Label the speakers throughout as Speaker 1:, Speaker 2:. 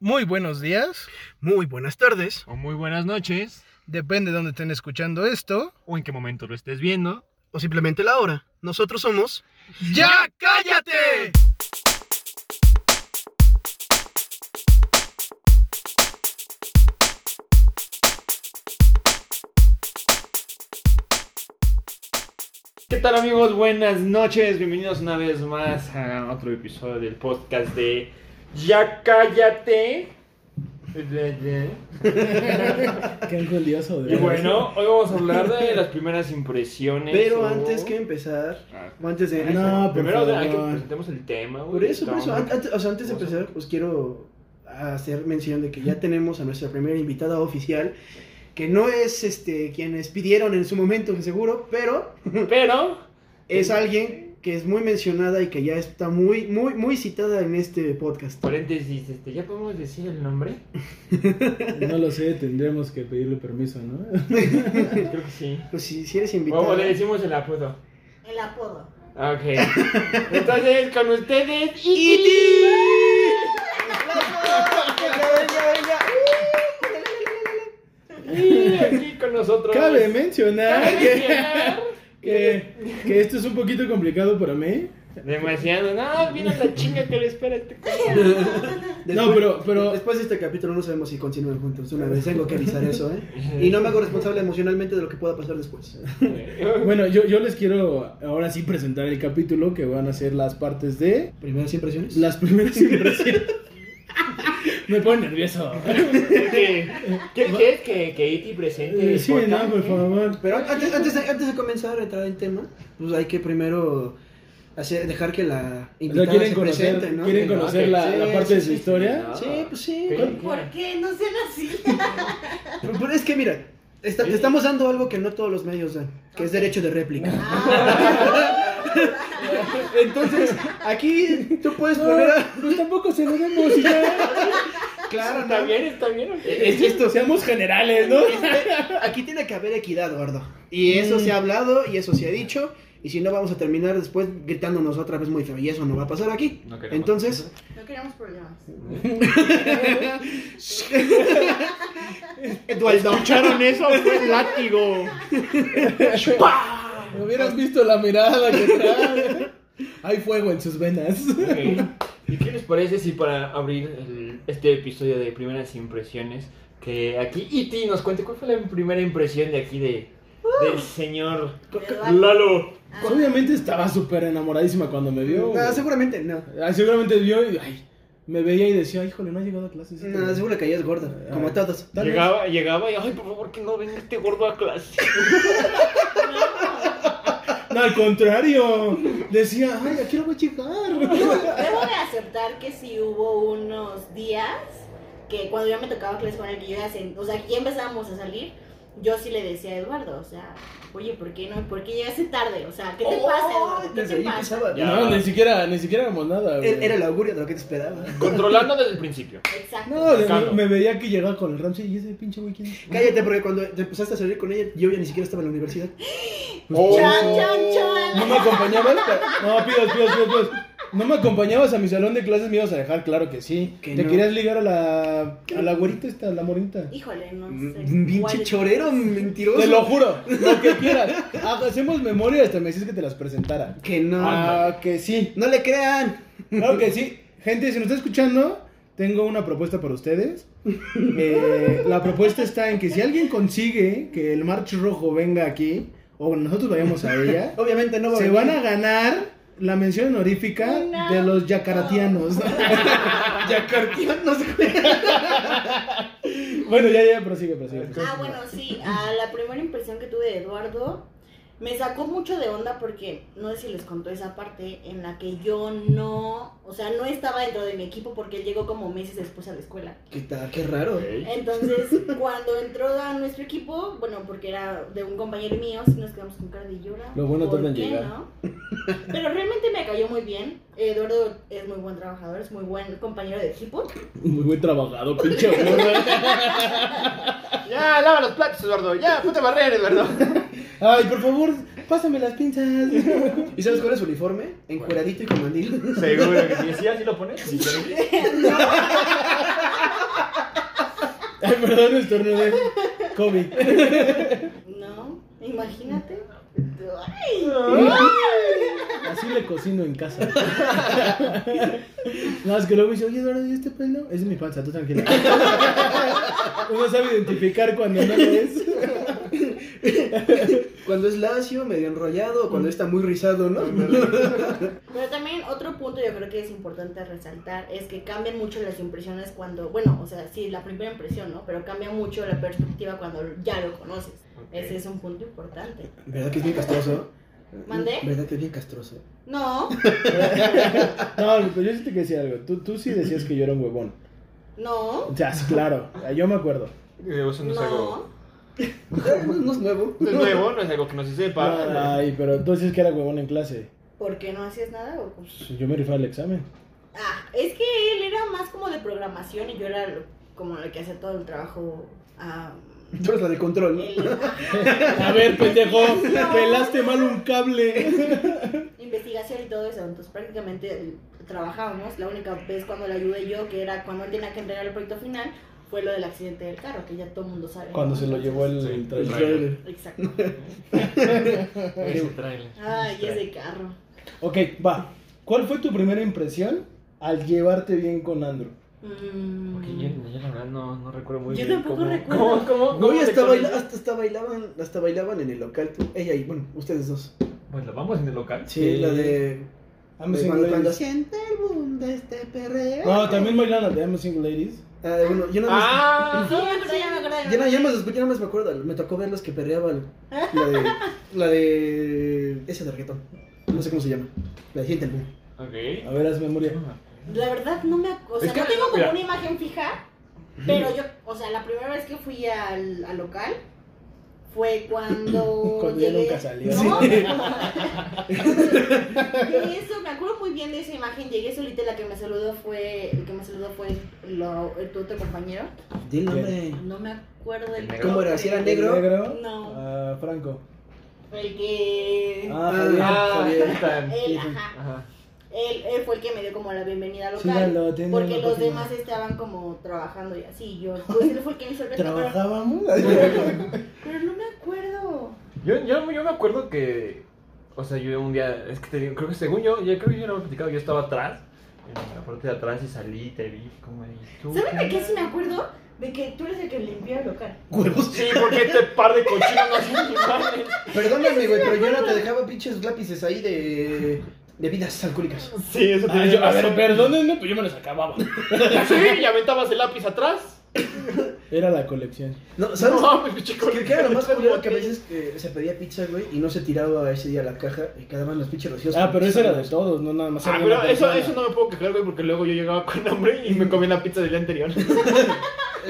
Speaker 1: Muy buenos días,
Speaker 2: Muy buenas tardes.
Speaker 3: O muy buenas noches,
Speaker 1: depende de dónde estén escuchando esto.
Speaker 3: o en qué momento lo estés viendo.
Speaker 2: O simplemente la hora. Nosotros somos.
Speaker 1: ¡Ya
Speaker 2: cállate!
Speaker 3: ¿Qué tal amigos? Buenas noches, bienvenidos una vez más a otro episodio del podcast de Ya cállate.
Speaker 4: Qué angulioso,
Speaker 3: Y bueno, hoy vamos a hablar de las primeras impresiones.
Speaker 2: Pero
Speaker 3: o-
Speaker 2: antes que empezar,
Speaker 3: Ah.
Speaker 2: o antes de.
Speaker 4: No, por
Speaker 3: Primero
Speaker 4: favor.
Speaker 3: hay que presentemos el tema. güey.
Speaker 2: Por eso, por eso. an-
Speaker 3: Estamos-
Speaker 2: Antes, o sea, antes de empezar, pues quiero hacer mención de que ya tenemos a nuestra primera invitada oficial. Que no es este quienes pidieron en su momento, que seguro, pero
Speaker 3: Pero
Speaker 2: es alguien que es muy mencionada y que ya está muy, muy, muy citada en este podcast.
Speaker 3: Paréntesis, este, ¿ya podemos decir el nombre?
Speaker 4: No lo sé, tendremos que pedirle permiso, ¿no?
Speaker 3: Creo que sí.
Speaker 2: Pues si, si eres
Speaker 3: O o
Speaker 2: invitado.
Speaker 3: le decimos el apodo.
Speaker 5: El apodo.
Speaker 3: Ok. Entonces, con ustedes, Y aquí con nosotros.
Speaker 4: Cabe mencionar que,
Speaker 3: mencionar.
Speaker 4: que, que esto es un poquito complicado para mí.
Speaker 3: Demasiado. No, mira la chinga que le espera a este cabrón.
Speaker 4: No, pero- pero-
Speaker 2: Después de este capítulo no sabemos si continúan juntos. Una vez tengo que avisar eso, ¿eh? Y no me hago responsable emocionalmente de lo que pueda pasar después.
Speaker 4: Bueno, yo, yo les quiero ahora sí presentar el capítulo que van a ser las partes de
Speaker 2: Primeras impresiones.
Speaker 4: las primeras impresiones. Me pone nervioso.
Speaker 3: ¿Qué quieres que, que Iti presente? el
Speaker 4: Eh, Sí,
Speaker 3: podcast?
Speaker 4: no, por favor.
Speaker 2: Pero antes, antes, de, antes de comenzar a entrar en tema, pues hay que primero hacer, dejar que la
Speaker 4: O sea,
Speaker 2: invitada
Speaker 4: ¿Quieren
Speaker 2: se
Speaker 4: conocer,
Speaker 2: presente, ¿no?
Speaker 4: ¿quieren
Speaker 3: Que no,
Speaker 4: conocer
Speaker 3: que-
Speaker 4: la, la
Speaker 2: sí,
Speaker 4: parte de
Speaker 2: sí,
Speaker 4: su
Speaker 2: sí,
Speaker 4: historia?
Speaker 3: no.
Speaker 2: Sí, pues sí.
Speaker 3: ¿Qué?
Speaker 5: ¿Por qué no sean así?
Speaker 2: Pero, pero es que mira, está- te estamos dando algo que no todos los medios dan, que es derecho de réplica. Entonces, aquí tú puedes poner a...
Speaker 4: pues tampoco se lo demos y ya.
Speaker 2: Claro,
Speaker 3: ¿Está
Speaker 2: ¿no?
Speaker 3: bien? ¿Está bien?
Speaker 4: Eh,
Speaker 3: ok.
Speaker 2: Es esto,
Speaker 4: Seamos generales, ¿no?
Speaker 2: Aquí tiene que haber equidad, Eduardo. Y eso
Speaker 4: Mm.
Speaker 2: se ha hablado y eso se ha dicho. Y si no, vamos a terminar después gritándonos otra vez muy feo. Y eso no va a pasar aquí.
Speaker 3: No queremos.
Speaker 2: Entonces,
Speaker 5: No queremos problemas.
Speaker 2: Eduardo.
Speaker 3: ¿Escucharon eso? Fue látigo.
Speaker 4: Me hubieras visto la mirada que trae. Hay fuego en sus venas.
Speaker 3: Ok. ¿Y qué les parece si para abrir el- este episodio de primeras impresiones, que aquí Iti nos cuente cuál fue la primera impresión de aquí de, del señor Lalo?
Speaker 5: Ah.
Speaker 2: Ah.
Speaker 4: Pues obviamente estaba súper enamoradísima cuando me vio.
Speaker 2: No,
Speaker 4: güey.
Speaker 2: seguramente no.
Speaker 4: Ah, seguramente vio y ay, me veía y decía, híjole, no ha llegado a clases. este
Speaker 2: No,
Speaker 4: güey".
Speaker 2: seguro que ya es gordo, como todos.
Speaker 4: Tal vez.
Speaker 3: Llegaba, llegaba y, ay, por favor, que no venga este gordo a clase.
Speaker 4: No, al contrario. Decía, ay, aquí lo voy a llegar.
Speaker 5: Debo de aceptar que sí hubo unos días que cuando yo me tocaba clase con él, que yo ya sen- o sea, que ya empezábamos a salir, yo sí le decía a Eduardo, o sea, oye, ¿por qué no? ¿Por qué llegaste tarde? O sea, ¿qué te pasa, Eduardo? ¿Qué
Speaker 2: Desde
Speaker 5: te
Speaker 2: ahí
Speaker 5: pasa?
Speaker 2: empezaba.
Speaker 3: Ya.
Speaker 4: No, ni siquiera, ni siquiera éramos nada, güey.
Speaker 2: Era era el augurio de lo que te esperaba.
Speaker 3: Controlando desde el principio.
Speaker 5: Exacto.
Speaker 4: No, de-
Speaker 3: Claro.
Speaker 4: me veía que llegaba con el Ramsey y ese pinche güey quién es.
Speaker 2: Cállate, porque cuando te empezaste a salir con ella, yo ya ni siquiera estaba en la universidad.
Speaker 4: Oh.
Speaker 5: Chan, chan, chan.
Speaker 4: No me acompañabas. pa- No, pidos, pidos, pidos, pidos. No me acompañabas a mi salón de clases, me ibas a dejar claro que sí.
Speaker 2: Que
Speaker 4: Te
Speaker 2: no.
Speaker 4: querías ligar a la, a la güerita esta, a la morinita.
Speaker 5: Híjole, no sé.
Speaker 2: Un
Speaker 5: cuál
Speaker 2: Mm, pinche
Speaker 5: es-
Speaker 2: chorero mentiroso.
Speaker 4: Te lo juro, lo que quieras. Ah, Hacemos memoria hasta me decís que te las presentara.
Speaker 2: Que no.
Speaker 4: Ah, que sí.
Speaker 2: No le crean.
Speaker 4: Claro que sí. Gente, si nos está escuchando, tengo una propuesta para ustedes. Eh, la propuesta está en que si alguien consigue que el March Rojo venga aquí, o nosotros vayamos a ella,
Speaker 2: Obviamente no va a
Speaker 4: se
Speaker 2: venir.
Speaker 4: van a ganar la mención honorífica
Speaker 5: No.
Speaker 4: de los yacaratianos.
Speaker 2: Yacartianos, güey.
Speaker 4: bueno, ya, ya, prosigue, prosigue.
Speaker 5: Ah, bueno, sí, a la primera impresión que tuve de Eduardo me sacó mucho de onda porque no sé si les contó esa parte en la que yo no, o sea, no estaba dentro de mi equipo porque él llegó como meses después a la escuela.
Speaker 2: Qué, ta- qué raro.
Speaker 5: Entonces, cuando entró a nuestro equipo, bueno, porque era de un compañero mío, sí nos quedamos con cara de llora.
Speaker 4: Lo bueno
Speaker 5: ¿Por
Speaker 4: tarda en
Speaker 5: qué
Speaker 4: llegar.
Speaker 5: no? Pero realmente me cayó muy bien. Eduardo es muy buen trabajador, es muy buen compañero de equipo.
Speaker 4: Muy buen trabajado, pinche burro.
Speaker 3: Ya, lava los platos, Eduardo. Ya, puta barrer, Eduardo.
Speaker 4: Ay, por favor, pásame las pinzas.
Speaker 2: ¿Y sabes cuál es su uniforme? Encueradito y con mandil.
Speaker 3: Seguro que sí. ¿Sí así lo pones? Sí, pero-
Speaker 4: Ay, perdón, estornudé. COVID.
Speaker 5: No, imagínate.
Speaker 4: Así le cocino en casa. No, es que luego me dice, oye, Eduardo, ¿y este pelo? Es de mi panza, tú tranquila. Uno sabe identificar cuando no lo es.
Speaker 2: Cuando es lacio, medio enrollado,
Speaker 4: Mm.
Speaker 2: cuando está muy rizado, ¿no?
Speaker 5: Pero también otro punto yo creo que es importante resaltar es que cambian mucho las impresiones cuando, bueno, o sea, sí, la primera impresión, ¿no? Pero cambia mucho la perspectiva cuando ya lo conoces. Ese es un punto importante.
Speaker 2: ¿Verdad que es bien castroso?
Speaker 5: ¿Mandé?
Speaker 2: ¿Verdad que es bien castroso?
Speaker 5: No,
Speaker 4: No, pero yo sí te quería decir algo. Tú, tú sí decías que yo era un huevón.
Speaker 5: no,
Speaker 4: O sea, claro, yo me acuerdo.
Speaker 3: Eso Eh, no es algo.
Speaker 5: no.
Speaker 2: Eh, No, no es nuevo.
Speaker 3: no Es nuevo, no es algo que no se sepa.
Speaker 4: Ay, pero entonces que era huevón en clase. Pues,
Speaker 5: ¿Por qué no hacías nada? o cómo?
Speaker 4: Yo me rifaba el examen.
Speaker 5: Ah, es que él era más como de programación y yo era lo- como la que hacía todo el trabajo. ah,
Speaker 2: Tú eres la de control, ¿no?
Speaker 5: el- ah,
Speaker 4: A ver, pendejo, pelaste mal un cable.
Speaker 5: investigación y todo eso. Entonces prácticamente eh, trabajábamos. La única vez cuando le ayudé yo, que era cuando él tenía que entregar el proyecto final, fue lo del accidente del carro, que ya todo el mundo sabe.
Speaker 4: Cuando se lo llevó el,
Speaker 3: Sí.
Speaker 4: trailer.
Speaker 2: Trailer.
Speaker 5: Exacto.
Speaker 3: Ese trailer.
Speaker 5: Ay, ese carro.
Speaker 4: Ok, va. ¿Cuál fue tu primera impresión al llevarte bien con Andrew?
Speaker 5: Mm.
Speaker 3: Porque yo, yo la verdad no, no recuerdo muy
Speaker 5: Yo
Speaker 3: bien.
Speaker 5: tampoco
Speaker 3: cómo-
Speaker 5: recuerdo.
Speaker 3: ¿Cómo, cómo, cómo
Speaker 2: Güey,
Speaker 3: te
Speaker 2: hasta,
Speaker 3: conocí.
Speaker 2: baila- hasta, hasta bailaban, hasta bailaban en el local, tú. Ella y, bueno, ustedes dos.
Speaker 3: Bueno, vamos en el local.
Speaker 2: Sí, la de...
Speaker 4: I'm a
Speaker 2: de
Speaker 4: single
Speaker 2: cuando, cuando
Speaker 4: ladies.
Speaker 2: siente el boom de este perreo.
Speaker 4: No, también bailan la de I'm a single ladies.
Speaker 2: Ah, bueno, yo no
Speaker 5: Sí,
Speaker 3: ¡Ah!
Speaker 5: ya me acordé,
Speaker 2: Ya,
Speaker 5: ya me acordé, ya me
Speaker 2: no, ya,
Speaker 5: acordé.
Speaker 2: más, ya más me acuerdo, me tocó ver los que perreaban. La de. La de. Esa de reggaetón. No sé cómo se llama. La de Siente el Boom.
Speaker 4: A
Speaker 3: Ok.
Speaker 4: ver, haz memoria.
Speaker 5: La verdad no me ac- o sea,
Speaker 3: Es que-
Speaker 5: no tengo como
Speaker 3: mira.
Speaker 5: una imagen fija, pero yo, o sea, la primera vez que fui al, al local fue cuando
Speaker 4: Cuando ya
Speaker 5: llegué.
Speaker 4: nunca salió.
Speaker 5: No,
Speaker 4: Sí.
Speaker 5: Llegué so- me acuerdo muy bien de esa imagen, llegué solita y la que me saludó fue, el que me saludó fue lo- tu otro compañero.
Speaker 2: Dile
Speaker 4: Ok.
Speaker 2: nombre.
Speaker 5: No me acuerdo el
Speaker 3: ¿El negro?
Speaker 2: ¿Cómo era? ¿Si era negro?
Speaker 4: Negro.
Speaker 5: No.
Speaker 4: Ah, Franco.
Speaker 5: El que
Speaker 4: Ah,
Speaker 3: Ah,
Speaker 4: Javier.
Speaker 3: ahí están.
Speaker 5: él, ajá,
Speaker 3: Ajá.
Speaker 5: él, él fue el que me dio como la bienvenida al
Speaker 4: Sí,
Speaker 5: local.
Speaker 4: lo tiene en
Speaker 5: porque
Speaker 4: la
Speaker 5: los
Speaker 4: página.
Speaker 5: demás estaban como trabajando y así. Yo, pues él fue el que me hizo el reto, pero-
Speaker 4: ¿Trabajábamos?
Speaker 5: Pero no me acuerdo.
Speaker 3: Yo, yo, yo me acuerdo que. O sea, yo un día. Es que te digo, creo que según yo, ya creo que yo lo he platicado, yo estaba atrás, en la parte de atrás y salí, te vi, como ahí. ¿Tú,
Speaker 5: ¿Saben de qué
Speaker 3: onda?
Speaker 5: sí me acuerdo? De que tú eres el que limpió el local.
Speaker 2: Huevos.
Speaker 3: Sí, porque este par de cochinos no hacen iguales.
Speaker 2: Perdóname, güey, pero yo no te dejaba pinches lápices ahí de. bebidas alcohólicas.
Speaker 3: Sí, eso
Speaker 4: Ah,
Speaker 3: tiene
Speaker 4: yo- a ver,
Speaker 3: razón.
Speaker 4: perdónenme, pues yo me los acababa.
Speaker 3: Sí, y aventabas el lápiz atrás.
Speaker 4: Era la colección.
Speaker 2: No, ¿sabes?
Speaker 3: No, mi pinche
Speaker 2: Creo que era lo más culero que a veces eh, se pedía pizza, güey, y no se tiraba ese día a la caja y quedaban los pinches rocíos.
Speaker 4: Ah, pero eso era de todos, no nada más.
Speaker 3: Ah,
Speaker 4: era
Speaker 3: pero
Speaker 4: una
Speaker 3: eso,
Speaker 4: persona.
Speaker 3: eso no me puedo quejar, güey, porque luego yo llegaba con hambre y me comí la pizza del día anterior.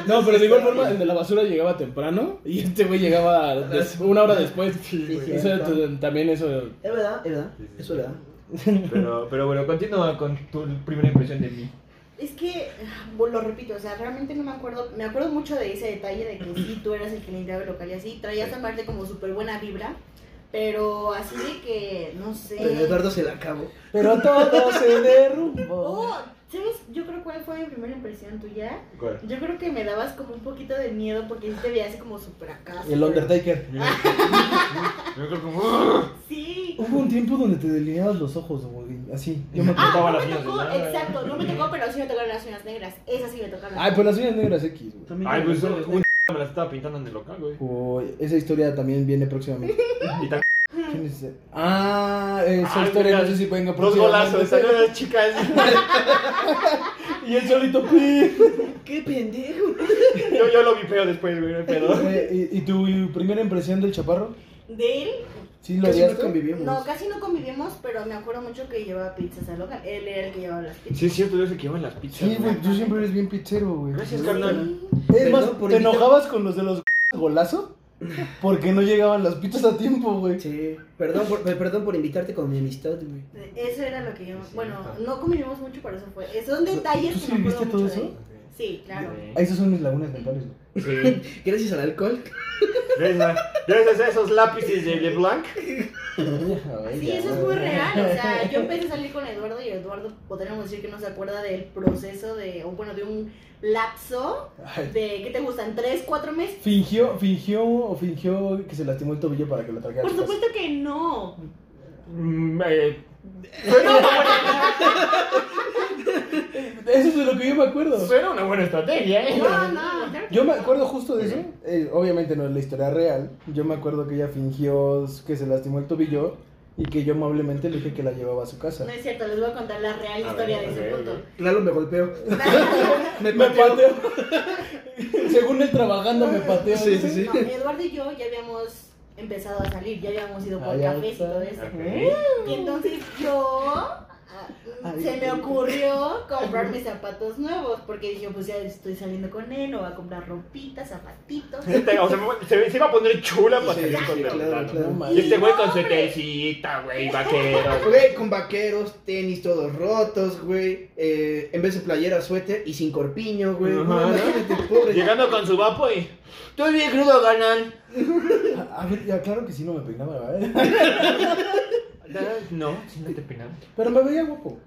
Speaker 4: No, pero de igual forma, el de la basura llegaba temprano y este güey llegaba des- una hora después.
Speaker 2: güey.
Speaker 4: Eso era tu- también eso.
Speaker 2: Es verdad, es verdad. Eso es verdad.
Speaker 3: Pero, pero bueno, continúa con tu primera impresión de mí.
Speaker 5: Es que, ah, lo repito, o sea, realmente no me acuerdo. Me acuerdo mucho de ese detalle de que sí, tú eras el que limpiaba el local y así. Traías aparte como súper buena vibra. Pero así de que, no sé.
Speaker 2: Pero Eduardo se la acabó.
Speaker 4: Pero todo se derrumbó.
Speaker 5: Oh, ¿sabes? Yo creo cuál fue mi primera impresión tuya. Yo creo que me dabas como un poquito de miedo porque sí te veías como súper acá.
Speaker 4: El Undertaker.
Speaker 3: Yo creo como.
Speaker 5: Sí.
Speaker 4: Hubo un tiempo donde te delineabas los ojos, güey, así. Yo me
Speaker 5: Ah,
Speaker 4: acuerdo.
Speaker 3: Tocaban
Speaker 5: no
Speaker 3: las
Speaker 5: me
Speaker 3: uñas
Speaker 5: tocó,
Speaker 3: negras.
Speaker 5: exacto, no me tocó, pero sí me tocaron las uñas negras. Esas sí me tocaron.
Speaker 4: Ay, pues las uñas negras X, güey.
Speaker 3: Ay, pues un me las estaba pintando en el local, güey.
Speaker 4: Uy, esa historia también viene próximamente.
Speaker 3: Y tan-
Speaker 4: ¿Quién es ese? Ah, esa
Speaker 3: Ay,
Speaker 4: historia no
Speaker 3: mira,
Speaker 4: sé si venga
Speaker 3: Dos
Speaker 4: próximamente.
Speaker 3: golazos, salió de las chicas.
Speaker 4: Y el solito pi.
Speaker 2: ¡Qué pendejo!
Speaker 3: Yo, yo lo vi feo después, güey, pero.
Speaker 4: Güey, Eh, ¿Y, y tu primera impresión del chaparro?
Speaker 5: De él,
Speaker 4: ¿Sí lo
Speaker 2: Casi no
Speaker 4: odiaste?
Speaker 2: convivimos.
Speaker 5: no, casi no convivimos, pero me acuerdo mucho que llevaba pizzas al local. Él era el que llevaba las pizzas.
Speaker 3: Sí, es cierto, yo sé que llevan las pizzas.
Speaker 4: Sí, güey, tú siempre eres bien pizzero, güey.
Speaker 3: Gracias, carnal.
Speaker 4: Es más,
Speaker 2: Perdón por
Speaker 4: te
Speaker 2: invitar-
Speaker 4: enojabas con los de los golazo porque no llegaban las pizzas a tiempo, güey.
Speaker 2: Sí, perdón por, perdón por invitarte con mi amistad, güey.
Speaker 5: Eso era lo que yo.
Speaker 3: Sí,
Speaker 5: Bueno,
Speaker 3: está.
Speaker 5: no convivimos mucho, pero eso fue. Esos son detalles
Speaker 4: ¿Tú
Speaker 5: que
Speaker 4: sí
Speaker 5: me acuerdo
Speaker 4: viviste todo
Speaker 5: mucho de
Speaker 4: eso?
Speaker 5: él. Sí, claro.
Speaker 4: Ah, Esas son mis lagunas mentales, güey.
Speaker 3: Sí.
Speaker 2: Gracias al alcohol.
Speaker 3: Gracias a, gracias a esos lápices de LeBlanc.
Speaker 5: Sí, eso es muy real. O sea, yo empecé a salir con Eduardo y Eduardo podríamos decir que no se acuerda del proceso de, o bueno, de un lapso de, ¿qué te gustan? ¿Tres, cuatro meses?
Speaker 4: Fingió, fingió o fingió que se lastimó el tobillo para que lo trajera. a
Speaker 5: Por
Speaker 4: su casa.
Speaker 5: supuesto que no.
Speaker 3: Mm, eh,
Speaker 4: Eso es de lo que yo me acuerdo.
Speaker 3: suena una buena estrategia, ¿eh?
Speaker 5: No, no, claro que
Speaker 4: Yo me
Speaker 5: no.
Speaker 4: acuerdo justo de eso. eh, obviamente no es la historia real. Yo me acuerdo que ella fingió que se lastimó el tobillo y que yo amablemente le dije que la llevaba a su casa.
Speaker 5: No es cierto, les voy a contar la real
Speaker 3: A
Speaker 5: historia
Speaker 3: ver,
Speaker 5: de
Speaker 3: ok,
Speaker 5: ese punto.
Speaker 6: Claro, me golpeó.
Speaker 4: Me pateó. Según él trabajando, me pateó.
Speaker 6: Sí, sí, sí.
Speaker 5: No, Eduardo y yo ya habíamos empezado a salir, ya habíamos ido por
Speaker 4: Ay,
Speaker 5: cafés y todo
Speaker 4: outside.
Speaker 5: eso.
Speaker 3: Ok.
Speaker 5: Y entonces yo ah,
Speaker 4: Ay,
Speaker 5: se me
Speaker 4: qué-
Speaker 5: ocurrió comprar mis zapatos nuevos porque dije, pues ya estoy saliendo con él, o va a comprar ropita, zapatitos.
Speaker 3: Este, o sea, se, se iba a poner chula para
Speaker 6: Sí,
Speaker 3: salir
Speaker 6: sí,
Speaker 3: con
Speaker 6: claro,
Speaker 3: Lautaro.
Speaker 6: claro.
Speaker 4: No
Speaker 3: Y
Speaker 4: mames.
Speaker 3: este güey con su
Speaker 5: hombre.
Speaker 3: tercita, güey, vaquero.
Speaker 2: Güey, con vaqueros, tenis todos rotos, güey. eh, en vez de playera, suéter y sin corpiño, güey. No,
Speaker 3: Ajá.
Speaker 2: imagínate, pobre.
Speaker 3: Llegando con su vapo y. Estoy bien crudo, canal.
Speaker 4: A ver, ya, claro que sí no me peinaba, ¿eh?
Speaker 3: No, si no te peinaba.
Speaker 4: Pero me veía guapo.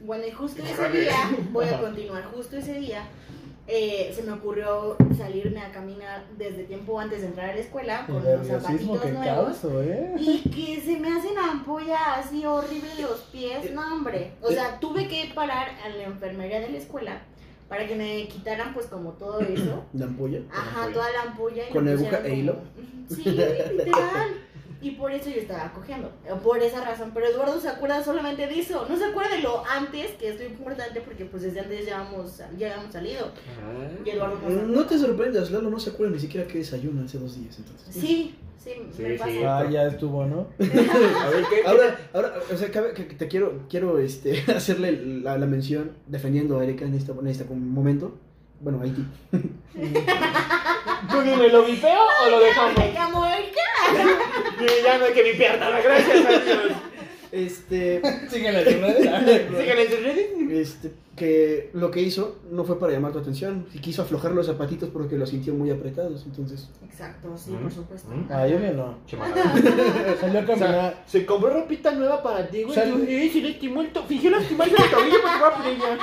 Speaker 5: Bueno, y justo ese día, voy a continuar, justo ese día, eh, se me ocurrió salirme a caminar desde tiempo antes de entrar a la escuela
Speaker 4: El
Speaker 5: con los
Speaker 4: nerviosismo
Speaker 5: zapatitos
Speaker 4: que
Speaker 5: nuevos.
Speaker 4: causo, ¿eh?
Speaker 5: Y que se me hacen ampolla así horrible los pies, no hombre. O sea, tuve que parar a la enfermería de la escuela para que me quitaran pues como todo eso.
Speaker 2: La ampolla.
Speaker 5: Ajá, toda la ampolla. y
Speaker 2: ¿Con
Speaker 5: me
Speaker 2: aguja
Speaker 5: pusieron
Speaker 2: e
Speaker 5: como-
Speaker 2: hilo?
Speaker 5: Sí, literal. Y por eso yo estaba cogiendo, por esa razón. Pero Eduardo se acuerda solamente de eso. No se acuerda de lo antes, que es lo importante, porque pues desde antes ya habíamos, ya habíamos salido.
Speaker 3: Ah.
Speaker 5: Y Eduardo no se acuerda.
Speaker 2: Mm, No te sorprendas, Lalo no se acuerda ni siquiera que desayuno hace dos días, entonces.
Speaker 5: Sí, sí,
Speaker 3: Sí,
Speaker 5: me
Speaker 3: sí.
Speaker 5: pasa.
Speaker 4: Ah, ya estuvo, ¿no?
Speaker 3: A ver, ¿qué?
Speaker 2: Ahora, ahora, o sea, cabe que que te quiero, quiero este, hacerle la, la mención defendiendo a Erika en este, en este momento. Bueno, Haití.
Speaker 3: ¿Tú dime, ¿lo vipeo o lo dejamos?
Speaker 5: Me llamo Erika.
Speaker 3: Dime, ya no hay que vipear nada, gracias a Dios.
Speaker 2: Este,
Speaker 4: Síguele, ¿no?
Speaker 3: Síganle en sus redes.
Speaker 2: este, que lo que hizo no fue para llamar tu atención. y Quiso aflojar los zapatitos porque los sintió muy apretados, entonces.
Speaker 5: Exacto, sí,
Speaker 3: Mm,
Speaker 5: por supuesto.
Speaker 3: mm.
Speaker 4: Ah, yo bien no. Salió a
Speaker 3: O
Speaker 4: caminar.
Speaker 3: sea, se compró ropita nueva para ti, güey.
Speaker 4: Sal-
Speaker 3: Tú, eh, se lastimó el to- Fingió lastimarse el tobillo por guapo, niña.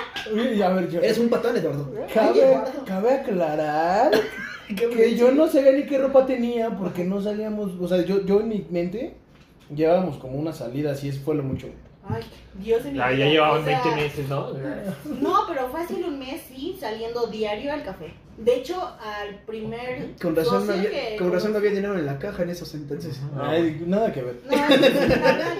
Speaker 4: Uy, a ver, yo-
Speaker 2: Eres un patán, Eduardo.
Speaker 4: Cabe, cabe aclarar que yo no sabía ni qué ropa tenía porque no salíamos, o sea, yo, yo en mi mente llevábamos como una salida, así es, fue lo mucho.
Speaker 5: Ay, Dios mío.
Speaker 3: Ah, Ya, ya llevaban 20 meses, ¿no?
Speaker 5: No, pero fue hace un mes, sí, saliendo diario al café. De hecho, al primer.
Speaker 2: Con razón, no
Speaker 5: socio
Speaker 2: había,
Speaker 5: que-
Speaker 2: con razón no había dinero en la caja en esos entonces.
Speaker 3: Ah,
Speaker 4: Ay, nada que ver.
Speaker 5: No, no, nada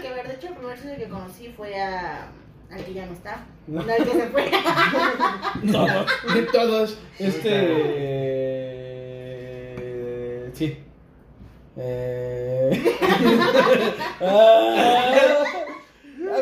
Speaker 5: que ver. De hecho, el primer socio que conocí fue a. al que ya no está.
Speaker 4: No.
Speaker 5: Al que se fue.
Speaker 2: De todos.
Speaker 4: Este... Sí. Eh... ah, ah,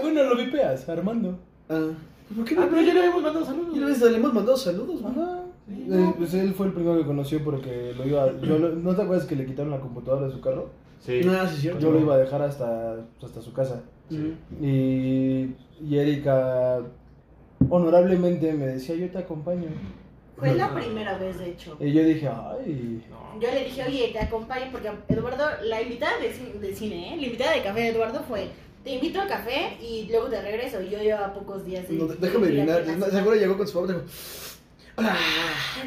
Speaker 4: bueno, lo vipeas, Armando.
Speaker 2: Ah, ¿Por qué
Speaker 3: Ah,
Speaker 2: no?
Speaker 3: pero ya le habíamos mandado saludos.
Speaker 2: Y una vez le hemos mandado saludos, ¿no?
Speaker 4: Ajá. Eh, Pues él fue el primero que conoció porque lo iba... yo lo- ¿No te acuerdas que le quitaron la computadora de su carro?
Speaker 3: Sí.
Speaker 2: Ah, sí, es cierto.
Speaker 4: Yo lo iba a dejar hasta, hasta su casa.
Speaker 2: Mm.
Speaker 4: Y, y Erika honorablemente me decía, yo te acompaño.
Speaker 5: Fue la primera vez, de hecho.
Speaker 4: Y yo dije, ay,
Speaker 3: No.
Speaker 5: Yo le dije, oye, te acompaño porque Eduardo, la invitada de, ci- de cine, ¿eh? la invitada de café de Eduardo fue, te invito al café y luego te regreso. Y yo llevaba pocos días. de-
Speaker 2: No, déjame
Speaker 5: de ir a
Speaker 2: adivinar.
Speaker 5: clase.
Speaker 2: No, Seguro llegó con su papá y dijo: Hola,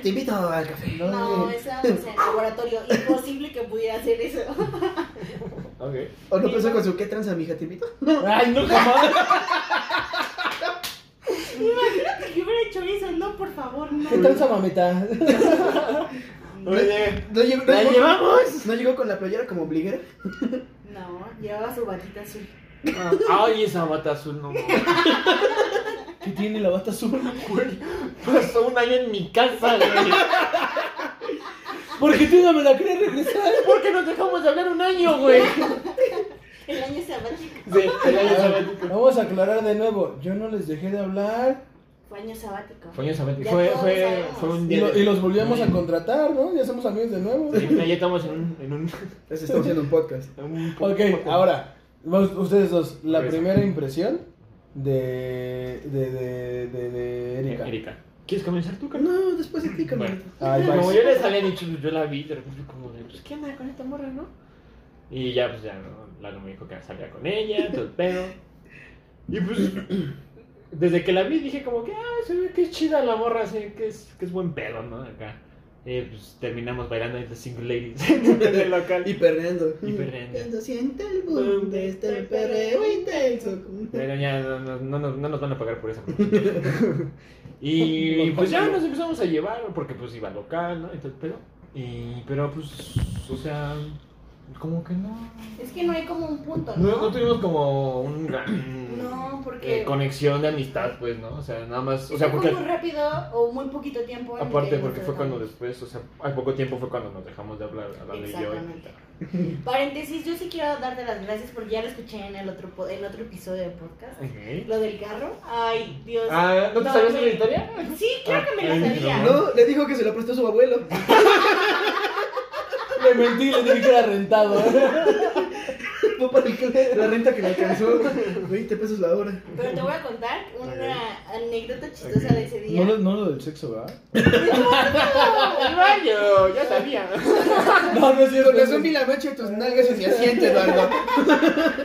Speaker 2: te invito al café.
Speaker 4: no,
Speaker 5: No,
Speaker 4: eh,
Speaker 5: estábamos en el laboratorio. Imposible que pudiera hacer eso.
Speaker 3: Ok.
Speaker 2: O no pensó con su qué tranza, mija, te invito.
Speaker 4: ay, no jamás.
Speaker 5: Imagínate que hubiera hecho eso. No, por favor, no.
Speaker 4: ¿Qué tal esa mamita?
Speaker 3: Oye,
Speaker 2: No llegó, no
Speaker 3: ¿la
Speaker 2: llegó-
Speaker 3: llevamos?
Speaker 2: no llegó con la playera como obliguera.
Speaker 5: No, llevaba su batita azul.
Speaker 3: Ah, Ay, esa bata azul no mames.
Speaker 4: ¿Qué tiene la bata azul?
Speaker 3: Güey, Pasó un año en mi casa, güey.
Speaker 4: ¿Por qué tú no me la quieres regresar?
Speaker 3: ¿Por qué nos dejamos de hablar un año, güey?
Speaker 5: El año sabático.
Speaker 3: Sí, el año sabático.
Speaker 4: Vamos a aclarar de nuevo, yo no les dejé de hablar
Speaker 5: Fue año sabático.
Speaker 3: Fue año sabático.
Speaker 5: Ya
Speaker 3: Fue,
Speaker 5: todos
Speaker 3: fue,
Speaker 5: sabemos.
Speaker 3: fue un
Speaker 4: y,
Speaker 3: día.
Speaker 4: lo-
Speaker 3: de-
Speaker 4: y los volvíamos a contratar, ¿no? Ya somos amigos de nuevo.
Speaker 3: Sí, Ya estamos en un. En un,
Speaker 2: Entonces estamos haciendo un podcast.
Speaker 3: en un-
Speaker 4: Ok, ahora, vamos, ustedes dos, la
Speaker 3: Pues.
Speaker 4: primera impresión de, de, de, de, de Erika.
Speaker 3: Erika. ¿Quieres comenzar tú, carnal?
Speaker 2: No, después de ti, camarada.
Speaker 4: Ay,
Speaker 3: Como
Speaker 4: Max.
Speaker 3: yo les había dicho, yo la vi, de repente como de, pues, ¿qué onda con esta morra, no? Y ya, pues ya, no, Lalo me dijo que salía con ella, todo el pedo. Y pues, desde que la vi dije como que, ah, se ve que es chida la morra, así que es, que es buen pedo, ¿no? Acá. Eh, pues terminamos bailando entre single ladies en el local.
Speaker 2: Y perreando.
Speaker 3: Y perreando.
Speaker 2: Cuando siente el boom de este perreo intenso.
Speaker 3: Pero ya no, no- no nos- no nos van a pagar por eso. y, y pues ya nos empezamos a llevar, porque pues iba local, ¿no? Entonces, pero, y, pero pues, o sea, como que no.
Speaker 5: Es que no hay como un punto,
Speaker 3: No,
Speaker 5: ¿no?
Speaker 3: no tuvimos como un gran
Speaker 5: No, porque-
Speaker 3: eh, conexión de amistad, pues, ¿no? O sea, nada más, o sea,
Speaker 5: fue
Speaker 3: porque
Speaker 5: muy rápido o muy poquito tiempo. en
Speaker 3: aparte
Speaker 5: que
Speaker 3: porque
Speaker 5: nos
Speaker 3: fue cuando
Speaker 5: tratamos.
Speaker 3: después, o sea, al poco tiempo fue cuando nos dejamos de hablar, a y yo.
Speaker 5: Exactamente. Paréntesis, yo sí quiero darte las gracias porque ya lo escuché en el otro, po- el otro episodio del podcast.
Speaker 3: Ok.
Speaker 5: Lo del carro. Ay, Dios.
Speaker 3: Ah, ¿no te sabías
Speaker 5: me-
Speaker 3: de la historia?
Speaker 5: Sí, claro que me
Speaker 3: Ay,
Speaker 5: la sabía.
Speaker 2: No, le dijo que se lo prestó a su abuelo.
Speaker 4: Le mentí, le dije que era rentado.
Speaker 2: Fue para el que- la renta que le alcanzó. 20 pesos la hora.
Speaker 5: Pero te voy a contar una anécdota chistosa de ese día.
Speaker 4: No, lo- no lo del sexo, ¿verdad?
Speaker 3: El baño, ya sabía.
Speaker 4: No, no es cierto.
Speaker 2: Con razón vi la mancha de tus nalgas en mi asiento, Eduardo.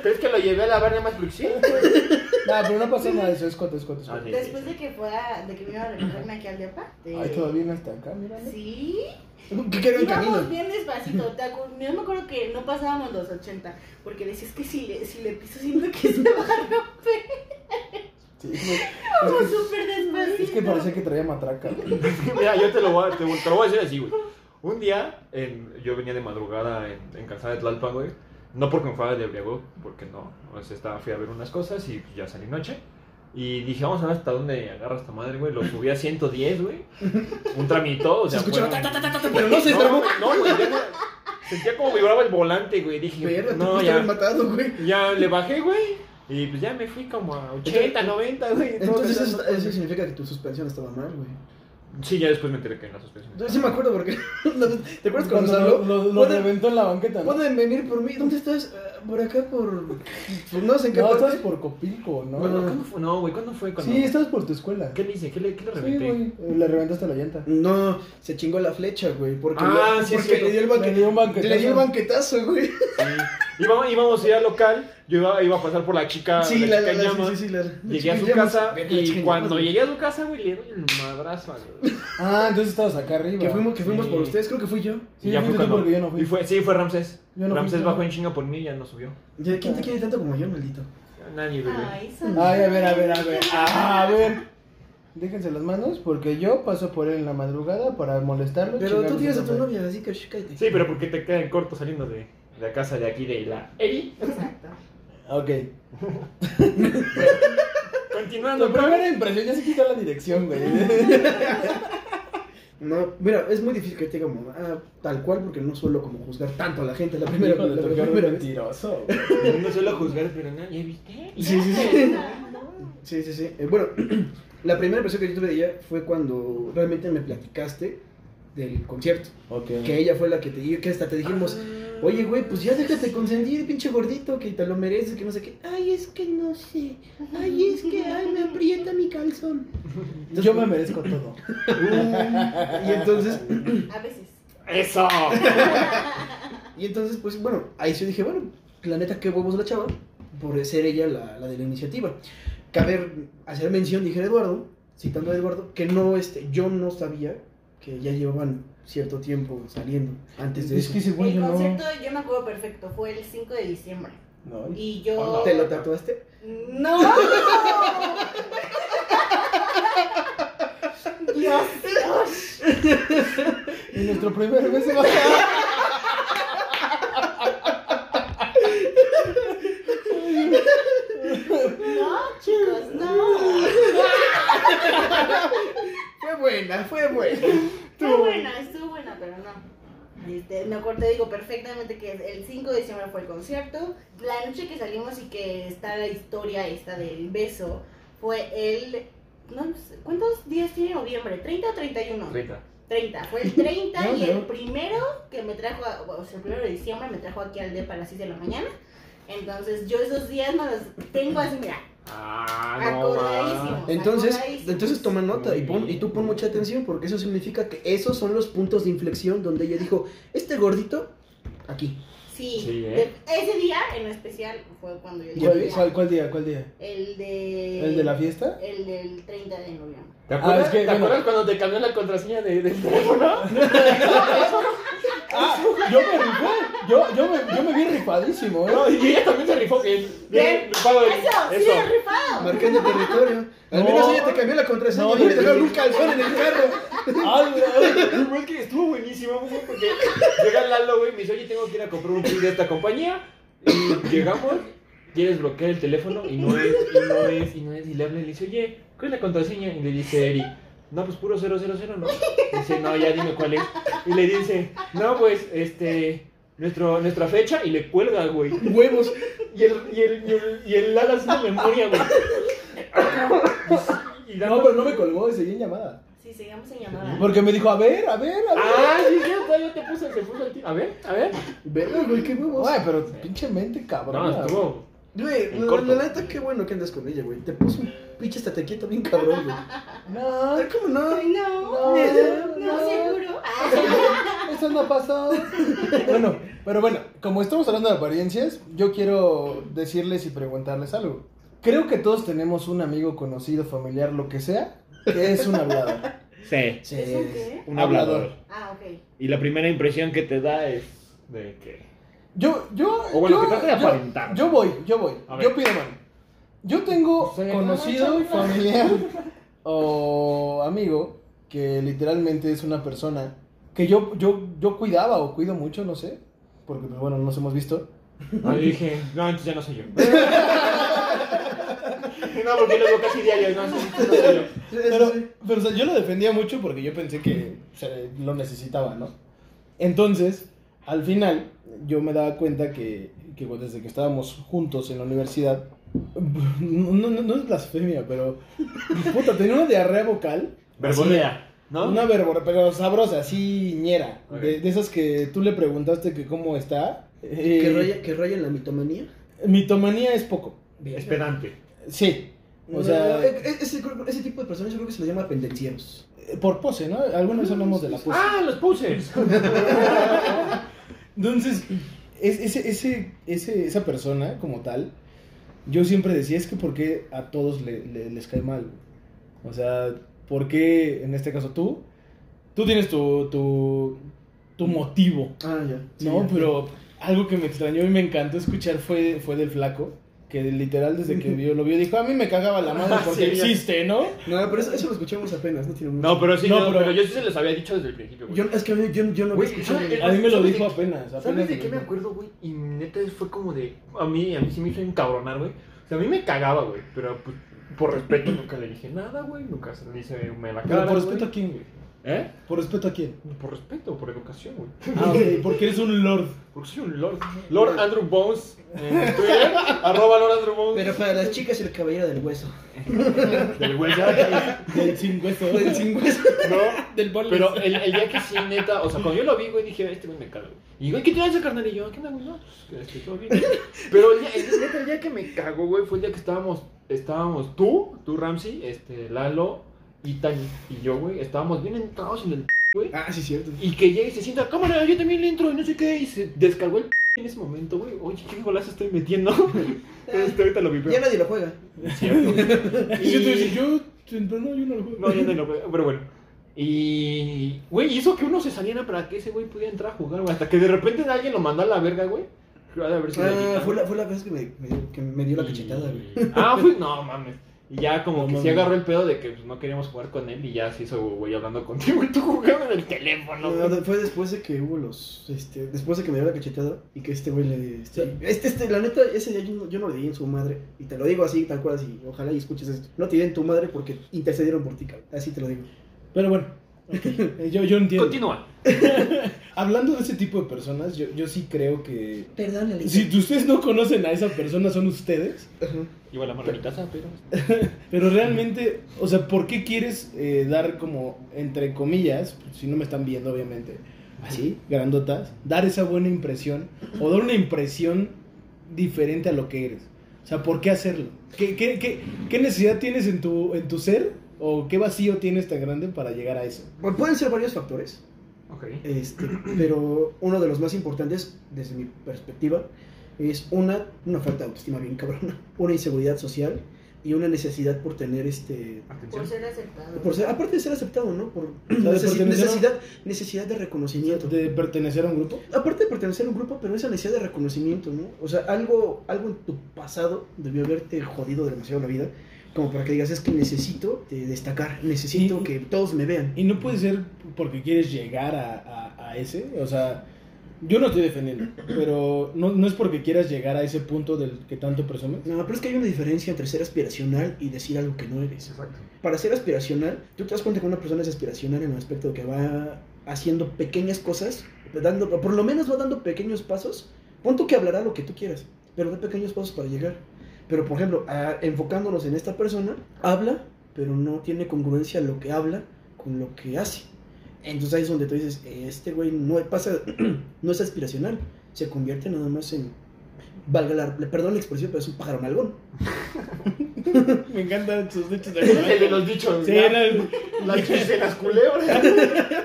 Speaker 3: Pero es que lo llevé a lavar nada más porque sí.
Speaker 5: Pues
Speaker 4: No, pero no pasó nada de eso, es coto, es coto. es coto.
Speaker 5: Después de que fuera, de que vino a recogerme aquí al depa. de-
Speaker 4: Ay, todavía no está acá, mira.
Speaker 5: Sí.
Speaker 2: Que quedó en
Speaker 5: Íbamos
Speaker 2: camino.
Speaker 5: bien despacito. te acu- Yo me acuerdo que no pasábamos los 80. Porque decías que si le, si le piso siento que se va a romper.
Speaker 4: Sí, no.
Speaker 5: Íbamos
Speaker 4: Es que-
Speaker 5: súper despacito.
Speaker 4: Es que parecía que traía matraca. güey.
Speaker 3: Mira, yo te lo voy a, te, te lo voy a decir así, güey. Un día, en- yo venía de madrugada en, en Calzada de Tlalpan, güey. No porque me fuera de briago, porque no. O sea, estaba, fui a ver unas cosas y pues, ya salí noche. Y dije, vamos a ver hasta dónde agarra esta madre, güey. Lo subí a 110, güey. Un tramito, o sea,
Speaker 2: Se escuchaba
Speaker 3: fue-
Speaker 2: ta, ta, ta, ta, ta, pero no se
Speaker 3: No,
Speaker 2: trabó.
Speaker 3: no, güey. ya no- Sentía como vibraba el volante, güey. Dije,
Speaker 2: Verga, te
Speaker 3: no,
Speaker 2: pudiste
Speaker 3: ya.
Speaker 2: haber matado, güey.
Speaker 3: Ya le bajé, güey. Y pues ya me fui como a 80, 90, güey. todo
Speaker 2: Entonces eso,
Speaker 3: cansado.
Speaker 2: está- eso significa que tu suspensión estaba mal, güey.
Speaker 3: Sí, ya después me enteré que en la suspensión.
Speaker 2: Yo sí me acuerdo porque... ¿Te acuerdas cuando
Speaker 4: Cuando
Speaker 2: nos
Speaker 4: lo,
Speaker 2: habló?
Speaker 4: lo, lo
Speaker 2: ¿Pueden-
Speaker 4: reventó en la banqueta, ¿no?
Speaker 2: Pueden venir por mí. ¿Dónde estás? Ah, por acá, por. Pues no sé en qué
Speaker 4: No,
Speaker 2: parte.
Speaker 4: estabas por Copilco,
Speaker 3: Bueno,
Speaker 4: ¿no?
Speaker 3: ¿cuándo fue? No, güey, ¿cuándo fue? Cuando...
Speaker 4: Sí, estabas por tu escuela.
Speaker 3: ¿Qué le hice? ¿Qué le, qué le
Speaker 4: Sí,
Speaker 3: reventé?
Speaker 4: güey. Le reventaste la llanta.
Speaker 2: No, se chingó la flecha, güey. Porque,
Speaker 3: Ah,
Speaker 2: lo-
Speaker 3: sí, es
Speaker 2: porque
Speaker 3: cierto.
Speaker 2: le dio el banque-
Speaker 4: Le dio un banquetazo.
Speaker 2: Le dio el banquetazo, güey.
Speaker 3: Sí. Íbamos, íbamos a ir al local, yo iba, iba a pasar por la chica,
Speaker 2: Sí,
Speaker 3: la
Speaker 2: la,
Speaker 3: chica
Speaker 2: la,
Speaker 3: en
Speaker 2: la,
Speaker 3: llamas.
Speaker 2: sí, sí, sí, la, la
Speaker 3: Ah, Llegué a su
Speaker 2: chica en llamas.
Speaker 3: casa
Speaker 2: Vete a la chica
Speaker 3: y
Speaker 2: en
Speaker 3: cuando
Speaker 2: llamas,
Speaker 3: llegué a su casa, güey, le doy el madrazo. güey.
Speaker 4: Ah, entonces estabas acá arriba.
Speaker 2: güey. Que fuimos, que fuimos
Speaker 3: Sí.
Speaker 2: por ustedes, creo que fui yo.
Speaker 4: Sí,
Speaker 3: y ya
Speaker 4: fuiste
Speaker 3: fue
Speaker 4: tú
Speaker 3: cuando...
Speaker 4: porque yo no fui.
Speaker 3: y fue, sí, fue Ramsés.
Speaker 4: Yo no fui,
Speaker 3: Ramsés
Speaker 4: yo no.
Speaker 3: bajó en chinga por mí y ya no subió.
Speaker 2: Ya, ¿Quién te quiere tanto como yo, maldito?
Speaker 3: Nadie, güey.
Speaker 5: Ay,
Speaker 4: Ay, a ver, a ver, a ver. Ah, a ver. Déjense las manos porque yo paso por él en la madrugada para molestarlo.
Speaker 2: Pero tú
Speaker 4: chingarle
Speaker 2: tienes
Speaker 4: su
Speaker 2: a tu
Speaker 4: madre.
Speaker 2: novia, así que shh, cállate.
Speaker 3: Sí, pero porque te quedan corto saliendo de de la casa de aquí de la Eri.
Speaker 5: Exacto.
Speaker 4: Ok.
Speaker 3: Continuando,
Speaker 4: Tu
Speaker 3: con-
Speaker 4: primera impresión, ya se quitó la dirección, güey.
Speaker 2: No, mira, es muy difícil que te diga como, ah, tal cual, porque no suelo como juzgar tanto a la gente la primera,
Speaker 4: Hijo de
Speaker 2: la
Speaker 4: tu
Speaker 2: primera
Speaker 4: cara,
Speaker 2: vez.
Speaker 4: mentiroso. güey.
Speaker 3: No suelo juzgar, pero nadie, ¿viste?
Speaker 2: Sí, sí, sí. Sí, sí, sí. Eh, bueno, la primera impresión que yo tuve de ella fue cuando realmente me platicaste del concierto.
Speaker 4: Ok.
Speaker 2: Que ella fue la que te dijo, que hasta te dijimos, oye, güey, pues ya déjate consentir, pinche gordito, que te lo mereces, que no sé qué. Ay, es que no sé. Ay, es que, ay, me aprieta mi calzón.
Speaker 4: Yo me merezco todo.
Speaker 2: Y entonces,
Speaker 5: A veces.
Speaker 3: ¡Eso!
Speaker 2: y entonces, pues, bueno, ahí sí dije, bueno, la neta, qué huevos la chava, por ser ella la, la de la iniciativa. Cabe hacer mención, dije Eduardo, citando a Eduardo, que no, este, yo no sabía que ya llevaban cierto tiempo saliendo antes de
Speaker 4: Es
Speaker 2: eso.
Speaker 4: que según
Speaker 5: El
Speaker 4: yo no.
Speaker 5: concierto yo me acuerdo perfecto, fue el 5 de diciembre.
Speaker 4: Ah, No,
Speaker 5: Y yo...
Speaker 2: ¿Te lo tatuaste?
Speaker 5: ¡No! Dios, Dios.
Speaker 4: Y nuestro primer beso va a
Speaker 5: No, chicos, no.
Speaker 2: Fue buena, fue buena.
Speaker 5: Estuvo buena, estuvo buena, pero no. Este, me acuerdo, te digo perfectamente que el 5 de diciembre fue el concierto. La noche que salimos y que está la historia esta del beso fue el... No sé, ¿Cuántos días tiene noviembre? ¿30 o 31?
Speaker 3: 30.
Speaker 5: 30. Fue el 30
Speaker 4: No,
Speaker 5: y el
Speaker 4: no.
Speaker 5: primero que me trajo, a- o sea, el primero de diciembre me trajo aquí al DEPA a las 6 de la mañana. Entonces yo esos días no los tengo así, mira.
Speaker 3: Ah,
Speaker 5: Acordadísimo.
Speaker 3: no.
Speaker 2: Entonces,
Speaker 5: Acordadísimo.
Speaker 2: entonces toma nota y,
Speaker 3: Muy
Speaker 2: pon,
Speaker 3: bien.
Speaker 2: y tú pon mucha atención porque eso significa que esos son los puntos de inflexión donde ella dijo, este gordito, aquí.
Speaker 5: Sí,
Speaker 3: Sí, ¿eh?
Speaker 5: de- ese día en especial fue cuando yo dije,
Speaker 4: ¿Cuál,
Speaker 5: ya.
Speaker 4: cuál- cuál día? ¿Cuál día?
Speaker 5: el de...
Speaker 4: ¿El de la fiesta?
Speaker 5: El del 30 de noviembre.
Speaker 3: ¿Te acuerdas,
Speaker 4: es que,
Speaker 3: ¿te
Speaker 4: bueno.
Speaker 3: acuerdas cuando te cambió la contraseña de- del teléfono?
Speaker 4: Ah, yo me rifé. Yo, yo, me, yo me vi rifadísimo, ¿eh?
Speaker 3: No, y ella también se rifó. Bien, bien, rifado.
Speaker 5: Eso, sí,
Speaker 3: eso.
Speaker 5: rifado.
Speaker 7: Marcando territorio. Al
Speaker 4: No.
Speaker 7: menos ella te cambió la contraseña
Speaker 4: No,
Speaker 7: y no te
Speaker 4: no,
Speaker 7: dejaron
Speaker 4: no.
Speaker 7: un calzón en el carro.
Speaker 4: Ay, güey.
Speaker 3: Pero es que estuvo buenísimo, güey, porque llega Lalo, güey, y me dice, oye, tengo que ir a comprar un pin de esta compañía. Y llegamos, quieres bloquear el teléfono, y no es, y no es, y no es. Y le habla y le dice, oye, ¿cuál es la contraseña? Y le dice Eri, no, pues puro 000, ¿no? Dice, no, ya dime cuál es. Y le dice, no, pues, este, nuestro, nuestra fecha, y le cuelga, güey.
Speaker 7: Huevos.
Speaker 3: Y el, y el, y el, y el Lalo haciendo memoria, güey. Y dando-
Speaker 4: No, pero no me colgó, seguí en llamada.
Speaker 5: Sí, seguimos en llamada.
Speaker 4: Porque me dijo, a ver, a ver, a ver.
Speaker 3: Ah, sí, sí, todavía te puso, se puso el tío. A ver, a ver.
Speaker 7: Verga, güey, qué huevos.
Speaker 4: Güey, pero pinche mente
Speaker 3: No,
Speaker 4: cabrón.
Speaker 3: estuvo.
Speaker 7: Güey,
Speaker 3: En
Speaker 7: la-
Speaker 3: corto.
Speaker 7: la neta, qué bueno que andas con ella, güey. Te puso un pinche estatequieto bien cabrón, güey.
Speaker 4: No,
Speaker 7: Ay, ¿Cómo no?
Speaker 5: Ay, no,
Speaker 4: No,
Speaker 5: no,
Speaker 4: no.
Speaker 5: seguro. Ah,
Speaker 4: eso no pasó. Bueno, pero bueno, como estamos hablando de apariencias, yo quiero decirles y preguntarles algo. Creo que todos tenemos un amigo conocido, familiar, lo que sea, que es un hablador.
Speaker 3: Sí,
Speaker 7: Sí.
Speaker 5: ¿Es un qué?
Speaker 3: un
Speaker 4: Hablador.
Speaker 3: hablador.
Speaker 5: Ah, ok.
Speaker 3: Y la primera impresión que te da es de que.
Speaker 4: Yo, yo.
Speaker 3: O bueno,
Speaker 4: yo-
Speaker 3: que trate de
Speaker 4: yo-
Speaker 3: aparentar.
Speaker 4: Yo voy, yo voy.
Speaker 3: A ver.
Speaker 4: Yo pido mano. Yo tengo
Speaker 3: Sí,
Speaker 4: conocido,
Speaker 3: no, no, no.
Speaker 4: familiar o amigo que literalmente es una persona que yo, yo, yo cuidaba o cuido mucho, no sé. Porque, pues bueno, no nos hemos visto.
Speaker 3: Yo dije, no, entonces ya no soy yo. no, porque luego casi diario, no, sí, no soy yo.
Speaker 4: Pero, pero, o sea, yo lo defendía mucho porque yo pensé que o sea, lo necesitaba, ¿no? Entonces, al final, yo me daba cuenta que, que bueno, desde que estábamos juntos en la universidad, no, no, no es blasfemia, pero puta, tenía una diarrea vocal,
Speaker 3: Verbolea, ¿no?
Speaker 4: una verbora, pero sabrosa, así ñera,
Speaker 3: Ok.
Speaker 4: de, de esas que tú le preguntaste que cómo está. eh,
Speaker 7: ¿Que raya, que raya en la mitomanía?
Speaker 4: Mitomanía es poco,
Speaker 3: Es pedante.
Speaker 4: sí. O
Speaker 7: No,
Speaker 4: sea,
Speaker 2: eh,
Speaker 7: e- e- ese, ese tipo de personas yo creo que se le llama pendencieros.
Speaker 4: por pose, ¿no? Alguna vez hablamos de la pose.
Speaker 3: Ah, los posers.
Speaker 4: Entonces, es- ese, ese, ese- esa persona como tal, yo siempre decía, es que porque a todos le- le- les cae mal. O sea, ¿por qué en este caso tú? Tú tienes tu, tu, tu motivo,
Speaker 7: Ah, ya. Sí,
Speaker 4: ¿no?
Speaker 7: ya.
Speaker 4: Pero algo que me extrañó y me encantó escuchar fue, fue del flaco, que literal desde que vio, lo vio dijo, a mí me cagaba la madre porque
Speaker 3: Ah, Sí, ya.
Speaker 4: existe, ¿no?
Speaker 7: No, pero eso, eso lo escuchamos apenas, no tiene mucho.
Speaker 3: No, pero sí,
Speaker 4: No,
Speaker 3: no,
Speaker 4: pero-
Speaker 3: pero yo sí se los había dicho desde el principio. güey.
Speaker 7: Yo, es que a mí- yo, yo no
Speaker 3: Güey,
Speaker 7: había escuchado.
Speaker 3: ¿sabes?
Speaker 4: A mí me lo
Speaker 3: ¿Sabes
Speaker 4: dijo
Speaker 3: de-
Speaker 4: apenas. apenas
Speaker 3: ¿Sabes de
Speaker 4: me
Speaker 3: qué me
Speaker 4: dijo.
Speaker 3: acuerdo, güey? Y neta fue como de. A mí, a mí sí me hizo encabronar, güey. O sea, a mí me cagaba, güey. Pero pues, por respeto nunca le dije nada, güey. Nunca se le hice me la cara.
Speaker 4: Pero por
Speaker 3: güey.
Speaker 4: respeto a quién, güey.
Speaker 3: ¿Eh?
Speaker 4: Por respeto a quién.
Speaker 3: Por respeto, por educación, güey.
Speaker 4: Ah, ok, porque eres un lord.
Speaker 3: Porque soy un lord. Lord Andrew Bones en Twitter. arroba Lord Andrew Bones.
Speaker 7: Pero para las chicas, el caballero del hueso.
Speaker 3: Del güey ya,
Speaker 4: Del sin hueso.
Speaker 7: Del sin hueso.
Speaker 3: No.
Speaker 7: Del bol.
Speaker 3: Pero el, el día que sí, neta. O sea, cuando yo lo vi, güey, dije, este güey me caga, güey. Y güey, ¿qué te hace, carnal? Y yo, ¿qué me güey? No, pues, que todo bien. Pero el día, el, neta, el día que me cagó, güey, fue el día que estábamos. Estábamos tú, tú Ramsey, este, Lalo, Itan y yo, güey. Estábamos bien entrados en el. güey.
Speaker 7: Ah, sí, cierto.
Speaker 3: Y que llegue y se sienta, cámara, yo también le entro y no sé qué. Y se descargó el p en ese momento, güey. Oye, qué golazo estoy metiendo. este, ahorita lo vi,
Speaker 7: Ya nadie lo juega.
Speaker 4: Y yo te decía, yo, pero no, yo no lo juego.
Speaker 3: No, ya no lo veo, pero bueno. Y, güey, hizo que uno se saliera para que ese güey pudiera entrar a jugar, güey. Hasta que de repente alguien lo mandó a la verga, güey. Creo ha de haber sido el
Speaker 7: Ah,
Speaker 3: Guitar.
Speaker 7: fue la, fue la vez que me, me- que me dio la
Speaker 3: Y-
Speaker 7: cachetada, güey.
Speaker 3: Ah, fue, no mames. Y ya como que sí agarró el pedo de que pues, no queríamos jugar con él y ya se hizo, güey, hablando contigo y tú jugando en el teléfono.
Speaker 7: No,
Speaker 3: güey.
Speaker 7: no, fue después de que hubo los. Este, después de que me dio la cachetada y que este güey le. Este, este, este, la neta, ese día yo, no- yo no le di en su madre. Y te lo digo así, tal cual, así. Ojalá y escuches esto. No te di en tu madre porque intercedieron por ti, cabrón. Así te lo digo.
Speaker 4: Pero bueno, ok, eh, yo, yo entiendo.
Speaker 3: Continúa.
Speaker 4: Hablando de ese tipo de personas, yo, yo sí creo que...
Speaker 7: Perdónale.
Speaker 4: Si ustedes no conocen a esa persona, son ustedes.
Speaker 3: Iba la mano a mi casa, pero...
Speaker 4: Pero realmente, o sea, ¿por qué quieres eh, dar como, entre comillas, si no me están viendo obviamente, así, grandotas, dar esa buena impresión o dar una impresión diferente a lo que eres? O sea, ¿por qué hacerlo? ¿Qué, qué, qué, qué necesidad tienes en tu, en tu ser o qué vacío tienes tan grande para llegar a eso?
Speaker 7: Pueden ser varios factores.
Speaker 3: Ok.
Speaker 2: Este, pero uno de los más importantes, desde mi perspectiva, es una, una falta de autoestima bien cabrona, una inseguridad social y una necesidad por tener este.
Speaker 5: Por
Speaker 3: Atención.
Speaker 5: ser aceptado.
Speaker 2: Por ser- aparte de ser aceptado, ¿no? Por
Speaker 4: sea, de
Speaker 2: necesi-
Speaker 4: pertenecer a-
Speaker 2: necesidad, necesidad de reconocimiento.
Speaker 4: ¿De pertenecer a un grupo?
Speaker 2: Aparte de pertenecer a un grupo, pero esa necesidad de reconocimiento, ¿no? O sea, algo, algo en tu pasado debió haberte jodido demasiado la vida, como para que digas, es que necesito eh, destacar, necesito
Speaker 4: Y-
Speaker 2: que todos me vean.
Speaker 4: Y no puede ser porque quieres llegar a, a- a ese. O sea, yo no estoy defendiendo, pero no, no es porque quieras llegar a ese punto del que tanto presumes.
Speaker 2: No, pero es que hay una diferencia entre ser aspiracional y decir algo que no eres.
Speaker 3: Exacto.
Speaker 2: Para ser aspiracional, tú te das cuenta que una persona es aspiracional en el aspecto de que va haciendo pequeñas cosas, dando, por lo menos va dando pequeños pasos. Pon tú que hablará lo que tú quieras, pero da pequeños pasos para llegar. Pero, por ejemplo, a- enfocándonos en esta persona, habla, pero no tiene congruencia lo que habla con lo que hace. Entonces ahí es donde tú dices, este güey no pasa, no es aspiracional, se convierte nada más en, valga la, perdón la expresión, pero es un pájaro nalgón.
Speaker 4: Me encantan sus dichos de
Speaker 3: Es el de los dichos.
Speaker 4: Sí,
Speaker 3: ya.
Speaker 4: no,
Speaker 3: Las chis de las culebras.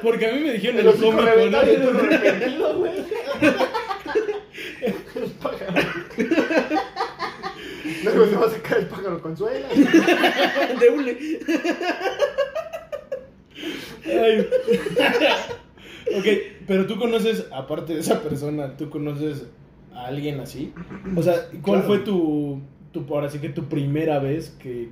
Speaker 4: porque a mí me dijeron
Speaker 3: De
Speaker 4: en
Speaker 3: los
Speaker 4: el
Speaker 3: cinco
Speaker 4: cómico,
Speaker 3: reventados y tú
Speaker 4: ¿no?
Speaker 3: arrepentido, güey. El pájaro. Luego se va a sacar el pájaro consuela.
Speaker 2: De hule.
Speaker 4: Ay. ok, pero tú conoces, aparte de esa persona, tú conoces a alguien así. O sea, ¿cuál
Speaker 2: Claro.
Speaker 4: fue tu, tu, ahora sí que tu primera vez que,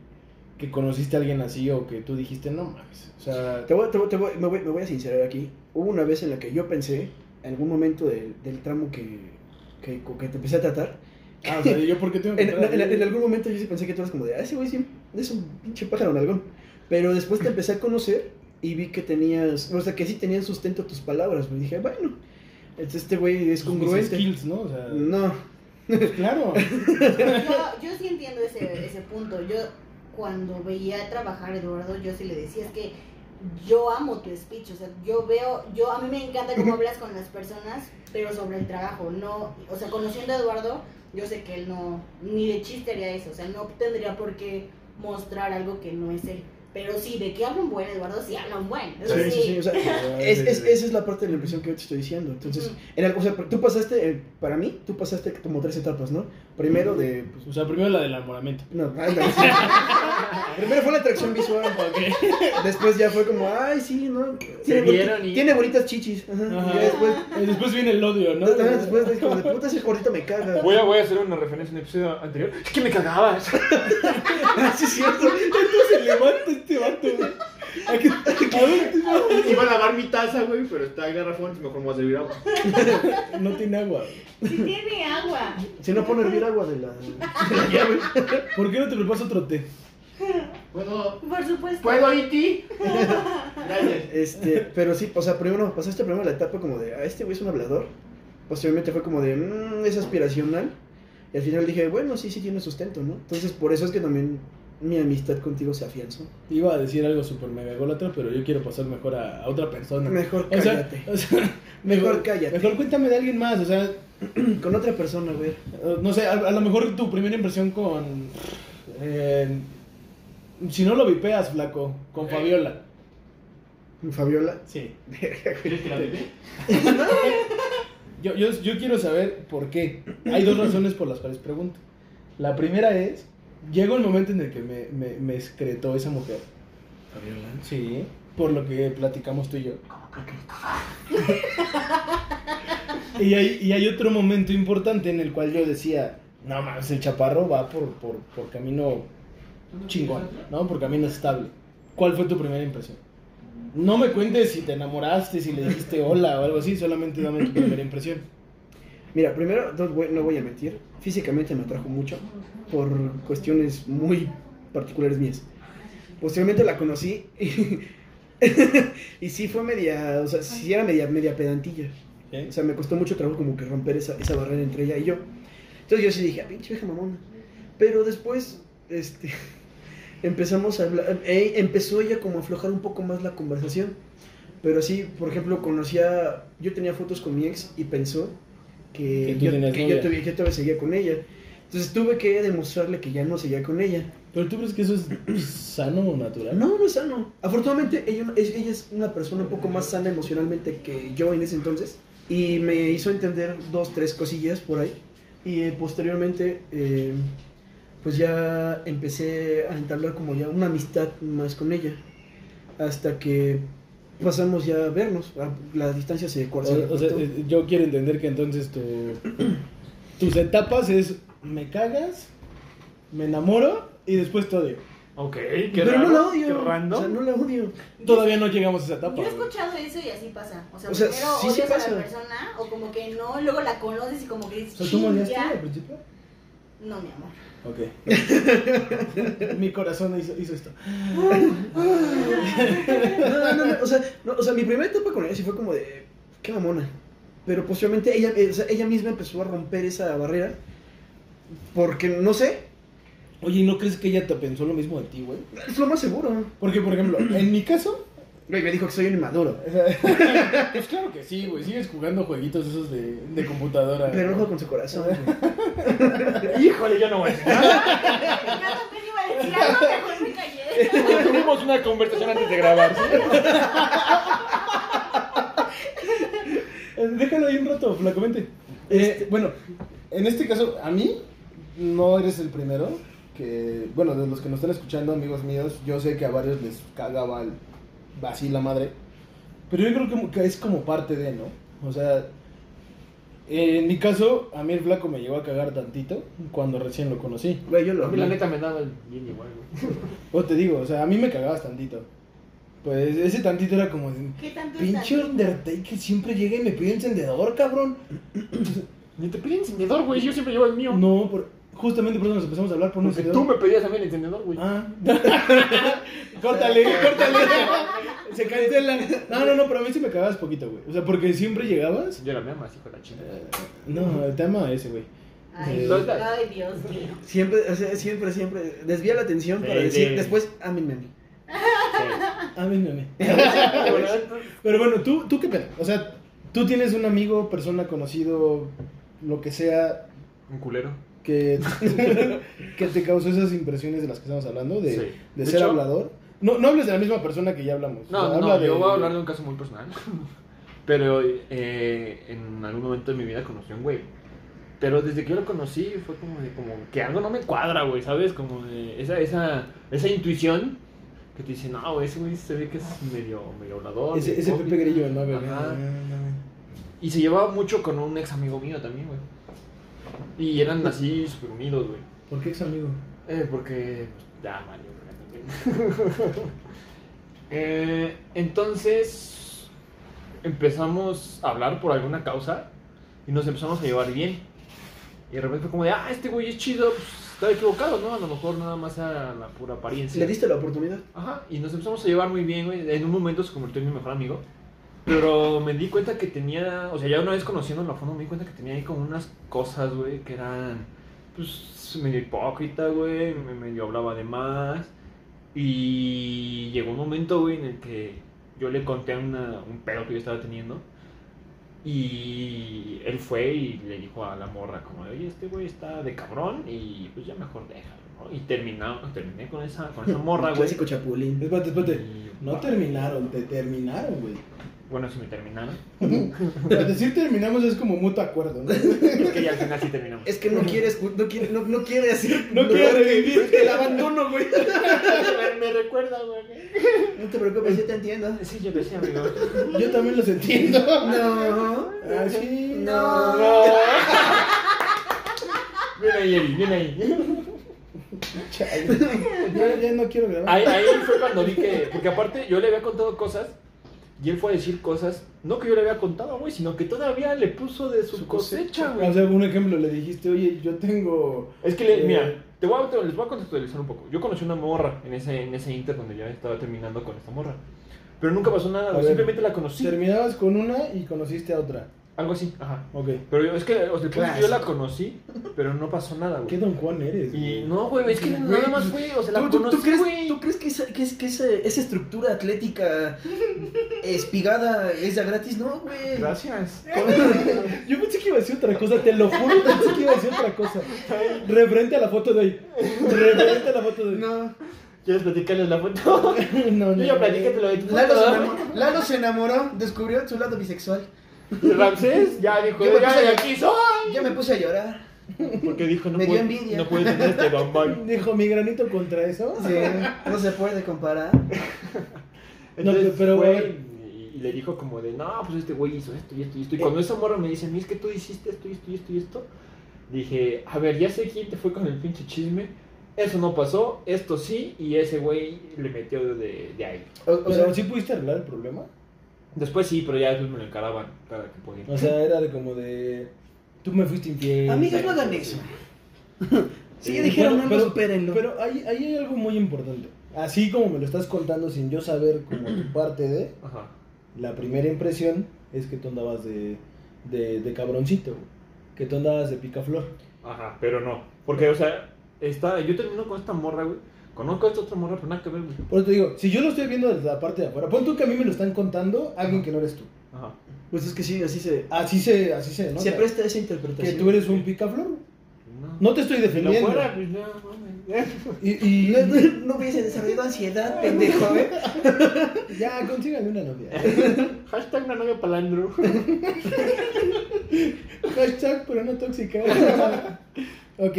Speaker 4: que conociste a alguien así o que tú dijiste, no mames? O sea,
Speaker 2: Te voy, te voy- te voy- me, voy, me voy a sincerar aquí. Hubo una vez en la que yo pensé, en algún momento del, del tramo que, que, con que te empecé a tratar,
Speaker 4: ah, o sea, ¿yo por qué tengo que
Speaker 2: en,
Speaker 4: entrar
Speaker 2: en-
Speaker 4: ahí?
Speaker 2: en algún momento yo sí pensé que tú eras como de, ah, ese güey sí es un pinche pájaro nalgón. Pero después te empecé a conocer y vi que tenías, o sea, que sí tenían sustento tus palabras. Me dije, bueno, este este güey es
Speaker 4: Pues mis
Speaker 2: congruente. Mm.
Speaker 4: skills, ¿no? O sea, pues
Speaker 2: No,
Speaker 4: claro.
Speaker 5: Yo, yo sí entiendo ese, ese punto. Yo cuando veía trabajar a Eduardo, yo sí le decía, es que yo amo tu speech, o sea, yo veo, yo a mí me encanta cómo hablas con las personas, pero sobre el trabajo, no, o sea, conociendo a Eduardo, yo sé que él no, ni de chiste haría eso, o sea, no tendría por qué mostrar algo que no es él. Pero sí, de que hablan buen Eduardo, sí hablan buen. Eso
Speaker 2: Sí, sí, sí, o sea, es- es- esa es la parte de la impresión que yo te estoy diciendo. Entonces, en algo- o sea, tú pasaste, eh, para mí, tú pasaste como tres etapas, ¿no? Primero de, pues,
Speaker 4: O sea, primero la del enamoramiento.
Speaker 2: No, ándale, sí. Primero fue la atracción visual. Después ya fue como, ay, sí, ¿no? Tiene, bonita-
Speaker 3: vieron y-
Speaker 2: tiene bonitas chichis. Ajá.
Speaker 4: Ajá.
Speaker 2: Y después,
Speaker 4: Eh, Después viene el odio, ¿no?
Speaker 2: ajá, después es como de puta, ese gordito me caga.
Speaker 3: Voy a, voy a hacer una referencia en el episodio anterior. Es que me cagabas.
Speaker 2: Ah, sí, es cierto.
Speaker 4: Se levanta este vato, güey. ¿A qué- a ver,
Speaker 3: Iba a lavar mi taza, güey, pero está en garrafón, mejor me voy a servir agua.
Speaker 4: No tiene agua.
Speaker 5: sí tiene agua.
Speaker 2: Si no pone a hervir agua de la.
Speaker 4: ¿Por qué no te preparas otro té?
Speaker 3: ¿Puedo?
Speaker 5: Por supuesto.
Speaker 3: ¿Puedo, Iti? Gracias.
Speaker 2: Este, pero sí, o sea, primero pasaste primero la etapa como de, ah, este güey es un hablador. Posteriormente fue como de, mmm, es aspiracional. Y al final dije, bueno, sí, sí tiene sustento, ¿no? Entonces, por eso es que también mi amistad contigo se afianzó.
Speaker 4: Iba a decir algo super mega golatra, pero yo quiero pasar mejor a, a otra persona.
Speaker 2: Mejor
Speaker 4: O sea,
Speaker 2: cállate.
Speaker 4: o sea,
Speaker 2: Mejor cállate.
Speaker 4: Mejor cuéntame de alguien más, o sea,
Speaker 2: Con otra persona, güey.
Speaker 4: eh, no sé, a, a lo mejor tu primera impresión con... eh, si no lo vipeas, flaco, con Fabiola.
Speaker 2: Fabiola.
Speaker 4: Sí.
Speaker 3: ¿Quieres que la bebé?
Speaker 4: Yo, yo, yo quiero saber por qué. Hay dos razones por las cuales pregunto. La primera es, llegó el momento en el que me, me, me excretó esa mujer. Sí, por lo que platicamos tú y yo. y, hay, y hay otro momento importante en el cual yo decía, no mames, el chaparro va por, por, por camino chingón, ¿no? Por camino estable. ¿Cuál fue tu primera impresión? No me cuentes si te enamoraste, si le dijiste hola o algo así, solamente dame tu primera impresión.
Speaker 2: Mira, primero, no voy, no voy a mentir, físicamente me atrajo mucho por cuestiones muy particulares mías. Posteriormente la conocí y, y sí fue media, o sea, sí era media, media pedantilla.
Speaker 4: ¿eh?
Speaker 2: O sea, me costó mucho trabajo como que romper esa, esa barrera entre ella y yo. Entonces yo sí dije, ah, pinche vieja mamona. Pero después, este, empezamos a hablar, eh, empezó ella como a aflojar un poco más la conversación. Pero sí, por ejemplo, conocía, yo tenía fotos con mi ex y pensó que,
Speaker 4: Que tú
Speaker 2: yo,
Speaker 4: tenías
Speaker 2: que yo
Speaker 4: novia.
Speaker 2: todavía- yo todavía seguía con ella. Entonces tuve que demostrarle que ya no seguía con ella.
Speaker 4: ¿Pero tú crees que eso es sano o natural?
Speaker 2: No, no es sano. Afortunadamente, ella, es- ella es una persona un poco más sana emocionalmente que yo en ese entonces. Y me hizo entender dos, tres cosillas por ahí. Y eh, posteriormente, eh, pues ya empecé a entablar como ya una amistad más con ella. Hasta que pasamos ya a vernos. La, la distancia se
Speaker 4: O,
Speaker 2: cortó.
Speaker 4: o sea, eh, yo quiero entender que entonces tu- tus etapas es me cagas, me enamoro y después te odio.
Speaker 3: Ok, qué
Speaker 2: Pero no
Speaker 3: raro,
Speaker 2: la
Speaker 3: qué
Speaker 2: odio.
Speaker 3: random.
Speaker 2: O sea, no la odio.
Speaker 4: Todavía no llegamos a esa etapa.
Speaker 5: Yo he
Speaker 4: güey.
Speaker 5: escuchado eso y así pasa. O sea,
Speaker 2: O sea,
Speaker 5: primero
Speaker 2: sí, sí
Speaker 5: odias a
Speaker 2: pasa.
Speaker 5: la persona o como que no, luego la conoces y como que
Speaker 4: O
Speaker 5: dices,
Speaker 4: sea, ¿Tú me
Speaker 5: "Chin,
Speaker 4: odiaste
Speaker 5: ya".
Speaker 4: al principio?
Speaker 5: No, mi amor.
Speaker 4: Ok. Mi corazón hizo, hizo esto.
Speaker 5: Ah.
Speaker 2: No, no, no, o sea, no, o sea, mi primera etapa con ella sí fue como de, qué mamona. Pero posteriormente ella, eh, o sea, ella misma empezó a romper esa barrera. Porque, no sé,
Speaker 4: Oye, ¿y no crees que ella te pensó lo mismo de ti, güey?
Speaker 2: es lo más seguro.
Speaker 4: Porque, por ejemplo, en mi caso,
Speaker 2: Güey, me dijo que soy un inmaduro.
Speaker 4: o sea, pues claro que sí, güey. Sigues jugando jueguitos esos de, de computadora.
Speaker 2: Pero
Speaker 4: güey.
Speaker 2: ojo con su corazón. güey.
Speaker 3: Híjole, yo no voy a decir nada.
Speaker 5: Yo también iba a decir algo, mejor me callé.
Speaker 3: Tuvimos una conversación antes de grabar.
Speaker 4: Eh, Déjalo ahí un rato, flaco, vente. Eh, bueno, en este caso, a mí no eres el primero. Que, bueno, de los que nos están escuchando, amigos míos, yo sé que a varios les cagaba el- así la madre. Pero yo creo que, que es como parte de, ¿no? O sea, eh, en mi caso, a mí el flaco me llegó a cagar tantito cuando recién lo conocí.
Speaker 2: Güey, yo lo
Speaker 3: A mí la
Speaker 2: amé.
Speaker 3: neta me daba el bien igual, güey.
Speaker 4: O te digo, o sea, a mí me cagabas tantito. Pues ese tantito era como, de,
Speaker 5: ¿Qué tanto es
Speaker 4: pinche
Speaker 5: tantito?
Speaker 4: Undertaker siempre llega y me pide encendedor, cabrón.
Speaker 3: Ni te pedí encendedor, güey. Yo siempre llevo el mío.
Speaker 4: No, por- justamente por eso nos empezamos a hablar por un
Speaker 3: Porque tú me pedías a mí el encendedor, güey.
Speaker 4: Ah. córtale, córtale. Se cancela. No, no, no, pero a mí sí me cagabas poquito, güey. O sea, porque siempre llegabas.
Speaker 3: Yo la me amas, hijo de la chingada.
Speaker 4: No, te amaba ese, güey.
Speaker 5: Ay,
Speaker 3: Los dos.
Speaker 5: ay, Dios mío.
Speaker 2: Siempre, o sea, siempre, siempre. Desvía la atención para
Speaker 3: Sí,
Speaker 2: decir,
Speaker 3: sí.
Speaker 2: después, ámenme a mí.
Speaker 4: A mí no me. Pues, Pero bueno, tú, tú qué pedo. O sea, tú tienes un amigo, persona conocido, lo que sea,
Speaker 3: Un culero.
Speaker 4: que, que te causó esas impresiones de las que estamos hablando, de,
Speaker 3: Sí.
Speaker 4: de
Speaker 3: De
Speaker 4: ser
Speaker 3: hecho-
Speaker 4: hablador. No, no hables de la misma persona que ya hablamos. O
Speaker 3: No,
Speaker 4: sea,
Speaker 3: no,
Speaker 4: habla
Speaker 3: no, yo voy a hablar de un caso muy personal. Pero eh, en algún momento de mi vida conocí a un güey. Pero desde que yo lo conocí fue como de como que algo no me cuadra, güey, ¿sabes? Como de esa, esa, esa intuición que te dice, no, güey, ese güey se ve que es medio, medio hablador.
Speaker 4: Ese,
Speaker 3: medio
Speaker 4: ese Pepe
Speaker 3: cómico".
Speaker 4: Grillo, ¿no? Bebé?
Speaker 3: Ajá.
Speaker 4: Ah,
Speaker 3: Y se llevaba mucho con un ex amigo mío también, güey. Y eran así súper unidos, güey.
Speaker 4: ¿Por qué ex amigo?
Speaker 3: Eh, porque. pues, Ya, valió, verga, también. Eh, entonces. Empezamos a hablar por alguna causa. Y nos empezamos a llevar bien. Y de repente fue como de, ah, este güey es chido. Pues, estaba equivocado, ¿no? A lo mejor nada más a la pura apariencia.
Speaker 2: ¿Le diste la oportunidad?
Speaker 3: Ajá, y nos empezamos a llevar muy bien, güey. En un momento se convirtió en mi mejor amigo. Pero me di cuenta que tenía, o sea, ya una vez conociéndolo a fondo, me di cuenta que tenía ahí como unas cosas, güey, que eran, pues, medio hipócrita, güey. me- Medio hablaba de más. Y llegó un momento, güey, en el que yo le conté una- un pedo que yo estaba teniendo. Y él fue y le dijo a la morra como, de, oye, este güey está de cabrón y pues ya mejor déjalo, ¿no? Y terminamos, terminé con esa, con esa morra, güey.
Speaker 2: Clásico chapulín.
Speaker 4: Espérate, espérate.
Speaker 3: Y-
Speaker 4: No terminaron, te terminaron, güey.
Speaker 3: Mm, Bueno, si me terminaron.
Speaker 4: Para decir terminamos es como mutuo acuerdo, ¿no?
Speaker 3: Es que ya al final sí terminamos.
Speaker 2: Es que no quiere, escu- no quiere, no, no quiere decir.
Speaker 4: No quiero revivir.
Speaker 2: El abandono, güey.
Speaker 3: me recuerda, güey.
Speaker 2: No te preocupes, yo te entiendo.
Speaker 3: Sí, yo decía, amigo.
Speaker 4: Yo también los entiendo.
Speaker 2: No.
Speaker 4: Así.
Speaker 5: No.
Speaker 3: No. Bien ahí, Eri, bien ahí.
Speaker 4: Chale. Yo ya no quiero grabar.
Speaker 3: ahí. Ahí fue cuando vi que. Porque aparte, yo le había contado cosas. Y él fue a decir cosas, no que yo le había contado, güey, sino que todavía le puso de su, cosecha, güey.
Speaker 4: O sea, un ejemplo, le dijiste, oye, yo tengo.
Speaker 3: Es que, le-
Speaker 4: Eh.
Speaker 3: mira, te voy a, te- les voy a contextualizar un poco. Yo conocí una morra en ese, en ese inter donde ya estaba terminando con esta morra. Pero nunca pasó nada,
Speaker 4: A
Speaker 3: güey,
Speaker 4: ver.
Speaker 3: simplemente la conocí.
Speaker 4: Terminabas con una y conociste a otra.
Speaker 3: Algo así, ajá.
Speaker 4: Ok.
Speaker 3: Pero yo, es que, o sea, pues, yo la conocí, pero no pasó nada,
Speaker 4: ¿Qué
Speaker 3: güey.
Speaker 4: don Juan eres?
Speaker 3: Y no, güey, es que
Speaker 2: Güey,
Speaker 3: nada más fue, o sea, la
Speaker 2: ¿Tú, tú- tú
Speaker 3: conocí,
Speaker 2: crees,
Speaker 3: güey.
Speaker 2: tú crees que, esa, que es- que esa- esa estructura atlética espigada es ya gratis? No, güey.
Speaker 3: Gracias.
Speaker 4: Yo pensé que iba a decir otra cosa, te lo juro, pensé que iba a decir otra cosa. Referente a la foto de hoy. Referente a la foto de hoy.
Speaker 2: No.
Speaker 3: ¿Quieres platicarles la foto?
Speaker 4: no,
Speaker 3: Yo ya platícatelo de tu
Speaker 2: Lalo se,
Speaker 3: foto.
Speaker 2: enamoró, Lalo se enamoró, descubrió su lado bisexual.
Speaker 3: ¿no? Ramsés ya dijo,
Speaker 2: Yo me
Speaker 3: ya
Speaker 2: puse-
Speaker 3: de aquí soy.
Speaker 2: Ya me puse a llorar.
Speaker 3: Porque dijo, no
Speaker 2: Me dio
Speaker 3: puedo,
Speaker 2: envidia.
Speaker 3: no puedo tener este bambán.
Speaker 4: Dijo mi granito contra eso.
Speaker 2: Sí, no se puede comparar.
Speaker 4: No,
Speaker 3: Entonces
Speaker 4: pero,
Speaker 3: fue
Speaker 4: güey.
Speaker 3: y- Y le dijo como de, no, pues este güey hizo esto y esto y esto. Y cuando esa morra me dice, a mí es que tú hiciste esto y esto y esto y esto, dije, a ver, ya sé quién te fue con el pinche chisme. Eso no pasó, esto sí, y ese güey le metió de, de ahí.
Speaker 2: O,
Speaker 4: O sea, ¿sí pudiste arreglar el problema?
Speaker 3: Después sí, pero ya después me lo encaraban cada que podía.
Speaker 4: O sea, era de como de. Tú me fuiste infiel.
Speaker 2: Amigos, no hagan eso. Si ya
Speaker 4: Pero-
Speaker 2: dijeron
Speaker 4: pero-
Speaker 2: no, supérenlo.
Speaker 4: Pero ahí, ahí hay algo muy importante. Así como me lo estás contando sin yo saber como tu parte de,
Speaker 3: Ajá.
Speaker 4: la primera impresión es que tú andabas de, de, de cabroncito, güey. que tú andabas de picaflor.
Speaker 3: Ajá, pero no. Porque, o sea, está, yo termino con esta morra, güey. Conozco a esta otra morra, pero nada que ver, güey.
Speaker 4: Por eso te digo, si yo lo estoy viendo desde la parte de afuera, pon tú que a mí me lo están contando alguien que no eres tú.
Speaker 3: Ajá.
Speaker 2: Pues es que sí, así se,
Speaker 4: Así se, así se nota.
Speaker 2: se presta esa
Speaker 4: que
Speaker 2: interpretación.
Speaker 4: tú eres un picaflor. No te estoy
Speaker 3: Si lo
Speaker 4: defendiendo.
Speaker 3: fuera, pues ya, mames.
Speaker 4: Y, y-
Speaker 2: No, no- no hubiese desarrollado ansiedad, pendejo, ¿eh?
Speaker 4: ya, consíganme una novia.
Speaker 3: Hashtag una novia palandro.
Speaker 4: Hashtag, pero no tóxica. ok.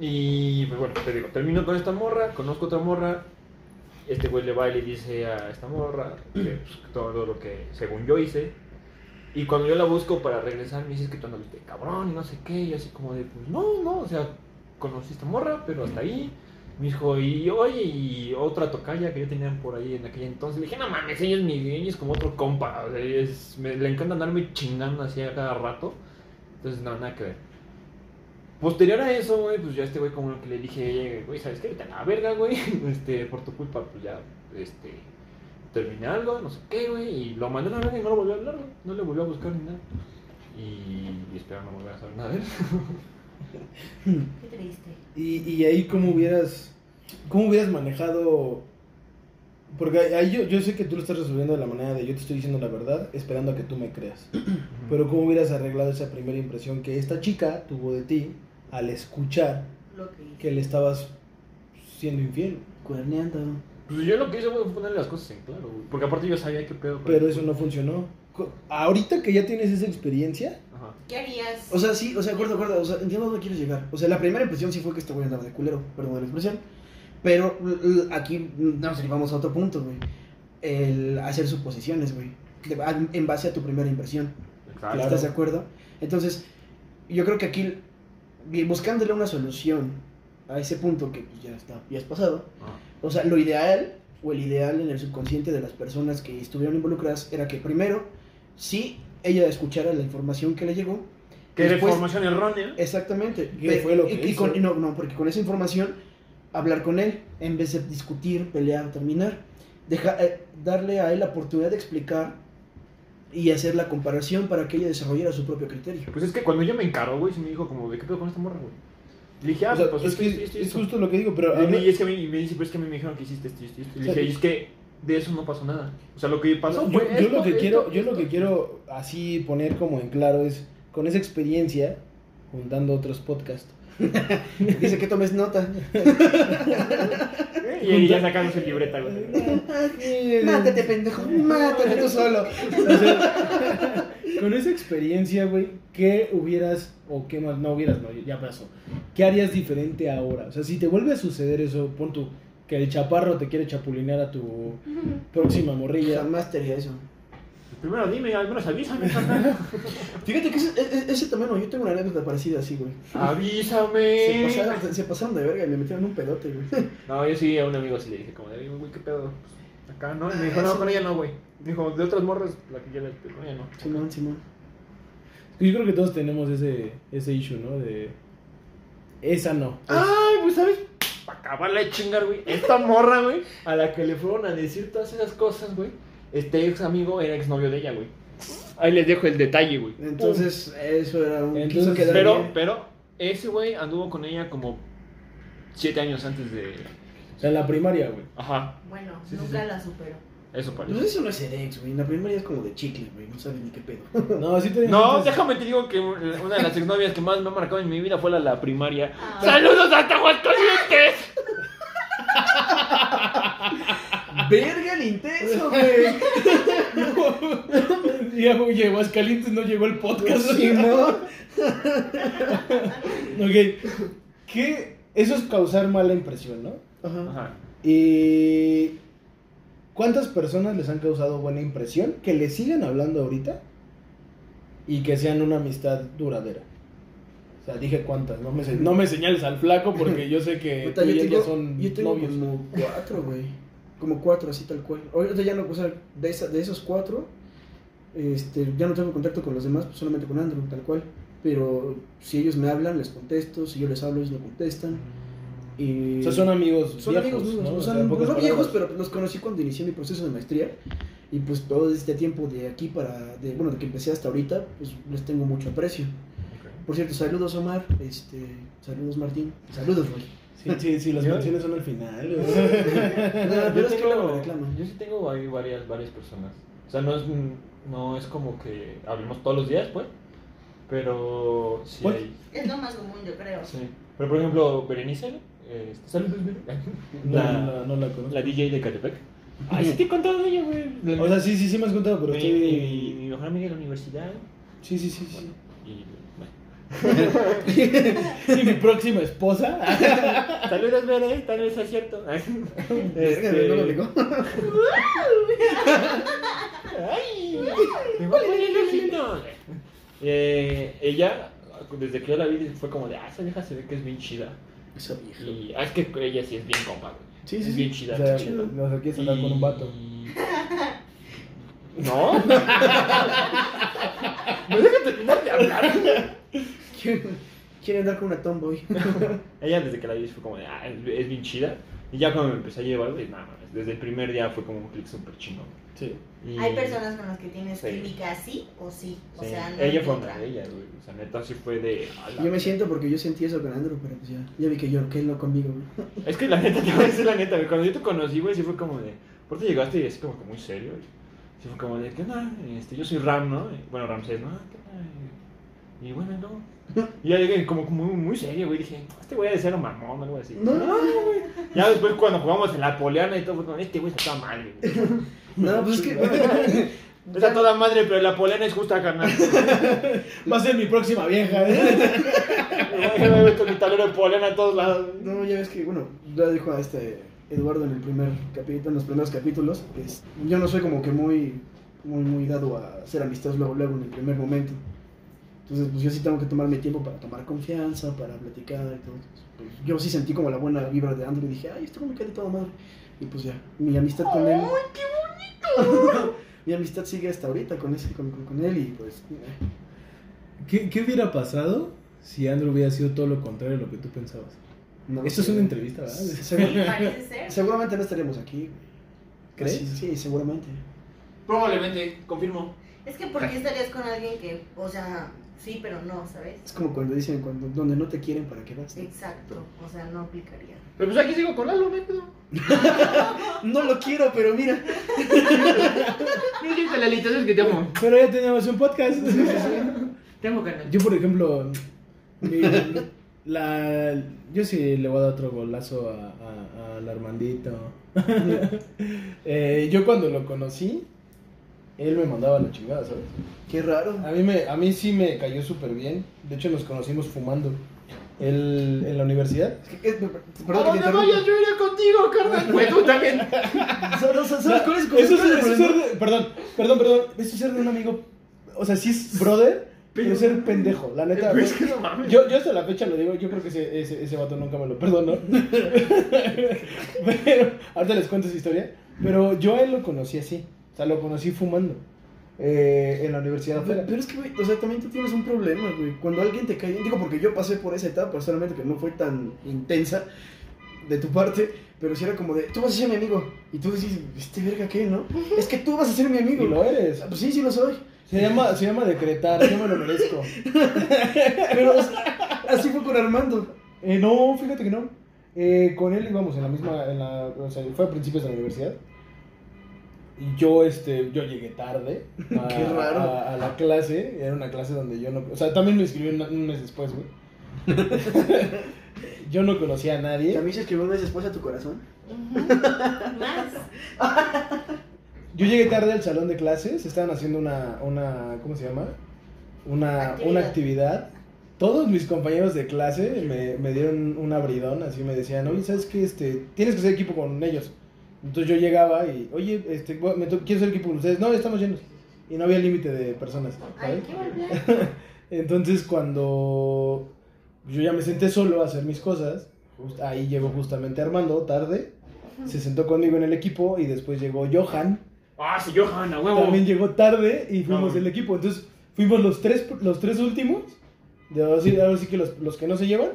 Speaker 3: Y pues bueno, te digo, termino con esta morra, conozco otra morra. Este güey le va y le dice a esta morra que, pues, todo lo que según yo hice. Y cuando yo la busco para regresar, me dices que tú andabiste cabrón y no sé qué. Y así como de, pues no, no, o sea, conocí a esta morra, pero hasta ahí. Me dijo, y oye, y otra tocaya que yo tenía por ahí en aquella entonces. Le dije, no mames, ella es mi ella es como otro compa. O sea, ella es- me- le encanta andarme chingando así a cada rato. Entonces, no, nada que ver. Posterior a eso, güey, pues ya este güey como que le dije, güey, ¿sabes qué? Vete a la verga, güey. Este, por tu culpa, pues ya, este, terminé algo, no sé qué, güey. Y lo mandé a la verga y no lo volvió a hablar, güey. No le volvió a buscar ni nada. Y, y espero no volver a saber nada de él.
Speaker 5: Qué triste.
Speaker 4: Y, y ahí cómo hubieras, cómo hubieras manejado, porque ahí yo, yo sé que tú lo estás resolviendo de la manera de yo te estoy diciendo la verdad, esperando a que tú me creas. Pero cómo hubieras arreglado esa primera impresión que esta chica tuvo de ti al escuchar
Speaker 5: Lo que hice.
Speaker 4: que le estabas siendo infiel.
Speaker 2: Cuerneando.
Speaker 3: Pues yo lo que hice güey, fue ponerle las cosas en claro, güey. Porque aparte yo sabía qué pedo. con
Speaker 4: Pero
Speaker 3: él.
Speaker 4: eso no funcionó. Co- Ahorita que ya tienes esa experiencia,
Speaker 3: Ajá.
Speaker 5: ¿Qué harías?
Speaker 2: O sea, sí, o sea, acuerdo, acuerdo, o sea, entiendo dónde quieres llegar. O sea, la primera impresión sí fue que este güey andaba de culero, perdón la expresión. Pero l- l- aquí mm, nos derivamos a otro punto, güey. El hacer suposiciones, güey. de- a- En base a tu primera impresión.
Speaker 3: Exacto.
Speaker 4: Claro.
Speaker 2: ¿Estás de acuerdo? Entonces, yo creo que aquí, y buscándole una solución a ese punto que pues, ya está, ya has pasado.
Speaker 3: Ajá.
Speaker 2: O sea, lo ideal, o el ideal en el subconsciente de las personas que estuvieron involucradas, era que primero, sí, ella escuchara la información que le llegó,
Speaker 3: Que era
Speaker 2: Después-
Speaker 3: información errónea.
Speaker 2: Exactamente.
Speaker 4: ¿Qué
Speaker 2: Pe-
Speaker 4: fue lo
Speaker 2: y-
Speaker 4: que
Speaker 2: y
Speaker 4: hizo?
Speaker 2: con- y no, no, porque con esa información, hablar con él, en vez de discutir, pelear, terminar, deja, eh, darle a él la oportunidad de explicar y hacer la comparación para que ella desarrollara su propio criterio.
Speaker 3: Pues es que cuando yo me encaró, güey, se me dijo como, ¿de qué pedo con esta morra, güey? Le dije, ah,
Speaker 4: o sea,
Speaker 3: pues
Speaker 4: es,
Speaker 3: esto,
Speaker 4: que
Speaker 3: esto, esto,
Speaker 4: es
Speaker 3: esto.
Speaker 4: justo lo que digo, pero...
Speaker 3: Y me,
Speaker 4: habla-
Speaker 3: y es que me, y me dice, pues es que a mí me dijeron que hiciste esto y esto y esto. Y le dije, y es que de eso no pasó nada. O sea, lo que pasó
Speaker 4: Yo,
Speaker 3: fue
Speaker 4: yo
Speaker 3: esto,
Speaker 4: lo que
Speaker 3: esto,
Speaker 4: quiero, yo lo
Speaker 3: esto.
Speaker 4: que quiero así poner como en claro es con esa experiencia juntando otros podcasts.
Speaker 2: Dice que tomes nota.
Speaker 3: Y él ya sacando su libreta, güey.
Speaker 4: Eh,
Speaker 2: Mátate, pendejo, mátate tú solo.
Speaker 4: O sea, con esa experiencia, güey, ¿qué hubieras o qué más no hubieras, no, ya pasó. ¿Qué harías diferente ahora? O sea, si te vuelve a suceder eso, pon tú que el chaparro te quiere chapulinear a tu próxima morrilla.
Speaker 2: Jamás te haría eso.
Speaker 3: Primero dime, al menos avísame, carnal.
Speaker 2: Fíjate que ese, e- e- ese también, no, yo tengo una anécdota parecida así, güey. Se
Speaker 4: Eh.
Speaker 3: Avísame.
Speaker 2: pasaron, se pasaron de verga y me metieron un pedote, güey.
Speaker 3: No, yo sí a un amigo sí le dije, como, de, "Oye, güey, qué pedo. Pues, acá no. Y me dijo, no, con ella no, güey. Me dijo, de otras morras, la que ya le con ella no.
Speaker 2: Simón, Simón.
Speaker 4: Yo creo que todos tenemos ese, ese issue, ¿no? De esa no.
Speaker 2: Ah.
Speaker 3: Ay, pues, ¿sabes? Para acabarla de chingar, güey. Esta morra, güey, a la que le fueron a decir todas esas cosas, güey. Este ex amigo era exnovio de ella, güey. Ahí les dejo el detalle, güey.
Speaker 2: Entonces, eso era un.
Speaker 4: Entonces,
Speaker 2: quiso quedar
Speaker 3: Pero,
Speaker 2: bien.
Speaker 3: pero, ese güey anduvo con ella como siete años antes de.
Speaker 4: O sea, en la primaria, güey.
Speaker 3: Ajá,
Speaker 5: Bueno,
Speaker 3: Sí, sí,
Speaker 5: nunca
Speaker 3: sí.
Speaker 5: la supero.
Speaker 3: eso
Speaker 2: Pues
Speaker 3: parece.
Speaker 2: eso no es ser ex, güey. En la primaria es como de chicle, güey. No saben ni qué pedo.
Speaker 4: No, así te
Speaker 3: No,
Speaker 4: entonces-
Speaker 3: déjame te digo que una de las exnovias que más me ha marcado en mi vida fue la, de la primaria.
Speaker 5: Ah.
Speaker 3: ¡Saludos hasta Aguascalientes!
Speaker 2: Verga el intenso, güey.
Speaker 4: Ya, oye, Aguascalientes no llegó el podcast.
Speaker 2: Pues Sí, ¿no?
Speaker 4: Ok. ¿Qué? Eso es causar mala impresión, ¿no?
Speaker 2: Ajá.
Speaker 3: Ajá.
Speaker 4: ¿Y cuántas personas les han causado buena impresión que le sigan hablando ahorita y que sean una amistad duradera? O sea, dije cuántas, no me, se- no me señales al flaco porque yo sé que
Speaker 2: Puta,
Speaker 4: tú
Speaker 2: yo
Speaker 4: y él
Speaker 2: tengo,
Speaker 4: Eh, ya son
Speaker 2: yo tengo
Speaker 4: novios.
Speaker 2: como cuatro, güey. Como cuatro, así tal cual. Ahorita ya no, o sea, de, esa- de esos cuatro, este, ya no tengo contacto con los demás, pues, solamente con Andrew, tal cual. Pero si ellos me hablan, les contesto. Si yo les hablo, ellos me contestan. Y
Speaker 4: O sea, son amigos
Speaker 2: son
Speaker 4: viejos,
Speaker 2: amigos
Speaker 4: ¿no?
Speaker 2: míos.
Speaker 4: O
Speaker 2: O
Speaker 4: sea, pues,
Speaker 2: sea,
Speaker 4: en
Speaker 2: no
Speaker 4: pocas
Speaker 2: viejos,
Speaker 4: palabras.
Speaker 2: pero los conocí cuando inicié mi proceso de maestría. Y pues todo este tiempo de aquí para, de, bueno, de que empecé hasta ahorita, pues les tengo mucho aprecio. Por cierto, saludos Omar, este, saludos Martín, saludos Roy.
Speaker 4: Sí, sí, sí, las
Speaker 3: Yo-
Speaker 4: menciones son al final. güey.
Speaker 2: Nada,
Speaker 3: Yo
Speaker 2: pero es que luego me
Speaker 3: tengo,
Speaker 2: reclaman.
Speaker 3: yo sí tengo ahí varias, varias personas. O sea, no es, no es como que hablemos todos los días, pues. Pero sí
Speaker 4: Pues-
Speaker 3: hay.
Speaker 5: Es lo más común, yo creo.
Speaker 3: Sí. Pero por ejemplo, Berenice, eh, saludos, Berenice.
Speaker 4: No,
Speaker 3: La,
Speaker 4: no, no la conozco.
Speaker 3: la DJ de Catepec. Ay, sí te he contado de ella, güey.
Speaker 4: O sea, sí, sí, sí me has contado, pero
Speaker 3: mi,
Speaker 4: estoy...
Speaker 3: mi- mi mejor amiga de la universidad.
Speaker 4: Sí, sí, sí, sí.
Speaker 3: Y, bueno.
Speaker 4: Y mi próxima esposa.
Speaker 3: Saludos, Bere, tal vez sea cierto.
Speaker 2: Verga,
Speaker 3: Este-
Speaker 2: no lo digo.
Speaker 3: ¡Ay! ¡Me va a poner el ojito. Eh, ella, desde que yo la vi, fue como de, ah, esa vieja se ve que es bien chida.
Speaker 2: Esa vieja.
Speaker 3: Y ah, es que ella sí es bien compa, güey.
Speaker 4: Sí, sí,
Speaker 3: Es
Speaker 4: sí.
Speaker 3: bien chida,
Speaker 4: O sea,
Speaker 3: es chida.
Speaker 4: no sé, quieres andar con un vato.
Speaker 3: Y- No. Me deja terminar de hablar.
Speaker 2: Quiere, quiere andar con una tomboy.
Speaker 3: Ella desde que la vi fue como de, ah, es, es bien chida. Y ya cuando me empecé a llevar, pues nada, mames, desde el primer día fue como un clic súper chino.
Speaker 4: Sí.
Speaker 3: Y-
Speaker 5: Hay personas con las que tienes
Speaker 3: Sí.
Speaker 5: química sí o sí. O
Speaker 3: Sí.
Speaker 5: sea, no
Speaker 3: ella
Speaker 5: hay
Speaker 3: fue
Speaker 5: otra.
Speaker 3: una de ellas, güey. O sea, neta sí fue de. "A la
Speaker 2: Yo me siento porque yo sentí eso con Andrew, pero pues ya, ya vi que yo, que él no conmigo. güey.
Speaker 3: Es que la neta, te voy a decir la neta, güey. Cuando yo te conocí, güey, sí fue como de. ¿Por qué llegaste y así como que muy serio? güey. Sí fue como de, ¿qué onda? Este, yo soy Ram, ¿no? Y, Bueno, Ramsés, ¿no? Ah, ¿Qué onda? Y bueno, no. Y ya llegué como como muy, muy serio, güey. Dije, este güey ha de ser un mamón o algo así.
Speaker 2: No, no,
Speaker 3: Ya después, cuando jugamos en la poleana y todo, fue como, este güey está mal, güey.
Speaker 2: no, pues es que.
Speaker 3: Está toda madre, pero la poleana es justa, carnal.
Speaker 4: Va a ser mi próxima vieja, ¿eh?
Speaker 3: Ya me he visto mi tablero de poleana a todos lados.
Speaker 2: No, ya ves que, bueno, ya dijo a este Eduardo en el primer capítulo, en los primeros capítulos, pues, yo no soy como que muy, muy, muy dado a hacer amistades luego, luego en el primer momento. Entonces, pues yo sí tengo que tomarme tiempo para tomar confianza, para platicar y todo. Pues, yo sí sentí como la buena vibra de Andrew y dije, ay, esto me cae de toda madre. Y pues ya, mi amistad con él. ¡Ay, qué bonito! mi amistad sigue hasta ahorita con, ese, con, con, con él y pues. eh.
Speaker 4: ¿Qué, qué hubiera pasado si Andrew hubiera sido todo lo contrario de lo que tú pensabas?
Speaker 2: No,
Speaker 4: Esto es
Speaker 2: sí.
Speaker 4: una entrevista, ¿verdad?
Speaker 5: Sí,
Speaker 2: Seguro-
Speaker 5: parece ser.
Speaker 2: seguramente no estaríamos aquí. güey.
Speaker 4: ¿Crees?
Speaker 2: Sí, sí, seguramente.
Speaker 3: Probablemente, confirmo.
Speaker 5: Es que ¿por qué estarías con alguien que, o sea, sí, pero no, ¿sabes?
Speaker 2: Es como cuando dicen, cuando, donde no te quieren, ¿para qué vas?
Speaker 5: Exacto, o sea, no aplicaría.
Speaker 3: Pero pues aquí sigo con Lalo, ¿no?
Speaker 2: No lo quiero, pero mira.
Speaker 3: No dices, Lalito, es que te amo.
Speaker 4: Pero ya tenemos un podcast.
Speaker 3: Te amo, carnal.
Speaker 4: Yo, por ejemplo, mi- la, yo sí le voy a dar otro golazo a, a- al Armandito. Eh, yo cuando lo conocí, él me mandaba la chingada, ¿sabes?
Speaker 2: Qué raro.
Speaker 4: A mí, me, a mí sí me cayó súper bien. De hecho, nos conocimos fumando. Él en la universidad.
Speaker 2: Es que- es- perdón
Speaker 3: ¿A dónde
Speaker 2: que te interrumpa.
Speaker 3: vayas? Yo iré contigo, carnal. Güey, tú también.
Speaker 2: Solo- solo- ¿Sabes cuál es, cuál es-
Speaker 4: Eso es,
Speaker 2: cuál
Speaker 4: eso
Speaker 2: es el
Speaker 4: es
Speaker 2: problema?
Speaker 4: ser de- perdón, perdón, perdón. Eso es ser de un amigo. O sea, sí es brother, pero es ser pendejo. La neta.
Speaker 3: Güey, es que no mames.
Speaker 4: Yo, yo hasta la fecha lo digo, yo creo que ese, ese, ese vato nunca me lo perdonó. pero, ahorita les cuento esa historia. Pero yo a él lo conocí así. O sea, lo conocí fumando. eh, en la universidad afuera.
Speaker 2: Pero, pero es que, güey, o sea, también tú tienes un problema, güey. Cuando alguien te cae bien, digo, porque yo pasé por esa etapa, solamente que no fue tan intensa. de tu parte, pero si era como de, tú vas a ser mi amigo. Y tú decís, este verga qué, ¿no? Es que tú vas a ser mi amigo.
Speaker 4: Y lo eres.
Speaker 2: Pues sí, sí lo soy.
Speaker 4: Se llama, se llama decretar, yo me lo merezco.
Speaker 2: Pero así, así fue con Armando.
Speaker 4: Eh, no, fíjate que no. Eh, con él íbamos en la misma, en la, o sea, fue a principios de la universidad. Y yo, este, yo llegué tarde a,
Speaker 2: Qué raro.
Speaker 4: a- a la clase. Era una clase donde yo no, o sea, también me inscribí un, un mes después, güey. yo no conocía a nadie.
Speaker 2: También se escribió un mes después a tu corazón.
Speaker 5: Ujú. Más.
Speaker 4: Yo llegué tarde al salón de clases, estaban haciendo una, una ¿cómo se llama? Una actividad. Una
Speaker 5: Actividad.
Speaker 4: actividad. Todos mis compañeros de clase me, me dieron un abridón, así me decían, oye, ¿sabes qué? Este, tienes que ser equipo con ellos. Entonces yo llegaba y, oye, este, voy- me to- quiero ser equipo con ustedes. No, estamos llenos. Y no había límite de personas.
Speaker 5: Ay,
Speaker 4: ¿sabes?
Speaker 5: qué mal plan.
Speaker 4: Entonces cuando yo ya me senté solo a hacer mis cosas, just- ahí llegó justamente Armando, tarde, se sentó conmigo en el equipo y después llegó Johan
Speaker 3: Ah, sí, Johan, a huevo.
Speaker 4: también llegó tarde y fuimos
Speaker 3: No.
Speaker 4: el equipo. Entonces fuimos los tres, los tres últimos. De ahora sí, ahora sí que los, los que no se llevan,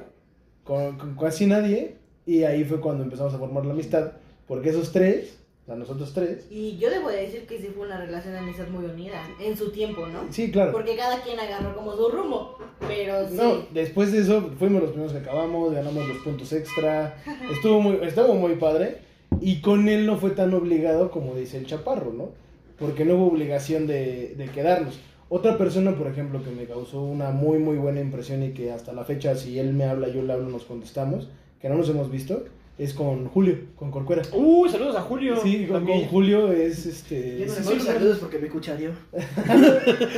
Speaker 4: con, con casi nadie. Y ahí fue cuando empezamos a formar la amistad. Porque esos tres, o sea, nosotros tres.
Speaker 5: Y yo debo de decir que sí fue una relación de amistad muy unida, en su tiempo, ¿no?
Speaker 4: Sí, claro.
Speaker 5: Porque cada quien agarró como su rumbo, pero sí.
Speaker 4: No, después de eso fuimos los primeros que acabamos, ganamos los puntos extra. Estuvo muy, estuvo muy padre. Y con él no fue tan obligado como dice el chaparro, ¿no? Porque no hubo obligación de, de quedarnos. Otra persona, por ejemplo, que me causó una muy, muy buena impresión y que hasta la fecha, si él me habla, yo le hablo, nos contestamos, que no nos hemos visto, es con Julio, con Corcuera.
Speaker 3: Uh, saludos a Julio.
Speaker 4: Sí, con, con
Speaker 3: También.
Speaker 4: Julio es este.
Speaker 2: Yo no
Speaker 4: sí,
Speaker 2: le
Speaker 4: sí,
Speaker 2: mando saludos porque me cuchareó.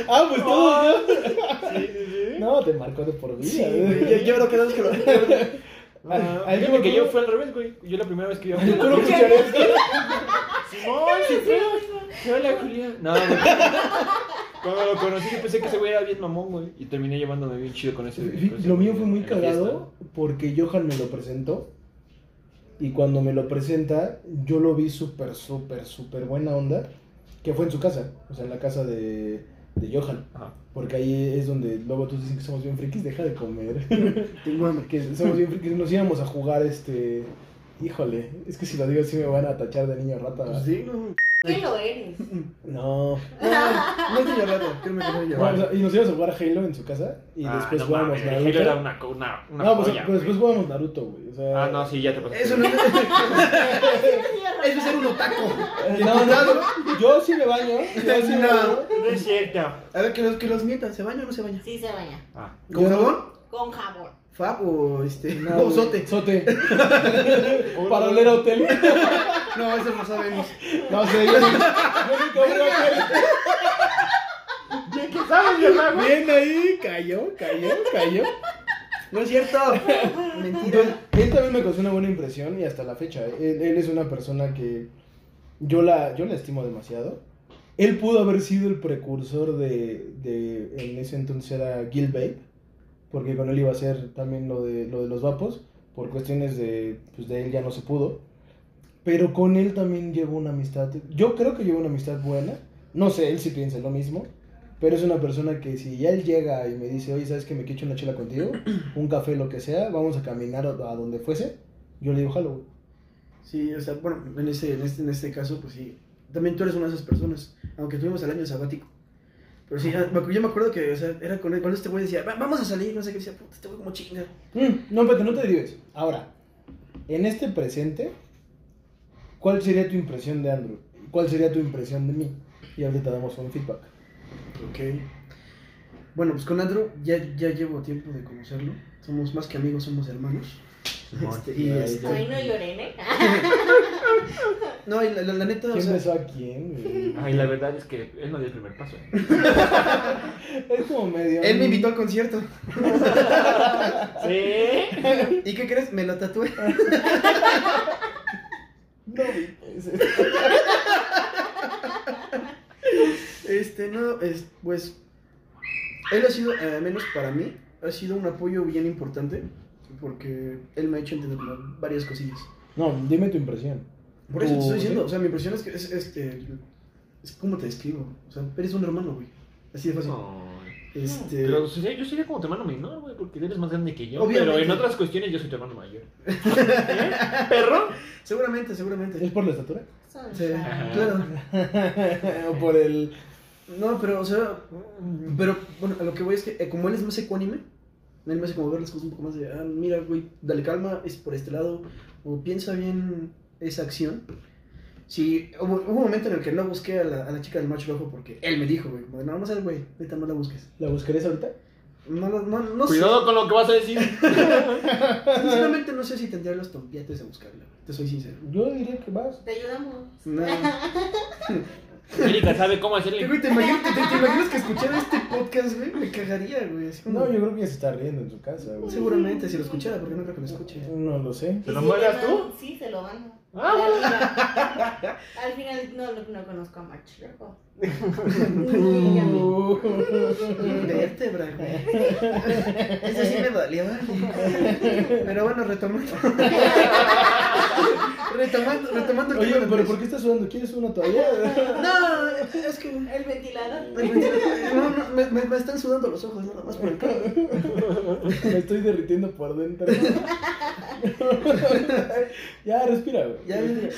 Speaker 4: Ah, pues tú, ¿no?
Speaker 3: Sí, sí, sí.
Speaker 4: No, te marcó de por vida.
Speaker 2: Sí,
Speaker 4: ¿eh?
Speaker 2: güey. Yo, yo creo que no es que lo
Speaker 4: Ah,
Speaker 3: Ah,
Speaker 4: yo
Speaker 3: fíjate
Speaker 4: me
Speaker 3: que yo
Speaker 4: acuerdo-
Speaker 3: fue al revés, güey. Yo la primera vez que yo.
Speaker 4: Yo no cuchareaste.
Speaker 3: Simón, sí fue. Sí, Hola, Julián. No, güey. Cuando lo conocí, yo pensé que ese güey era bien mamón, güey. Y terminé llevándome bien chido con ese. con ese
Speaker 4: Lo mío
Speaker 3: güey
Speaker 4: fue muy
Speaker 3: pues, en la fiesta.
Speaker 4: cagado porque Johan me lo presentó. Y cuando me lo presenta, yo lo vi súper, súper, súper buena onda. Que fue en su casa, o sea, en la casa de, de Johan.
Speaker 3: Ajá.
Speaker 4: Porque ahí es donde luego tú dices que somos bien frikis, deja de comer.
Speaker 2: Tengo hambre.
Speaker 4: que somos bien frikis, nos íbamos a jugar este. Híjole, es que si lo digo así me van a tachar de niño rata.
Speaker 2: Pues sí, no.
Speaker 5: ¿Qué lo eres?
Speaker 4: No.
Speaker 2: No, no es niño rato. Créeme que no es niño
Speaker 4: No, o
Speaker 2: rato.
Speaker 4: sea, y nos íbamos a jugar a Halo en su casa. Y
Speaker 3: Ah,
Speaker 4: después
Speaker 3: no
Speaker 4: jugábamos
Speaker 3: mames,
Speaker 4: Naruto.
Speaker 3: Halo era una. co- una, una
Speaker 4: no, pues,
Speaker 3: joya,
Speaker 4: pero después
Speaker 3: güey.
Speaker 4: jugábamos Naruto, güey. O sea,
Speaker 3: Ah, no, sí, ya te pasó.
Speaker 2: Eso no es. Eso
Speaker 5: Eso
Speaker 2: es ser un otaco.
Speaker 4: Eh, No, no, no, yo sí me baño. Yo sí me
Speaker 2: No.
Speaker 4: baño.
Speaker 3: No es cierto.
Speaker 2: A ver, que los, que los mientan. ¿Se baña o no se baña?
Speaker 5: Sí se baña,
Speaker 3: Ah.
Speaker 2: ¿Con
Speaker 4: Yo-
Speaker 2: jabón?
Speaker 5: con jabón.
Speaker 2: ¿Fab o este?
Speaker 4: No,
Speaker 2: o
Speaker 4: güey.
Speaker 2: sote?
Speaker 4: Sote. Para oler a hotel.
Speaker 2: No, eso no sabemos.
Speaker 4: No sé, yo yo nunca olí a
Speaker 3: ¿Qué qué sabes, verdad,
Speaker 4: hotel.
Speaker 3: güey?
Speaker 4: Bien ahí, cayó, cayó, cayó.
Speaker 2: No es cierto.
Speaker 4: Entonces,
Speaker 2: Mentira.
Speaker 4: él también me causó una buena impresión y hasta la fecha. eh, Él, él es una persona que yo la, yo la estimo demasiado. Él pudo haber sido el precursor de, de en ese entonces era Gil Babe, porque con él iba a ser también lo de, lo de los vapos, por cuestiones de, pues de él ya no se pudo. Pero con él también llevo una amistad, yo creo que llevo una amistad buena, no sé, él sí piensa lo mismo, pero es una persona que si ya él llega y me dice, oye, ¿sabes que me quiero echar una chela contigo? un café, lo que sea, vamos a caminar a, a donde fuese, yo le digo, jalo, güey.
Speaker 2: Sí, o sea, bueno, en este, en, este, en este caso, pues sí. También tú eres una de esas personas. Aunque tuvimos el año sabático. Pero sí, ya- me acu- yo me acuerdo que, o sea, era con, cuando este güey decía, "Va- vamos a salir, no sé qué, decía, puta, este güey como chinga.
Speaker 4: Mm, no, pero no te derives. Ahora, en este presente, ¿cuál sería tu impresión de Andrew? ¿Cuál sería tu impresión de mí? Y ahorita damos un feedback.
Speaker 2: Ok. Bueno, pues con Andrew ya, ya llevo tiempo de conocerlo. Somos más que amigos, somos hermanos. Este, y
Speaker 4: Ay,
Speaker 2: este-
Speaker 5: Ay, no lloren, ¿eh?
Speaker 2: no, y la, la- la neta, o
Speaker 4: ¿Quién
Speaker 2: sea,
Speaker 4: besó a quién? güey?
Speaker 3: Ay, la verdad es que él no dio el primer paso. ¿eh?
Speaker 4: Es como medio.
Speaker 2: él me invitó al concierto.
Speaker 3: ¿Sí?
Speaker 2: ¿Y qué crees? Me lo tatué.
Speaker 4: No, güey, pues,
Speaker 2: Este, no, es, pues, él ha sido, eh, al menos para mí, ha sido un apoyo bien importante porque él me ha hecho entender como varias cosillas.
Speaker 4: No, dime tu impresión.
Speaker 2: Por eso te
Speaker 4: Oh,
Speaker 2: estoy diciendo,
Speaker 4: ¿sí?
Speaker 2: o sea, mi impresión es que es, este, es como te describo, o sea, eres un hermano, güey, así de fácil.
Speaker 3: Pues No.
Speaker 2: Este,
Speaker 3: Oh. Pero o sea, yo sería como tu hermano menor, güey, porque eres más grande que yo. Pero
Speaker 2: Obviamente.
Speaker 3: en otras cuestiones yo soy tu hermano mayor. ¿Eh? ¿Perro?
Speaker 2: Seguramente, seguramente.
Speaker 4: ¿Es por la estatura?
Speaker 5: Son
Speaker 2: Sí,
Speaker 5: raros.
Speaker 2: claro.
Speaker 4: o por el.
Speaker 2: No, pero, o sea, pero, bueno, a lo que voy es que eh, como él es más ecuánime, él me hace como ver las cosas un poco más de, ah, mira, güey, dale calma, es por este lado, o piensa bien esa acción. Sí, hubo, hubo un momento en el que no busqué a la, a la chica del macho rojo porque él me dijo, güey, como de, no, no sabes, güey, neta, no la busques.
Speaker 4: ¿La buscarías ahorita?
Speaker 2: No, la- no, no sé,
Speaker 3: Cuidado con lo que vas a decir.
Speaker 2: sinceramente no sé si tendría los tompiates de buscarla, güey, te soy sincero.
Speaker 4: Yo diría que vas.
Speaker 5: Te ayudamos.
Speaker 2: No.
Speaker 3: Erika sabe cómo
Speaker 2: ¿Te,
Speaker 3: hacerle.
Speaker 2: güey, te, imagino- te- te- te imaginas que escuchara este podcast, güey? Me cagaría, güey. así como-
Speaker 4: No, yo creo que ya se está riendo en su casa, güey.
Speaker 2: Seguramente, si lo escuchara, porque no creo que lo escuche.
Speaker 4: No lo sé.
Speaker 3: ¿Te lo
Speaker 5: ¿Y si
Speaker 3: mandas
Speaker 5: le
Speaker 3: tú?
Speaker 5: mandan? Sí, se lo van.
Speaker 3: Ah, bueno.
Speaker 5: Al final no, no, no conozco a March Rojo.
Speaker 2: Vértebra, güey. Eso sí me dolía, vale. Pero bueno, retomando. retomando, retomando el
Speaker 4: Oye,
Speaker 2: tema de
Speaker 4: pero
Speaker 2: Andrés.
Speaker 4: ¿por qué estás sudando? ¿Quieres una toalla?
Speaker 2: No, es que.
Speaker 5: El ventilador.
Speaker 2: No, no, me, me, me están sudando los ojos nada más por el calor.
Speaker 4: Me estoy derritiendo por dentro. ya, respira, güey.
Speaker 2: Ya, ya,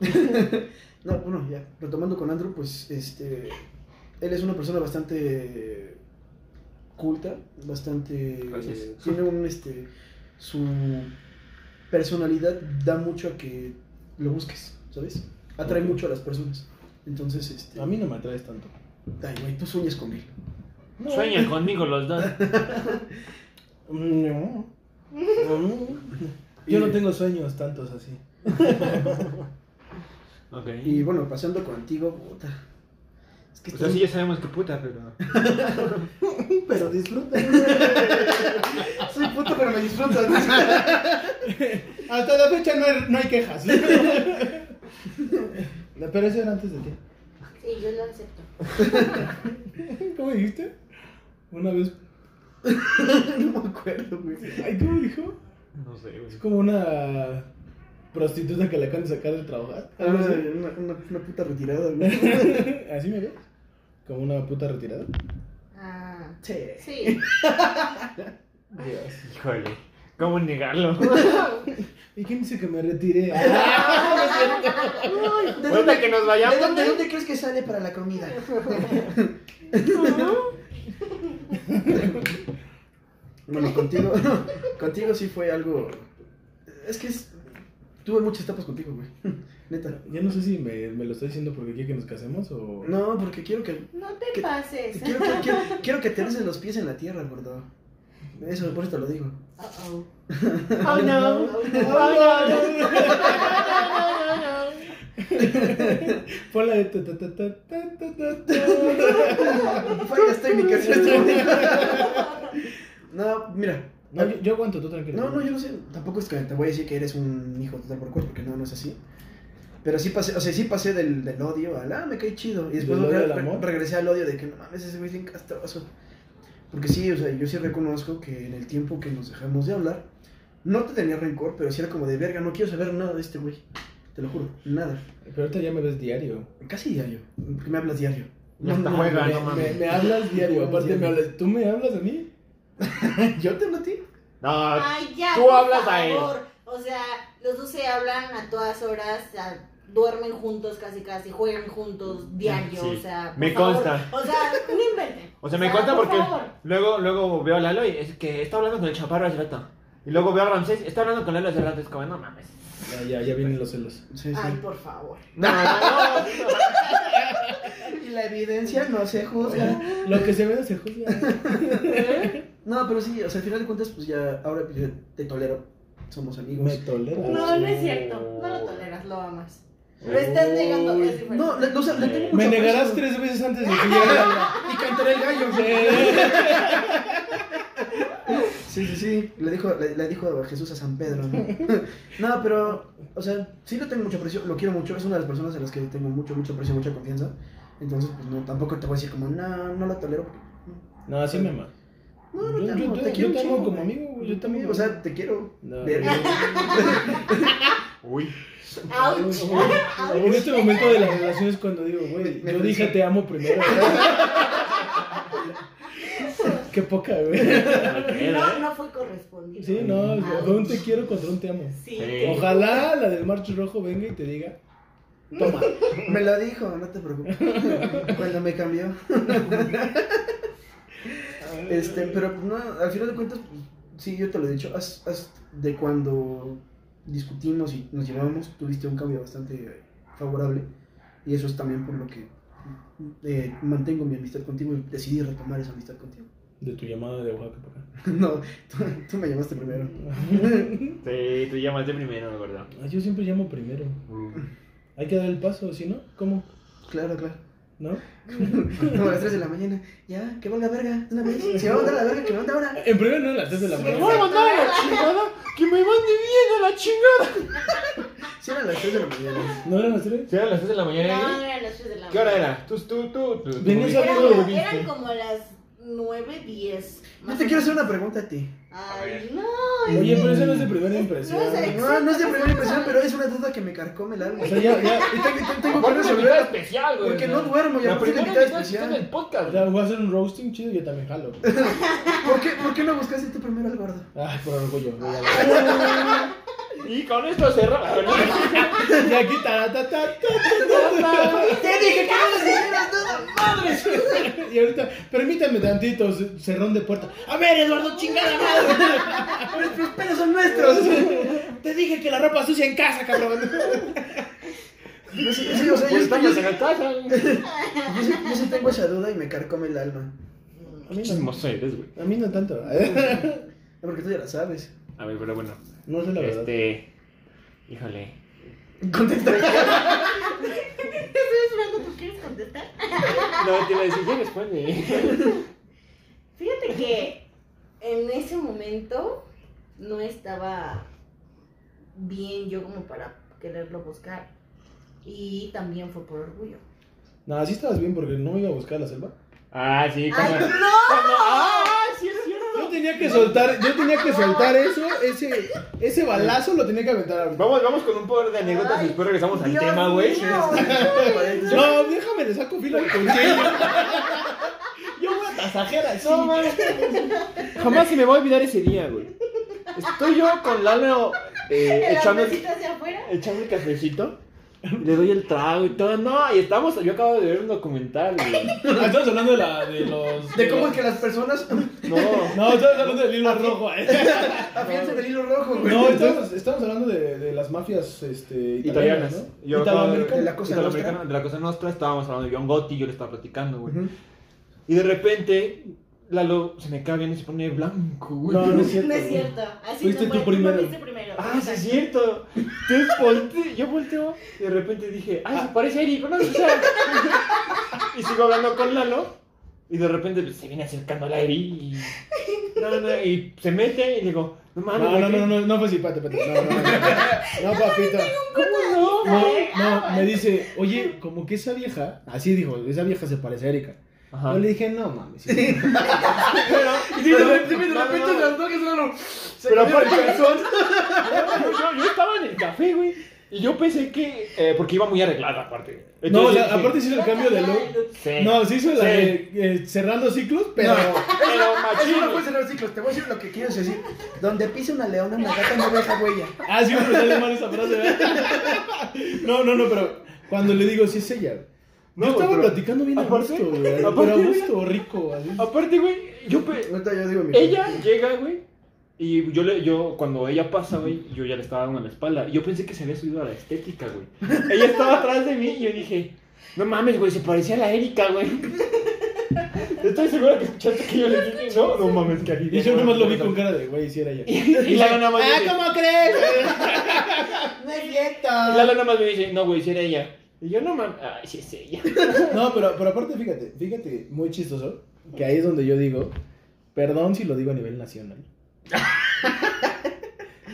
Speaker 2: No, bueno, ya. Retomando con Andrew, pues este. Él es una persona bastante culta, bastante.
Speaker 3: Gracias.
Speaker 2: Tiene un este. Su personalidad da mucho a que lo busques, ¿sabes? Atrae mucho a las personas. Entonces, este.
Speaker 4: A mí no me atraes tanto.
Speaker 2: Ay, güey, tú sueñas con él.
Speaker 4: No.
Speaker 3: Sueñan conmigo los dos.
Speaker 4: No. Yo no tengo sueños tantos así.
Speaker 3: Ok.
Speaker 2: Y bueno, pasando contigo, puta. Es que
Speaker 3: O sea,
Speaker 2: estás-
Speaker 3: sí ya sabemos qué puta, pero.
Speaker 4: Pero disfruta.
Speaker 2: soy puto, pero me disfruto.
Speaker 4: Hasta la fecha no hay, no hay quejas. Pero eso era antes de ti.
Speaker 5: Sí, yo lo acepto.
Speaker 4: ¿Cómo dijiste? Una vez.
Speaker 2: no me acuerdo, güey.
Speaker 4: Ay, ¿cómo dijo?
Speaker 3: No sé, güey.
Speaker 4: Es como una prostituta que la acaban de sacar de trabajar.
Speaker 2: Ah, Una, una, una puta retirada, güey.
Speaker 4: ¿Así me ves? Como una puta retirada.
Speaker 5: Ah.
Speaker 2: Sí.
Speaker 5: Sí.
Speaker 4: Dios.
Speaker 3: Híjole. ¿Cómo negarlo?
Speaker 4: ¿Y quién dice que me retiré?
Speaker 2: ¿De
Speaker 3: Ahorita que nos vayamos,
Speaker 2: ¿de
Speaker 3: güey.
Speaker 2: dónde, de dónde crees que sale para la comida? bueno, contigo, contigo sí fue algo. Es que es- tuve muchas etapas contigo, güey. Neta.
Speaker 4: Ya no sé si me, me lo estoy diciendo porque quiere que nos casemos o.
Speaker 2: No, porque quiero que.
Speaker 5: No te pases. ¿eh?
Speaker 2: Quiero que, quiero, quiero que te des los pies en la tierra, gordo. Eso, por eso te lo digo.
Speaker 5: Uh oh.
Speaker 3: Oh no.
Speaker 5: Oh,
Speaker 4: Fue la de. ta, ta, ta, ta, ta, ta, ta, ta.
Speaker 2: Fallas técnicas, ya estuvo. No, mira.
Speaker 4: No, yo, yo aguanto, tú tranquilo.
Speaker 2: No, no, yo no sé. Tampoco es que te voy a decir que eres un hijo total por cual, porque no, no es así. Pero sí pasé, o sea, sí pasé del, del odio al, ah, me cae chido. Y después
Speaker 4: ¿Del odio
Speaker 2: re-
Speaker 4: al
Speaker 2: re-
Speaker 4: amor?
Speaker 2: regresé al odio de que no mames, ese güey es bien castroso. Porque sí, o sea, yo sí reconozco que en el tiempo que nos dejamos de hablar, no te tenía rencor, pero sí era como de verga, no quiero saber nada de este güey. Te lo juro, nada.
Speaker 4: Pero ahorita ya me ves diario.
Speaker 2: Casi diario, porque me hablas diario.
Speaker 3: Ya hasta juega,
Speaker 4: me,
Speaker 3: Ah, no
Speaker 4: me,
Speaker 3: mames.
Speaker 4: me hablas diario. Aparte,
Speaker 2: Diario.
Speaker 4: me hablas. ¿Tú me hablas a mí?
Speaker 2: ah, ¿Yo te hablo a ti?
Speaker 3: No,
Speaker 5: Ay, ya.
Speaker 3: Tú
Speaker 5: por
Speaker 3: hablas a él.
Speaker 5: favor. O sea, los dos se hablan a todas horas. a- Duermen juntos casi casi, juegan juntos diario,
Speaker 3: Sí.
Speaker 5: o sea... por
Speaker 3: Me
Speaker 5: favor.
Speaker 3: consta.
Speaker 5: O sea, no inventen.
Speaker 3: O sea, me cuenta
Speaker 5: por
Speaker 3: porque
Speaker 5: favor.
Speaker 3: luego, luego veo a Lalo y es que está hablando con el chaparro hace rato. Y luego veo a Ramsés, está hablando con Lalo hace rato. Es como, no mames.
Speaker 4: Ya, ya, ya vienen los celos.
Speaker 2: Sí,
Speaker 5: Ay, por favor.
Speaker 3: No, no, no.
Speaker 2: Y la evidencia no se juzga.
Speaker 4: Lo que se ve no se juzga.
Speaker 2: No, pero sí, o sea, al final de cuentas, pues ya, ahora pues, yo te tolero. Somos amigos.
Speaker 4: Me toleras.
Speaker 5: No, no es cierto. No lo toleras, lo amas.
Speaker 4: Oh.
Speaker 5: Lo estás negando. Es diferente.
Speaker 2: No, le, o sea, le tengo mucho
Speaker 4: Me
Speaker 2: aprecio.
Speaker 4: negarás tres veces antes de que llegara.
Speaker 2: Y cantaré el gallo. Sí, sí, sí. Le dijo, le, le dijo a Jesús a San Pedro. ¿no? No, pero, o sea, sí le tengo mucho aprecio. Lo quiero mucho. Es una de las personas en las que tengo mucho, mucho aprecio, mucha confianza. Entonces, pues no, tampoco te voy a decir como, no, no la tolero.
Speaker 4: No, así me ama.
Speaker 2: No, no
Speaker 4: Yo-
Speaker 2: te
Speaker 4: yo
Speaker 2: amo,
Speaker 4: te-
Speaker 2: te quiero
Speaker 4: yo te amo
Speaker 2: un chingo,
Speaker 4: como
Speaker 2: güey.
Speaker 4: amigo, güey, yo te amo.
Speaker 2: O sea, te quiero.
Speaker 4: No.
Speaker 2: Verga.
Speaker 3: Uy.
Speaker 5: Ouch. Ouch.
Speaker 4: En este momento de las relaciones cuando digo, güey, yo dije te amo primero. Qué poca, güey.
Speaker 5: No,
Speaker 3: ¿eh?
Speaker 5: no fue correspondido.
Speaker 4: Sí, no, fue un te quiero contra un te amo.
Speaker 5: Sí.
Speaker 3: Sí.
Speaker 4: Ojalá la del March Rojo venga y te diga, toma.
Speaker 2: Me lo dijo, no te preocupes. Cuando me cambió.
Speaker 4: "Ah,
Speaker 2: este, pero no, al final de cuentas, pues, sí, yo te lo he dicho. Haz, haz de cuando discutimos y nos llevábamos, tuviste un cambio bastante favorable. Y eso es también por lo que eh, mantengo mi amistad contigo y decidí retomar esa amistad contigo.
Speaker 4: De tu llamada de Oaxaca para acá.
Speaker 2: No, tú, tú me llamaste primero.
Speaker 3: Sí, tú llamaste primero, me acuerdo.
Speaker 4: Ah, Yo siempre llamo primero. Hay que dar el paso, si no, ¿cómo?
Speaker 2: Claro, claro.
Speaker 4: ¿No?
Speaker 2: Como a las 3 de la mañana. Ya, que valga verga. de Una vez. Si va a mandar a la verga, que manda ahora.
Speaker 4: En primero no, a las 3 de la mañana.
Speaker 3: mandar a la chingada! ¡Que me mande bien a la chingada!
Speaker 2: Si era a las 3 de la mañana.
Speaker 4: ¿No eran las 3?
Speaker 3: ¿Sí eran las 3 de la
Speaker 5: No,
Speaker 3: mañana?
Speaker 5: no eran las 3 de la
Speaker 3: ¿Qué hora
Speaker 5: mañana.
Speaker 3: era? Tú, tú, tú. tú, tú.
Speaker 4: Venías a-
Speaker 5: Eran-
Speaker 4: ¿Cuándo lo viste?
Speaker 5: eran como las 9, 10.
Speaker 2: Yo te quiero hacer una pregunta a ti.
Speaker 5: Ay, no.
Speaker 4: Oye, pero eso no es de primera impresión.
Speaker 5: No es de-
Speaker 2: No, no es de primera impresión, pero es una duda que me carcome el alma.
Speaker 4: O sea, ya, ya,
Speaker 2: Y tengo, tengo- tengo
Speaker 3: Aparte, una
Speaker 2: que
Speaker 3: invitada
Speaker 2: resolverla.
Speaker 3: especial, güey.
Speaker 2: Porque
Speaker 3: o sea,
Speaker 2: no duermo, ya
Speaker 3: La
Speaker 2: me puse
Speaker 3: primera
Speaker 2: invitada
Speaker 3: invitada que está en
Speaker 2: especial.
Speaker 3: el podcast.
Speaker 4: o sea, voy a hacer un roasting chido, yo también jalo. güey.
Speaker 2: ¿Por qué, ¿Por qué no buscaste tú primero al gordo?
Speaker 4: Ay, Ah, por orgullo. güey, ya,
Speaker 3: Y con esto cerramos.
Speaker 4: güey. Y aquí, ta, ta, ta, ta, ta,
Speaker 2: ¡Te dije que no les dijeras nada!
Speaker 4: ta. Y ahorita, permítame tantito, ce- cerrón de puerta. A ver, Eduardo, chingada madre.
Speaker 2: ¡Pero tus pelos son nuestros!
Speaker 4: Te dije que la ropa sucia en casa, cabrón.
Speaker 2: No sé, sí, o sea, yo,
Speaker 3: Pues estamos
Speaker 2: yo,
Speaker 3: en la casa.
Speaker 2: sí- yo sí tengo esa duda y me carcome el alma.
Speaker 4: A mí no,
Speaker 3: Chismoso eres, güey.
Speaker 4: a mí no tanto.
Speaker 2: No, Porque tú ya la sabes.
Speaker 3: A ver, pero bueno.
Speaker 4: No sé la verdad.
Speaker 3: Este. Híjole.
Speaker 2: Contesta.
Speaker 5: Estoy esperando, ¿tú quieres contestar?
Speaker 3: No, te iba a decir, ya responde.
Speaker 5: Fíjate que en ese momento no estaba bien yo como para quererlo buscar. Y también fue por orgullo.
Speaker 4: No, así estabas bien porque no iba a buscar la selva.
Speaker 3: Ah, sí,
Speaker 5: ¡Ay,
Speaker 3: como.
Speaker 5: no!
Speaker 3: ¡Ah! Sí, es cierto.
Speaker 4: Yo tenía que soltar, yo tenía que soltar eso, ese, ese balazo lo tenía que aventar ahorita.
Speaker 3: Vamos, vamos con un poder de anécdotas y
Speaker 5: Ay,
Speaker 3: después regresamos al
Speaker 5: Dios
Speaker 3: tema, güey.
Speaker 5: mío.
Speaker 4: No, déjame, le saco filo al cuchillo. Yo voy a tasajear así.
Speaker 3: No mames. Jamás se me va a olvidar ese día, güey. Estoy yo con Lalo eh,
Speaker 5: ¿En las
Speaker 3: echando,
Speaker 5: mesitas de afuera?
Speaker 3: echando el cafecito. Le doy el trago y todo. No, y estamos. Yo acabo de ver un documental, güey.
Speaker 4: Ah, Estamos hablando de, la, de los...
Speaker 2: De cómo es Ah, que las personas
Speaker 3: No.
Speaker 4: No, estamos hablando del hilo rojo. eh.
Speaker 2: afianzan el hilo rojo, güey.
Speaker 4: No, estamos, estamos hablando de, de las mafias este, italianas,
Speaker 3: Italianas.
Speaker 4: ¿no?
Speaker 3: Yo acabo
Speaker 4: Italoamericanas.
Speaker 2: de la cosa
Speaker 3: italoamericana- De la cosa nostra. Estábamos hablando de John Gotti. Yo le estaba platicando, güey. Y de repente, Lalo se me cae bien y se pone blanco, güey.
Speaker 4: No, no es cierto.
Speaker 5: No es
Speaker 4: güey.
Speaker 5: cierto. Así
Speaker 4: Fuiste
Speaker 5: no
Speaker 4: tú
Speaker 5: fue-
Speaker 4: primero.
Speaker 5: no fuiste primero.
Speaker 3: Ah, sí es cierto. Entonces volteé, yo volteo y de repente dije, ah, se parece a Eric, ¿no? O sea, y sigo hablando con Lalo y de repente pues, se viene acercando a Eric y... No, no, y se mete y digo, no mames,
Speaker 4: Ah, No, no,
Speaker 3: güey,
Speaker 4: no, no, no fue así, pate, pate. No, no, no, no, no, papito.
Speaker 3: ¿cómo no?
Speaker 4: No, no, me dice, oye, como que esa vieja, así dijo, esa vieja se parece a Erika.
Speaker 3: Ajá.
Speaker 4: Yo le dije, no mames.
Speaker 2: Y de repente,
Speaker 3: No,
Speaker 2: de
Speaker 3: no,
Speaker 2: repente
Speaker 3: no.
Speaker 2: las nalgas, mano, se
Speaker 3: Pero
Speaker 2: cambiaron
Speaker 3: aparte-
Speaker 2: de calzón.
Speaker 3: Yo, yo- yo estaba en el café, güey. Y yo pensé que, eh, porque iba muy arreglada aparte.
Speaker 4: No, o
Speaker 3: Entonces
Speaker 4: sea,
Speaker 3: dije,
Speaker 4: aparte se hizo el cambio de look.
Speaker 3: sí,
Speaker 4: No, se hizo la
Speaker 3: sí,
Speaker 4: de eh, cerrando ciclos, pero.
Speaker 3: pero
Speaker 2: Eso
Speaker 3: machín,
Speaker 2: no
Speaker 3: güey.
Speaker 2: puede cerrar ciclos, te voy a decir lo que quieres decir. Donde pisa una leona, una gata no deja huella.
Speaker 4: Ah, siempre sale mal esa frase, ¿verdad? No, no, no, pero cuando le digo, sí es ella.
Speaker 3: No,
Speaker 4: Yo estaba
Speaker 3: pero-
Speaker 4: platicando bien a
Speaker 3: aparte-
Speaker 4: gusto, güey.
Speaker 3: aparte, Ah,
Speaker 4: Pero a gusto, rico. Así.
Speaker 3: Aparte, güey, yo... pe-
Speaker 2: Ahorita yo digo mi
Speaker 3: Ella llega, güey. Y yo, le, yo, cuando ella pasa, güey, yo ya le estaba dando la espalda. Yo pensé que se había subido a la estética, güey. Ella estaba atrás de mí y yo dije, no mames, güey, se parecía a la Erika, güey. Estoy seguro que escuchaste que yo le dije, no, no mames, que
Speaker 4: Y yo nomás lo vi con cara de, güey, sí era ella.
Speaker 3: Y Lalo nada
Speaker 4: Ah,
Speaker 3: más, me dice-
Speaker 4: ¿cómo crees?
Speaker 2: No es cierto.
Speaker 3: y Lalo nada más me dice, no, güey, sí era ella. Y yo, no mames, ay, sí es ella.
Speaker 4: No, pero, pero aparte, fíjate, fíjate, muy chistoso, que ahí es donde yo digo, perdón si lo digo a nivel nacional.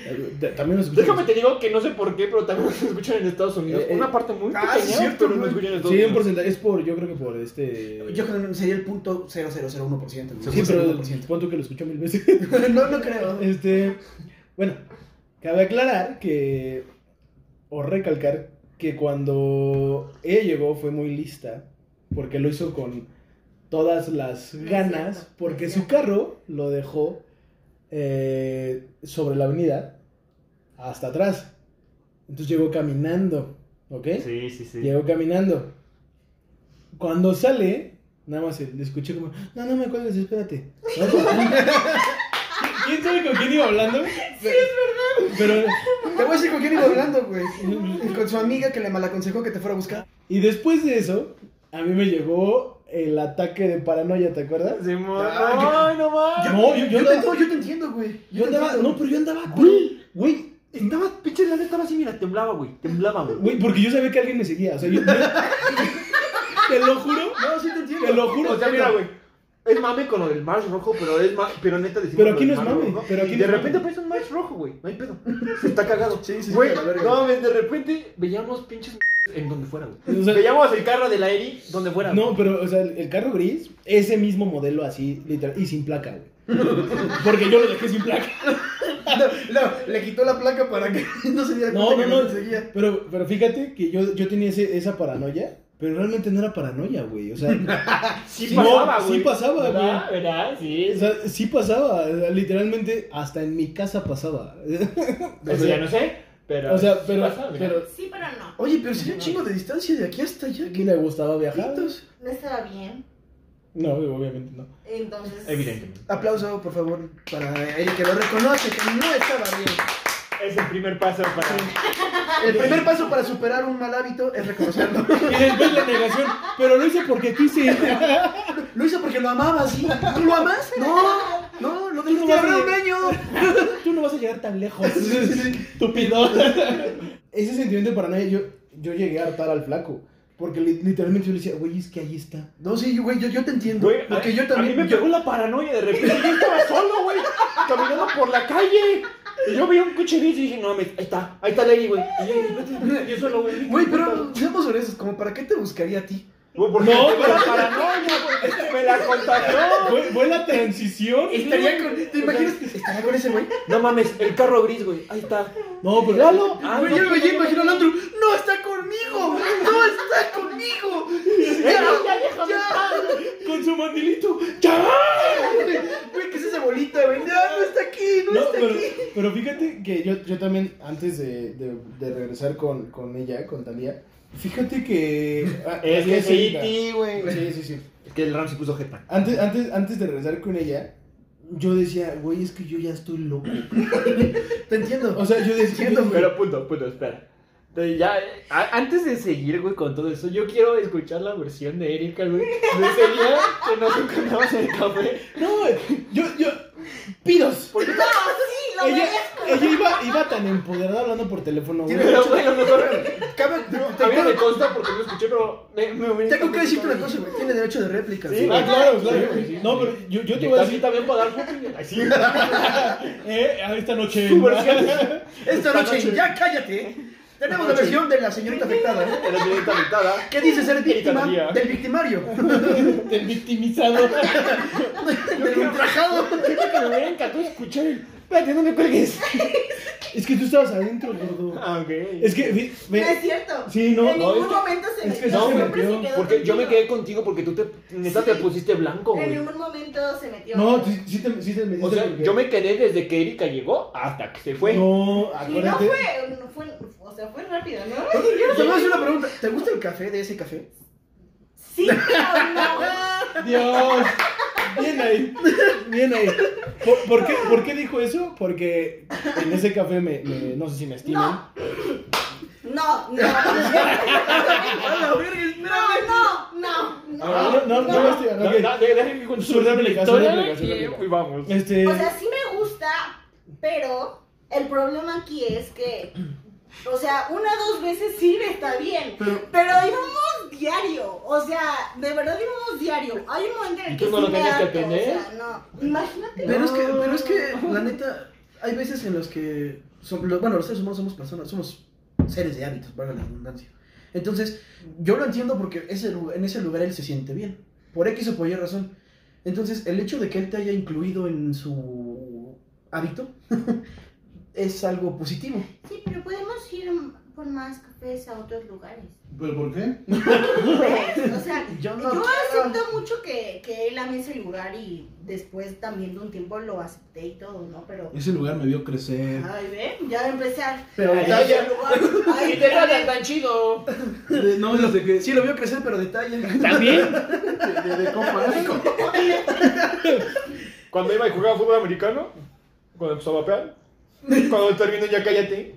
Speaker 4: Eh, También nos
Speaker 3: Déjame te digo que no sé por qué, pero también se escuchan en Estados Unidos.
Speaker 4: Eh, eh.
Speaker 3: Una parte muy
Speaker 2: Ah,
Speaker 3: pequeña,
Speaker 2: sí es cierto,
Speaker 3: pero no
Speaker 2: güey.
Speaker 3: escuchan en Estados
Speaker 4: Sí, un
Speaker 3: Unidos.
Speaker 4: porcentaje, es por, yo creo que por este...
Speaker 2: Yo creo que sería el punto 0001%. güey.
Speaker 4: sí, pero
Speaker 2: 0.01%.
Speaker 4: pon tú que lo escucho mil veces.
Speaker 2: No, no creo.
Speaker 4: Este, bueno, cabe aclarar que, o recalcar, que cuando ella llegó fue muy lista, porque lo hizo con todas las ganas
Speaker 5: cierto,
Speaker 4: porque
Speaker 5: es
Speaker 4: su carro lo dejó eh, sobre la avenida hasta atrás. Entonces llegó caminando, ¿ok?
Speaker 3: Sí, sí, sí.
Speaker 4: Llegó caminando. Cuando sale, nada más le escuché como, no, no me cuelgues, espérate. No, pues, ¿Quién sabe con quién iba hablando? Pero,
Speaker 2: Te voy a decir con quién iba hablando, güey. Con su amiga que le malaconsejó que te fuera a buscar.
Speaker 4: y después de eso, a mí me llegó el ataque de paranoia, ¿te acuerdas?
Speaker 3: Simón,
Speaker 2: Ah,
Speaker 3: no, no mames.
Speaker 4: No, yo, yo
Speaker 2: Yo, te,
Speaker 4: andaba,
Speaker 2: no, yo te entiendo, güey.
Speaker 4: yo
Speaker 2: te
Speaker 4: andaba-
Speaker 2: entiendo.
Speaker 4: no, pero yo andaba, güey, güey,
Speaker 3: Estaba, pinche la neta estaba así, mira, temblaba, güey. Temblaba, güey.
Speaker 4: güey, porque yo sabía que alguien me seguía, o sea, yo, yo- te lo juro,
Speaker 2: No, sí te entiendo.
Speaker 4: te lo juro.
Speaker 3: O sea, mira, güey. Es mame con lo del Mars rojo, pero es ma- pero neta decimos.
Speaker 4: Pero
Speaker 3: lo
Speaker 4: aquí
Speaker 3: del
Speaker 4: no es
Speaker 3: Mars
Speaker 4: mame,
Speaker 3: rojo.
Speaker 4: pero aquí
Speaker 3: Y
Speaker 4: no
Speaker 3: de
Speaker 4: es
Speaker 3: repente
Speaker 4: mame.
Speaker 3: aparece un Mars rojo, güey. No hay pedo. Se está cagado.
Speaker 2: Sí, sí,
Speaker 3: Güey,
Speaker 2: sí, a la verga.
Speaker 3: no mames, de repente veíamos pinches m- en donde fuera, güey.
Speaker 4: O sea,
Speaker 3: Veíamos el carro de la Eri donde fuera.
Speaker 4: No, pero, o sea, el el carro gris, ese mismo modelo así, literal, y sin placa, güey. Porque yo lo dejé sin placa.
Speaker 2: No, no, le quitó la placa para que no se diera
Speaker 4: No,
Speaker 2: cuenta
Speaker 4: no,
Speaker 2: que
Speaker 4: no.
Speaker 2: te seguía.
Speaker 4: Pero, pero fíjate que yo, yo tenía ese- esa paranoia, pero realmente no era paranoia, güey. O sea,
Speaker 3: Sí,
Speaker 4: sí,
Speaker 3: pasaba,
Speaker 4: no,
Speaker 3: güey.
Speaker 4: sí pasaba,
Speaker 3: ¿Verdad? ¿Verdad? Sí.
Speaker 4: o sea, sí pasaba, o sea, literalmente hasta en mi casa pasaba.
Speaker 3: Eso ya no sé, pero.
Speaker 4: O sea,
Speaker 3: sí
Speaker 4: pero,
Speaker 3: pasaba, mira.
Speaker 4: pero
Speaker 5: Sí, pero no.
Speaker 2: Oye, pero sería un chingo de distancia de aquí hasta allá. ¿Qué
Speaker 4: ¿le gustaba viajar?
Speaker 2: pitos?
Speaker 5: No estaba bien.
Speaker 4: No, obviamente no.
Speaker 5: Entonces.
Speaker 3: Evidentemente.
Speaker 2: Aplauso, por favor, para él que lo reconoce, que no estaba bien.
Speaker 3: Es el primer paso para.
Speaker 2: El primer paso para superar un mal hábito es reconocerlo.
Speaker 4: Y después la negación, pero lo hice porque quise.
Speaker 2: Lo hizo porque lo amaba, sí. ¿Tú lo amas? No, no, lo dejaste
Speaker 4: vas a
Speaker 2: habrá un
Speaker 4: llegar.
Speaker 2: año.
Speaker 4: Tú no vas a llegar tan lejos, estúpido. Ese sentimiento de paranoia, yo, yo llegué a hartar al flaco. Porque li- literalmente yo le decía, güey, es que ahí está.
Speaker 2: No, sí, güey, yo, yo te entiendo.
Speaker 3: Güey,
Speaker 2: porque
Speaker 3: a,
Speaker 2: yo también.
Speaker 3: a mí me pegó la paranoia de repente. Yo estaba solo, güey, caminando por la calle. Y yo vi un coche gris y dije, no, mames, ahí está, ahí está Lady, güey. Y yo, de repente, yo solo, güey.
Speaker 2: Güey, pero seamos honestos, como para qué te buscaría a ti.
Speaker 3: Güey, ¿por qué?
Speaker 4: No,
Speaker 3: Por la paranoia, güey. Me la contagió.
Speaker 4: Fue, fue la transición.
Speaker 2: Estaría con. ¿Te imaginas que estaría con ese güey?
Speaker 3: No mames, el carro gris, güey. Ahí está.
Speaker 4: No, pero.
Speaker 3: Lalo. Ah,
Speaker 2: Güey,
Speaker 3: no,
Speaker 2: yo
Speaker 3: puta,
Speaker 2: me
Speaker 3: no,
Speaker 2: imagino al
Speaker 3: no.
Speaker 2: Andrew. ¡No está conmigo! ¡No está conmigo!
Speaker 3: Eh, no, ya, déjame en paz, güey.
Speaker 4: Con su mandilito. ¡Ya!
Speaker 2: Güey, ¿qué es esa bolita, güey? No, no está aquí, no,
Speaker 4: No,
Speaker 2: está
Speaker 4: pero,
Speaker 2: aquí.
Speaker 4: pero fíjate que yo, yo también, antes de, de-
Speaker 8: de regresar con, con ella, con Talía. Fíjate que. ah, Thalía
Speaker 3: Es que
Speaker 8: es
Speaker 3: sí,
Speaker 8: única.
Speaker 3: ti, güey.
Speaker 8: Sí, sí, sí.
Speaker 3: Es que el Ram se puso jeta.
Speaker 8: Antes, antes, antes de regresar con ella, yo decía, güey, es que yo ya estoy loco.
Speaker 2: Te entiendo.
Speaker 8: O sea, yo decía.
Speaker 2: Entiendo, güey.
Speaker 3: Pero punto, punto, espera. Entonces, ya, eh, a- antes de seguir, güey, con todo eso, yo quiero escuchar la versión de Erika, güey. De ese día que nos encontramos en el café.
Speaker 4: No, güey, yo, yo. Pidos.
Speaker 3: Porque,
Speaker 4: Ella, ella iba, iba tan empoderada hablando por teléfono, güey.
Speaker 3: pero, güey, lo mejor.
Speaker 2: Cabe- te- te-
Speaker 3: A mí no me consta porque no escuché, pero. Me, me, me
Speaker 2: Tengo que decirte una cosa, güey. Tiene derecho de réplica.
Speaker 3: Sí,
Speaker 2: güey.
Speaker 4: Ah, claro, claro.
Speaker 3: Sí, sí,
Speaker 4: no,
Speaker 3: sí.
Speaker 4: pero yo, yo
Speaker 3: Yo
Speaker 4: te voy a
Speaker 3: decir
Speaker 4: decir.
Speaker 3: también para dar su opinión. Ay, sí.
Speaker 4: Eh, a esta noche.
Speaker 3: Su
Speaker 4: ¿no?
Speaker 3: versión.
Speaker 2: Esta noche, ya cállate. Tenemos la versión de la señorita afectada.
Speaker 3: Era bien invitada.
Speaker 2: ¿Qué dice ser
Speaker 3: Erika
Speaker 2: víctima
Speaker 3: Tapia.
Speaker 2: del victimario?
Speaker 4: Del victimizado.
Speaker 2: Del ultrajado.
Speaker 3: Creo que me hubiera encantado escuchar el. Espérate, no me cuelgues.
Speaker 4: Es que tú estabas adentro, gordo.
Speaker 3: Ah, ok.
Speaker 4: Es que, ve-
Speaker 5: No
Speaker 4: ve-
Speaker 5: es cierto.
Speaker 4: Sí, no,
Speaker 5: En
Speaker 4: no, es
Speaker 5: ningún
Speaker 4: que-
Speaker 5: momento
Speaker 4: es
Speaker 5: se metió.
Speaker 4: que sí se
Speaker 5: siempre
Speaker 4: metió.
Speaker 5: quedó
Speaker 3: Porque yo me
Speaker 5: contigo.
Speaker 3: quedé contigo porque tú te. Neta te
Speaker 5: Sí.
Speaker 3: pusiste blanco,
Speaker 5: En
Speaker 3: güey.
Speaker 5: ningún momento se metió.
Speaker 4: No, tú- sí te, sí te metiste
Speaker 3: O sea,
Speaker 4: porque-
Speaker 3: yo me quedé desde que Erika llegó hasta que se fue.
Speaker 4: No,
Speaker 5: Y no
Speaker 4: acuérdate.
Speaker 5: fue, no fue, o sea, fue rápido, ¿no?
Speaker 2: Te voy a hacer una pregunta. ¿Te gusta el café de ese café?
Speaker 5: Sí, pero no.
Speaker 4: Dios. Bien ahí. Bien ahí. ¿Por, por qué, por qué dijo eso? Porque en ese café me, me- no sé si me estiman.
Speaker 5: No, no. No, no,
Speaker 3: Ah,
Speaker 5: no,
Speaker 4: no, no, no me estoy-
Speaker 3: Da-
Speaker 4: ok.
Speaker 3: da- de- Déjame que cuente
Speaker 4: Su réplica, su
Speaker 3: historia,
Speaker 4: réplica, su
Speaker 3: y-
Speaker 4: réplica.
Speaker 3: y vamos.
Speaker 4: Este.
Speaker 5: O sea, sí me gusta, pero el problema aquí es que, o sea, una o dos veces sí está bien, pero, íbamos diario, o sea, de verdad íbamos diario. Hay un momento en
Speaker 3: ¿Y
Speaker 5: el
Speaker 3: tú
Speaker 5: que
Speaker 3: no lo
Speaker 5: sí me
Speaker 3: tenías que
Speaker 5: harto, o
Speaker 3: atender?
Speaker 5: sea, no, imagínate.
Speaker 2: Pero es que, pero es que la neta, hay veces en los que, son- los- bueno, los seres humanos somos personas, somos seres de hábitos, para la redundancia. Entonces, yo lo entiendo porque ese, lu- en ese lugar él se siente bien, por X o por Y razón. Entonces, el hecho de que él te haya incluido en su hábito es algo positivo.
Speaker 5: Sí, pero podemos ir por más cafés a otros lugares.
Speaker 9: ¿Pero por qué?
Speaker 5: Pues, o sea,
Speaker 7: Yo
Speaker 5: yo,
Speaker 7: no
Speaker 5: acepto mucho que, que él ame ese lugar y después también de un tiempo lo acepté y todo, ¿no? Pero,
Speaker 9: Ese lugar me vio crecer.
Speaker 5: ay, ve, ya va a empezar.
Speaker 2: Pero
Speaker 5: Ay,
Speaker 2: detalla.
Speaker 5: ese lugar, ay,
Speaker 3: Y te
Speaker 5: también.
Speaker 3: tratan tan chido.
Speaker 9: De- No, desde que.
Speaker 2: Sí, lo vio crecer, pero detalla.
Speaker 3: También.
Speaker 9: De, de copa.
Speaker 3: Cuando iba y jugaba fútbol americano, cuando empezó a vapear, cuando terminó ya cállate.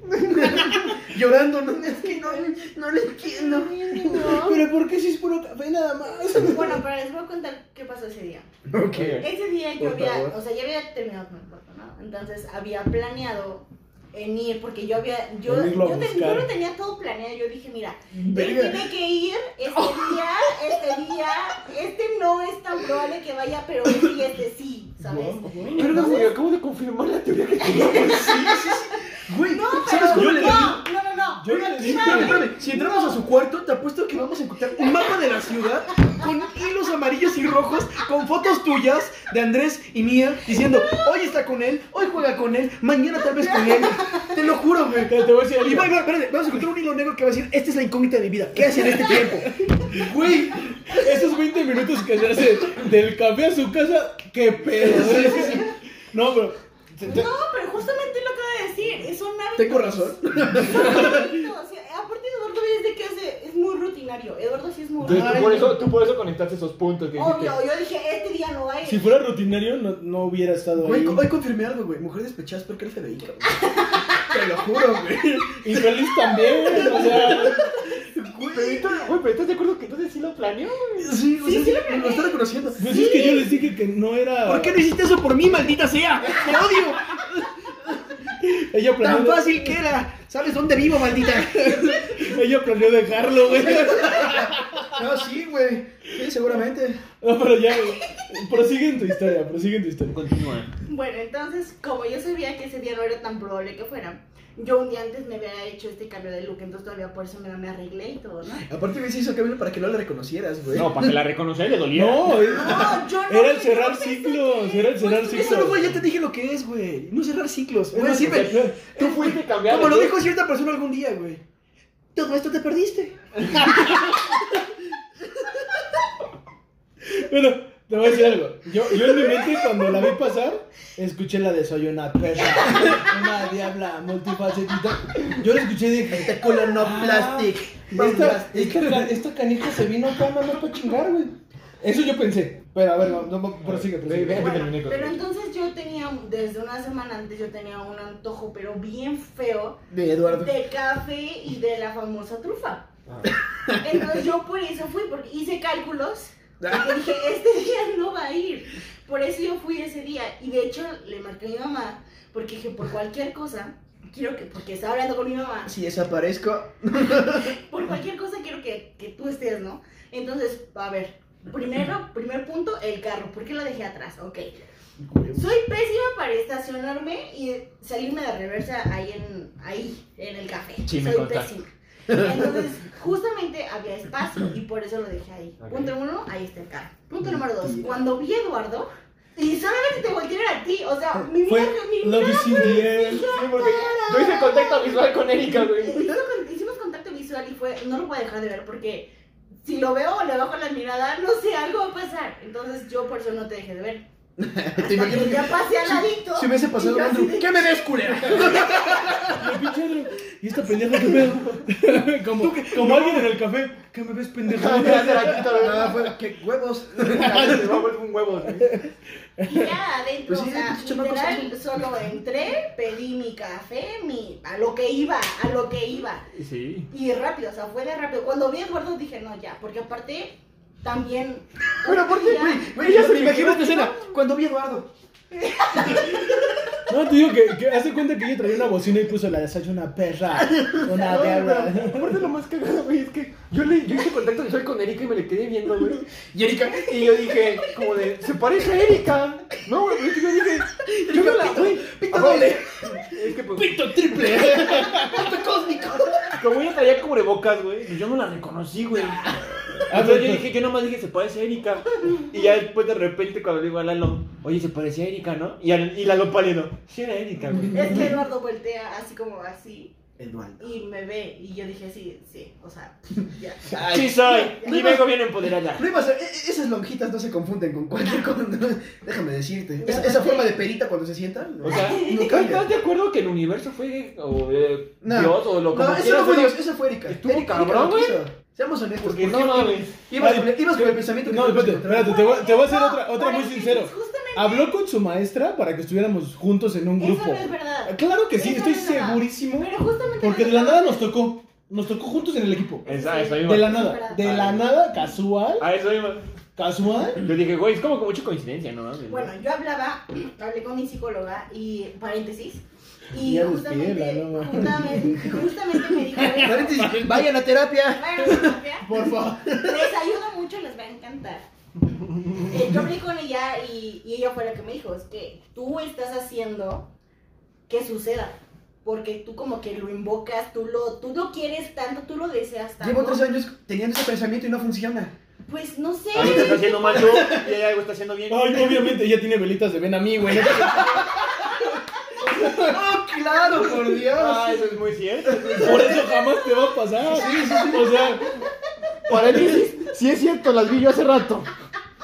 Speaker 2: Llorando, ¿no?
Speaker 5: Es que no, no lo entiendo.
Speaker 4: Pero ¿por qué si es puro café nada más?
Speaker 5: Bueno, pero les voy a contar qué pasó ese día. Ese día yo
Speaker 4: Por
Speaker 5: había,
Speaker 4: favor.
Speaker 5: o sea, yo había terminado con el cuerpo, ¿no? Entonces había planeado en ir, porque yo había, yo,
Speaker 4: En irlo a
Speaker 5: yo, te-
Speaker 4: buscar.
Speaker 5: yo lo tenía todo planeado, yo dije, mira, él tiene que ir este día, este día, este no es tan probable que vaya, pero este y este sí, ¿sabes?
Speaker 3: Verga, güey, acabo de confirmar la teoría que tenía.
Speaker 2: Güey,
Speaker 5: No,
Speaker 2: ¿sabes
Speaker 5: pero
Speaker 2: cómo le
Speaker 5: no, no, no, no.
Speaker 2: Yo le dije, espérame, espérame, si entramos a su cuarto, te apuesto que vamos a encontrar un mapa de la ciudad con hilos amarillos y rojos, con fotos tuyas de Andrés y Nia diciendo, hoy está con él, hoy juega con él, mañana tal vez con él. Te lo juro, güey.
Speaker 4: Te, te voy a decir
Speaker 2: Y
Speaker 4: algo.
Speaker 2: va, va, espérate, vamos a encontrar un hilo negro que va a decir, esta es la incógnita de mi vida, ¿qué hace en este tiempo? Güey,
Speaker 4: Esos 20 minutos que se hace del café a su casa, qué pedo. No, pero. te- te-
Speaker 5: No, pero justamente lo acaba de decir, es un hábito.
Speaker 2: tengo razón.
Speaker 5: No, o sea, aparte Eduardo es de que hace, es muy rutinario, Eduardo sí es muy
Speaker 3: Entonces, tú,
Speaker 5: rutinario.
Speaker 3: por eso, tú por eso conectaste esos puntos que dijiste.
Speaker 5: Obvio, yo dije, este día no va a ir.
Speaker 4: Si fuera rutinario, no, no hubiera estado
Speaker 2: Güey,
Speaker 4: ahí.
Speaker 2: co- hoy confirmé algo, güey, mujer despechada es porque el FBI, cabrón. Te lo juro, güey.
Speaker 4: Y feliz también. O sea,
Speaker 3: Pero entonces, güey, pero ¿estás de acuerdo que entonces sí lo planeó?
Speaker 2: Sí, o sea, lo, lo está reconociendo.
Speaker 4: pues es que yo les dije que no era.
Speaker 2: ¿Por qué no hiciste eso por mí, maldita sea? ¡Te odio!
Speaker 4: Ella planeó,
Speaker 2: Tan fácil que era. ¿Sabes dónde vivo, maldita?
Speaker 4: ella planeó dejarlo, güey.
Speaker 2: No, Ah, sí, güey. Sí, seguramente.
Speaker 4: No, pero ya. Prosigue en tu historia, prosigue en tu historia.
Speaker 3: Continúa.
Speaker 5: Bueno, entonces, como yo sabía que ese día no era tan probable que fuera, yo un día antes me había hecho este cambio de look, entonces todavía por eso me, me arreglé y todo, ¿no?
Speaker 2: Aparte, me hizo camino para que no la reconocieras, güey. Ah,
Speaker 3: No, para que la reconociera le dolía.
Speaker 4: No, eh,
Speaker 5: No, yo no.
Speaker 4: era el
Speaker 5: yo
Speaker 4: cerrar
Speaker 5: pensé
Speaker 4: ciclos,
Speaker 5: que-
Speaker 4: era el cerrar
Speaker 5: Pues,
Speaker 4: ciclos.
Speaker 2: Eso no fue, ya te dije lo que es, güey. No cerrar ciclos.
Speaker 4: Es
Speaker 2: Güey,
Speaker 4: lo que
Speaker 2: siempre.
Speaker 4: te-
Speaker 3: Tú fuiste cambiado.
Speaker 2: Como lo dijo cierta persona algún día, güey. Todo esto te perdiste.
Speaker 4: Bueno, te voy a decir algo. Yo, yo en mi mente, cuando la vi pasar, escuché la de soy una perra, una diabla multifacetita. Yo la escuché y dije,
Speaker 5: Este
Speaker 2: Cola no
Speaker 4: plastic, esta, esta, ca- Este esta canija se vino acá nada más para chingar, güey. Eso yo pensé. Pero a ver, no, no, prosigue, prosigue.
Speaker 3: Ve, ve.
Speaker 5: Bueno,
Speaker 3: terminé con
Speaker 5: pero
Speaker 3: eso.
Speaker 5: entonces yo tenía, desde una semana antes, yo tenía un antojo, pero bien feo,
Speaker 2: De Eduardo.
Speaker 5: de café y de la famosa trufa. Entonces yo por eso fui, porque hice cálculos.
Speaker 2: Ah.
Speaker 5: porque dije, este día no va a ir. Por eso yo fui ese día. Y de hecho le marqué a mi mamá, porque dije, por cualquier cosa, quiero que, porque estaba hablando con mi mamá,
Speaker 2: Si desaparezco.
Speaker 5: por cualquier cosa quiero que, que tú estés, ¿no? Entonces, a ver, primero, primer punto, el carro. ¿Por qué lo dejé atrás? Ok. Soy pésima para estacionarme y salirme de reversa ahí en, ahí, en el café.
Speaker 3: Sí, me
Speaker 5: Soy
Speaker 3: contaste.
Speaker 5: pésima. Entonces, justamente había espacio y por eso lo dejé ahí.
Speaker 3: Ok.
Speaker 5: Punto número uno, ahí está el carro. Punto número dos, cuando vi a Eduardo, y solamente te volteé a ver a ti, o sea, mi vida,
Speaker 4: Fue
Speaker 5: mi vida
Speaker 4: Love is in the air.
Speaker 3: Sí, porque yo hice contacto visual con Erika, güey.
Speaker 5: Hicimos con- Hicimos contacto visual y fue, no lo voy a dejar de ver porque si lo veo o le bajo la mirada, no sé, algo va a pasar. Entonces yo por eso no te dejé de ver.
Speaker 2: Te imagino
Speaker 5: Porque
Speaker 2: que.
Speaker 5: ya pasé al ladito.
Speaker 2: Si hubiese pasado
Speaker 5: y yo así
Speaker 2: Andrew.
Speaker 5: de-
Speaker 2: ¿Qué me ves, culera?
Speaker 4: El pinche Andrew, Y esta pendeja que veo. Como, como alguien en el café. ¿Qué me ves, pendeja?
Speaker 2: No, fue. ¿Qué huevos?
Speaker 3: Vamos un huevo. güey.
Speaker 5: Y ya adentro,
Speaker 2: Pues sí,
Speaker 5: o sea,
Speaker 2: pinches chamacos
Speaker 5: literal, solo entré, pedí mi café, mi, a lo que iba, a lo que iba.
Speaker 3: Sí.
Speaker 5: Y rápido, o sea, fue de rápido. Cuando vi a Eduardo dije, no, ya, porque aparte también...
Speaker 2: Pero ¿por qué,
Speaker 5: Ya.
Speaker 2: güey? Güey, ya se me imagino esta escena. Cuando vi a Eduardo.
Speaker 4: No, te digo que, que hace cuenta que ella traía una bocina y puso la de "Soy una perra, una Ah,
Speaker 3: No,
Speaker 4: diabla.
Speaker 3: pero Aparte lo más cagado, güey, es que yo, le, yo hice contacto visual con Erika y me le quedé viendo, güey. Y Erika, y yo dije, como de, se parece a Erika. No, güey, es que yo dije, yo no la, güey.
Speaker 2: Pito
Speaker 3: aparte,
Speaker 2: doble.
Speaker 3: Es que pues,
Speaker 2: Pito triple. Pito cósmico.
Speaker 3: como ella traía cubrebocas, güey, pues yo no la reconocí, güey. Entonces yo dije, yo nomás dije, se parece a Erika. Y ya después de repente cuando le digo a Lalo, oye, se parece a Erika, ¿no? Y, al- y Lalo pálido, sí era Erika, güey.
Speaker 5: Es que Eduardo voltea así como así.
Speaker 2: Eduardo.
Speaker 5: Y me ve, y yo dije, sí, sí, o sea, ya.
Speaker 3: Sí soy.
Speaker 5: Ya, ya.
Speaker 3: Y vengo bien empoderada.
Speaker 2: No iba a ser- e- e- esas lonjitas no se confunden con cualquier cosa. Déjame decirte.
Speaker 5: Ya,
Speaker 2: Esa,
Speaker 5: ya
Speaker 2: esa
Speaker 5: sé.
Speaker 2: forma de perita cuando se sienta. no-
Speaker 3: O sea,
Speaker 2: no cambia.
Speaker 3: ¿estás de acuerdo que el universo fue o, eh,
Speaker 2: No.
Speaker 3: Dios o lo como
Speaker 2: No, eso
Speaker 3: quieras,
Speaker 2: no fue
Speaker 3: pero-
Speaker 2: Dios, eso fue Erika.
Speaker 3: Estuvo
Speaker 2: Erika-
Speaker 3: cabrón,
Speaker 2: Erika lo
Speaker 3: güey.
Speaker 2: quiso. Seamos honestos.
Speaker 3: Porque
Speaker 2: ¿por
Speaker 3: no
Speaker 2: qué?
Speaker 3: mames.
Speaker 2: Ibas,
Speaker 4: Ay,
Speaker 2: ibas con el pensamiento que
Speaker 4: No,
Speaker 2: te ibas a
Speaker 4: espérate,
Speaker 2: encontrar.
Speaker 4: espérate, te voy, te voy a hacer otra, otra
Speaker 5: pero
Speaker 4: muy
Speaker 5: es que
Speaker 4: sincero.
Speaker 5: justamente
Speaker 4: Habló con su maestra para que estuviéramos juntos en un
Speaker 5: Eso
Speaker 4: grupo.
Speaker 5: no es verdad.
Speaker 4: Claro que sí,
Speaker 5: Eso
Speaker 4: estoy
Speaker 5: no es verdad.
Speaker 4: segurísimo.
Speaker 5: Pero justamente.
Speaker 4: Porque de
Speaker 5: no es
Speaker 4: la
Speaker 5: verdad.
Speaker 4: nada nos tocó. Nos tocó juntos en el equipo.
Speaker 3: Es- a eso iba.
Speaker 4: De la nada. De la nada, casual.
Speaker 3: A eso iba.
Speaker 4: Casual.
Speaker 3: Yo dije, güey, es como que mucha coincidencia, ¿no? mames, ¿no?
Speaker 5: Bueno, yo hablaba, hablé con mi psicóloga y paréntesis. Y
Speaker 4: Ya
Speaker 5: justamente,
Speaker 4: despiela, no mames.
Speaker 5: justamente, justamente me dijo eso.
Speaker 2: Paréntesis, Vayan a terapia.
Speaker 5: Bueno, Sofía,
Speaker 4: Por favor.
Speaker 5: les ayuda mucho, les va a encantar. Eh, yo hablé con ella y, y ella fue la que me dijo, es que tú estás haciendo que suceda. Porque tú como que lo invocas, tú lo, tú lo quieres tanto, tú lo deseas tanto.
Speaker 2: Llevo tres años teniendo ese pensamiento y no funciona.
Speaker 5: Pues no sé.
Speaker 3: Algo está haciendo mal tú y hay algo está haciendo bien.
Speaker 4: Ay, obviamente ella tiene velitas de ven a mí, güey.
Speaker 2: ¡Oh, claro, por Dios!
Speaker 3: Ah, eso es muy cierto.
Speaker 4: Por eso jamás te va a pasar. O sea,
Speaker 3: Paréntesis, sí es cierto, las vi yo hace rato.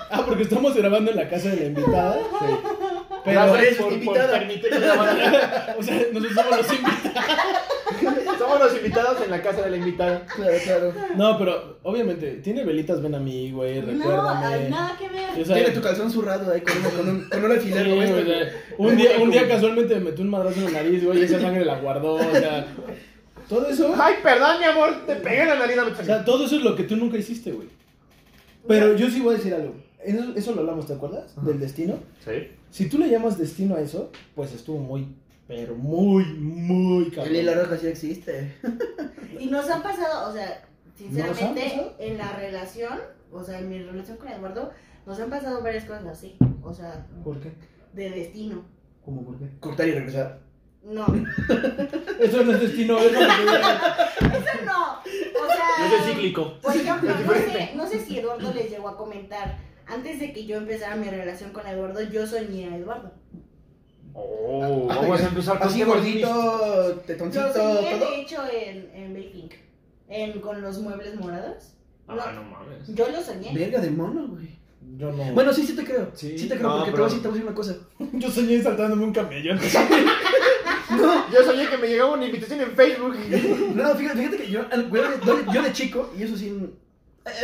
Speaker 4: ah, porque estamos grabando en la casa de la invitada. Pero,
Speaker 3: Gracias
Speaker 2: eres
Speaker 3: por, por
Speaker 2: invitada.
Speaker 3: permitirme grabar.
Speaker 4: o sea, nosotros somos los invitados.
Speaker 3: Somos los invitados en la casa de la invitada.
Speaker 2: Claro, claro.
Speaker 4: No, pero obviamente tiene velitas ven a mí, güey.
Speaker 5: No, ay,
Speaker 4: Recuérdame.
Speaker 5: nada que ver.
Speaker 4: O sea,
Speaker 2: Tiene tu calzón zurrado ahí con, con un, con un alfiler.
Speaker 4: Sí,
Speaker 2: como este,
Speaker 4: o
Speaker 2: güey.
Speaker 4: sea, un día, un día casualmente me metió un madrazo en la nariz, güey, y esa sangre la guardó, o sea, todo eso, o
Speaker 3: Ay, perdón, mi amor, te pegué en la nariz. no me-
Speaker 4: sea, todo eso es lo que tú nunca hiciste, güey. Pero yo sí voy a decir algo. Eso, eso lo hablamos, ¿te acuerdas? Del destino.
Speaker 3: Sí.
Speaker 4: Si tú le llamas destino a eso, pues estuvo muy, pero muy, muy
Speaker 2: El hilo
Speaker 4: cabrón.
Speaker 2: rojo sí existe.
Speaker 5: Y nos han pasado, o sea,
Speaker 4: ¿Nos han
Speaker 5: sinceramente,
Speaker 4: pasado?
Speaker 5: en la relación, o sea, en mi relación con Eduardo, nos han pasado varias cosas así, o sea,
Speaker 4: ¿Por qué?
Speaker 5: de destino.
Speaker 4: ¿Cómo por qué?
Speaker 2: Cortar y regresar.
Speaker 5: No,
Speaker 4: Eso no es destino, eso no
Speaker 5: eso no. O sea,
Speaker 3: Eso es cíclico.
Speaker 5: por ejemplo, no sé, no sé si Eduardo les llegó a comentar. Antes de que yo empezara mi relación con Eduardo, yo soñé a Eduardo.
Speaker 3: Oh,
Speaker 2: Ah,
Speaker 3: vamos a empezar con
Speaker 2: Así
Speaker 3: temas
Speaker 2: gordito,
Speaker 5: Yo eh.
Speaker 2: tetoncito,
Speaker 5: soñé,
Speaker 2: todo.
Speaker 5: de hecho, en, en Baking, en, con los muebles morados.
Speaker 3: Ah, no mames.
Speaker 5: Yo lo soñé.
Speaker 2: Verga de mono, güey.
Speaker 4: Yo no.
Speaker 2: Bueno, sí, sí te creo.
Speaker 4: Sí.
Speaker 2: Sí, te creo
Speaker 3: No,
Speaker 2: porque
Speaker 3: pero-
Speaker 2: te, voy a decir, te voy a decir una cosa.
Speaker 4: yo soñé saltándome un camello.
Speaker 3: Yo soñé que me llegaba una invitación en Facebook.
Speaker 2: No, fíjate, fíjate que yo, al- güey, yo- yo de chico, y eso sí,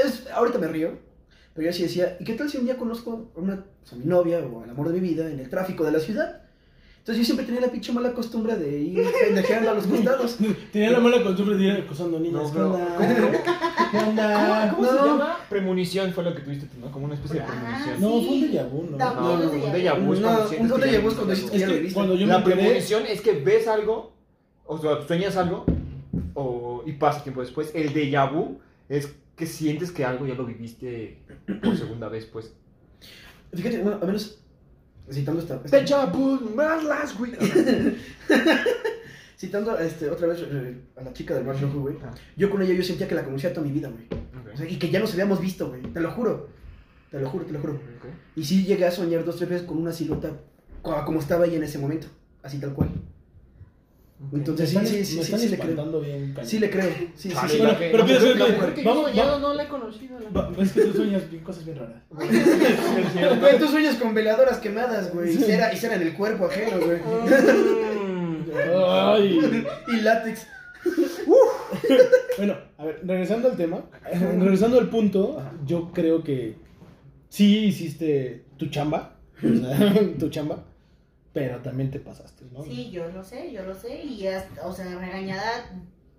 Speaker 2: es- ahorita me río, pero yo sí decía, ¿y qué tal si un día conozco a, una, a mi novia o al amor de mi vida en el tráfico de la ciudad? Entonces yo siempre tenía la pinche mala costumbre de ir pendejeando a los costados.
Speaker 4: Tenía la mala costumbre de ir acosando niñas.
Speaker 3: No,
Speaker 4: ¿Qué
Speaker 3: pero-
Speaker 4: onda? ¿Qué onda?
Speaker 3: ¿Cómo se
Speaker 2: No.
Speaker 3: llama? Premonición fue lo que tuviste tú, ¿no? Como una especie de
Speaker 5: Ajá.
Speaker 3: premonición.
Speaker 4: No,
Speaker 5: Sí.
Speaker 4: fue un déjà vu, ¿no?
Speaker 5: Tampoco.
Speaker 3: No,
Speaker 5: No,
Speaker 3: no, Ah. un déjà vu es
Speaker 2: No,
Speaker 3: cuando
Speaker 2: un
Speaker 3: sientes
Speaker 2: déjà
Speaker 3: que ya
Speaker 2: vu es
Speaker 3: viste algo.
Speaker 2: cuando dices,
Speaker 4: Es
Speaker 2: Ya lo
Speaker 4: que
Speaker 2: viste.
Speaker 4: cuando yo me
Speaker 3: La
Speaker 4: enteré,
Speaker 3: premonición es que ves algo, o sea, sueñas algo, o, y pasa tiempo después. El déjà vu es que sientes que algo ya lo viviste por segunda vez, pues.
Speaker 2: Fíjate, bueno, al menos citando esta, esta-
Speaker 3: Déjà vu, más las, güey.
Speaker 2: citando este, otra vez eh, a la chica del Bar Rojo, güey.
Speaker 3: Ajá.
Speaker 2: Yo con ella yo sentía que la conocía toda mi vida, güey. O sea, y que ya nos habíamos visto, güey. Te lo juro. Te lo juro, te lo juro. Y sí llegué a soñar dos, tres veces con una silueta co- como estaba ella en ese momento. Así tal cual.
Speaker 4: me
Speaker 2: Entonces sí,
Speaker 4: están,
Speaker 2: sí,
Speaker 4: me
Speaker 2: sí, sí,
Speaker 4: están
Speaker 2: sí le creo.
Speaker 4: espantando bien. cañón.
Speaker 2: Sí le creo. Sí, sí, sí.
Speaker 4: Bueno, pero piensa que-
Speaker 3: la mujer que yo
Speaker 4: vamos-
Speaker 3: soñado
Speaker 4: va-
Speaker 3: no la he conocido. la
Speaker 4: Va- Es que tú sueñas bien cosas bien raras.
Speaker 2: Güey, tú sueñas con veladoras quemadas, güey. Y cera, y cera en el cuerpo ajeno, güey.
Speaker 3: Mm.
Speaker 4: Ay.
Speaker 2: y látex.
Speaker 4: Bueno, a ver, regresando al tema, regresando al punto, yo creo que sí hiciste tu chamba, o sea, tu chamba, pero también te pasaste, ¿no?
Speaker 5: Sí, yo lo sé, yo lo sé. Y hasta, o sea, regañada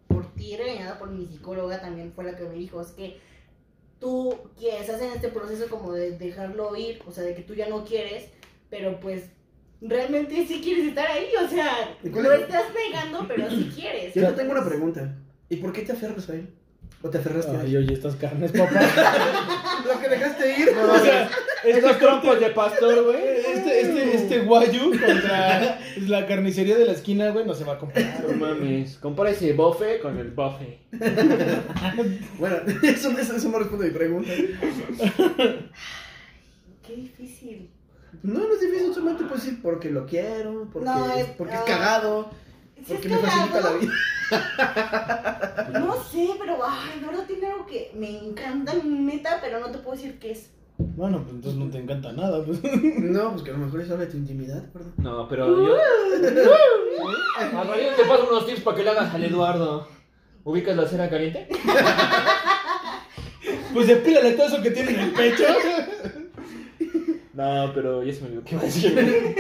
Speaker 5: por ti, regañada por mi psicóloga también fue la que me dijo, es que tú que estás en este proceso como de dejarlo ir, o sea, de que tú ya no quieres, pero pues realmente sí quieres estar ahí, o sea,
Speaker 2: ¿Y cuál
Speaker 5: lo
Speaker 2: es?
Speaker 5: estás negando, pero sí quieres.
Speaker 2: Yo te tengo una pregunta. ¿Y por qué te aferras a él? ¿O te aferraste a
Speaker 4: Ay,
Speaker 2: él?
Speaker 4: oye, estas carnes, papá.
Speaker 2: Lo que dejaste ir.
Speaker 4: O sea,
Speaker 3: Estos
Speaker 4: estos
Speaker 3: trompos de pastor, güey.
Speaker 4: Este, este, este guayu contra la carnicería de la esquina, güey, no se va a comprar.
Speaker 3: No mames, compara ese bofe con el bofe.
Speaker 2: Bueno, eso, eso, eso no responde a mi pregunta.
Speaker 5: Qué difícil.
Speaker 2: No, no es difícil, solamente puedes decir porque lo quiero, porque,
Speaker 5: No, es-
Speaker 2: porque es
Speaker 5: no.
Speaker 2: cagado,
Speaker 5: Si
Speaker 2: porque
Speaker 5: es
Speaker 2: me
Speaker 5: cagado,
Speaker 2: facilita la vida.
Speaker 5: No sé, pero ay, Eduardo tiene algo que me encanta, neta, pero no te puedo decir qué es.
Speaker 4: Bueno, pues entonces no te encanta nada, pues.
Speaker 2: No, pues que a lo mejor es habla de tu intimidad, perdón.
Speaker 3: No, pero yo. A Mario te paso unos tips para que le hagas al Eduardo. ¿Ubicas la cera caliente?
Speaker 4: Pues depílale todo eso que tiene en el pecho.
Speaker 3: No, pero ya se me olvidó qué iba a decir.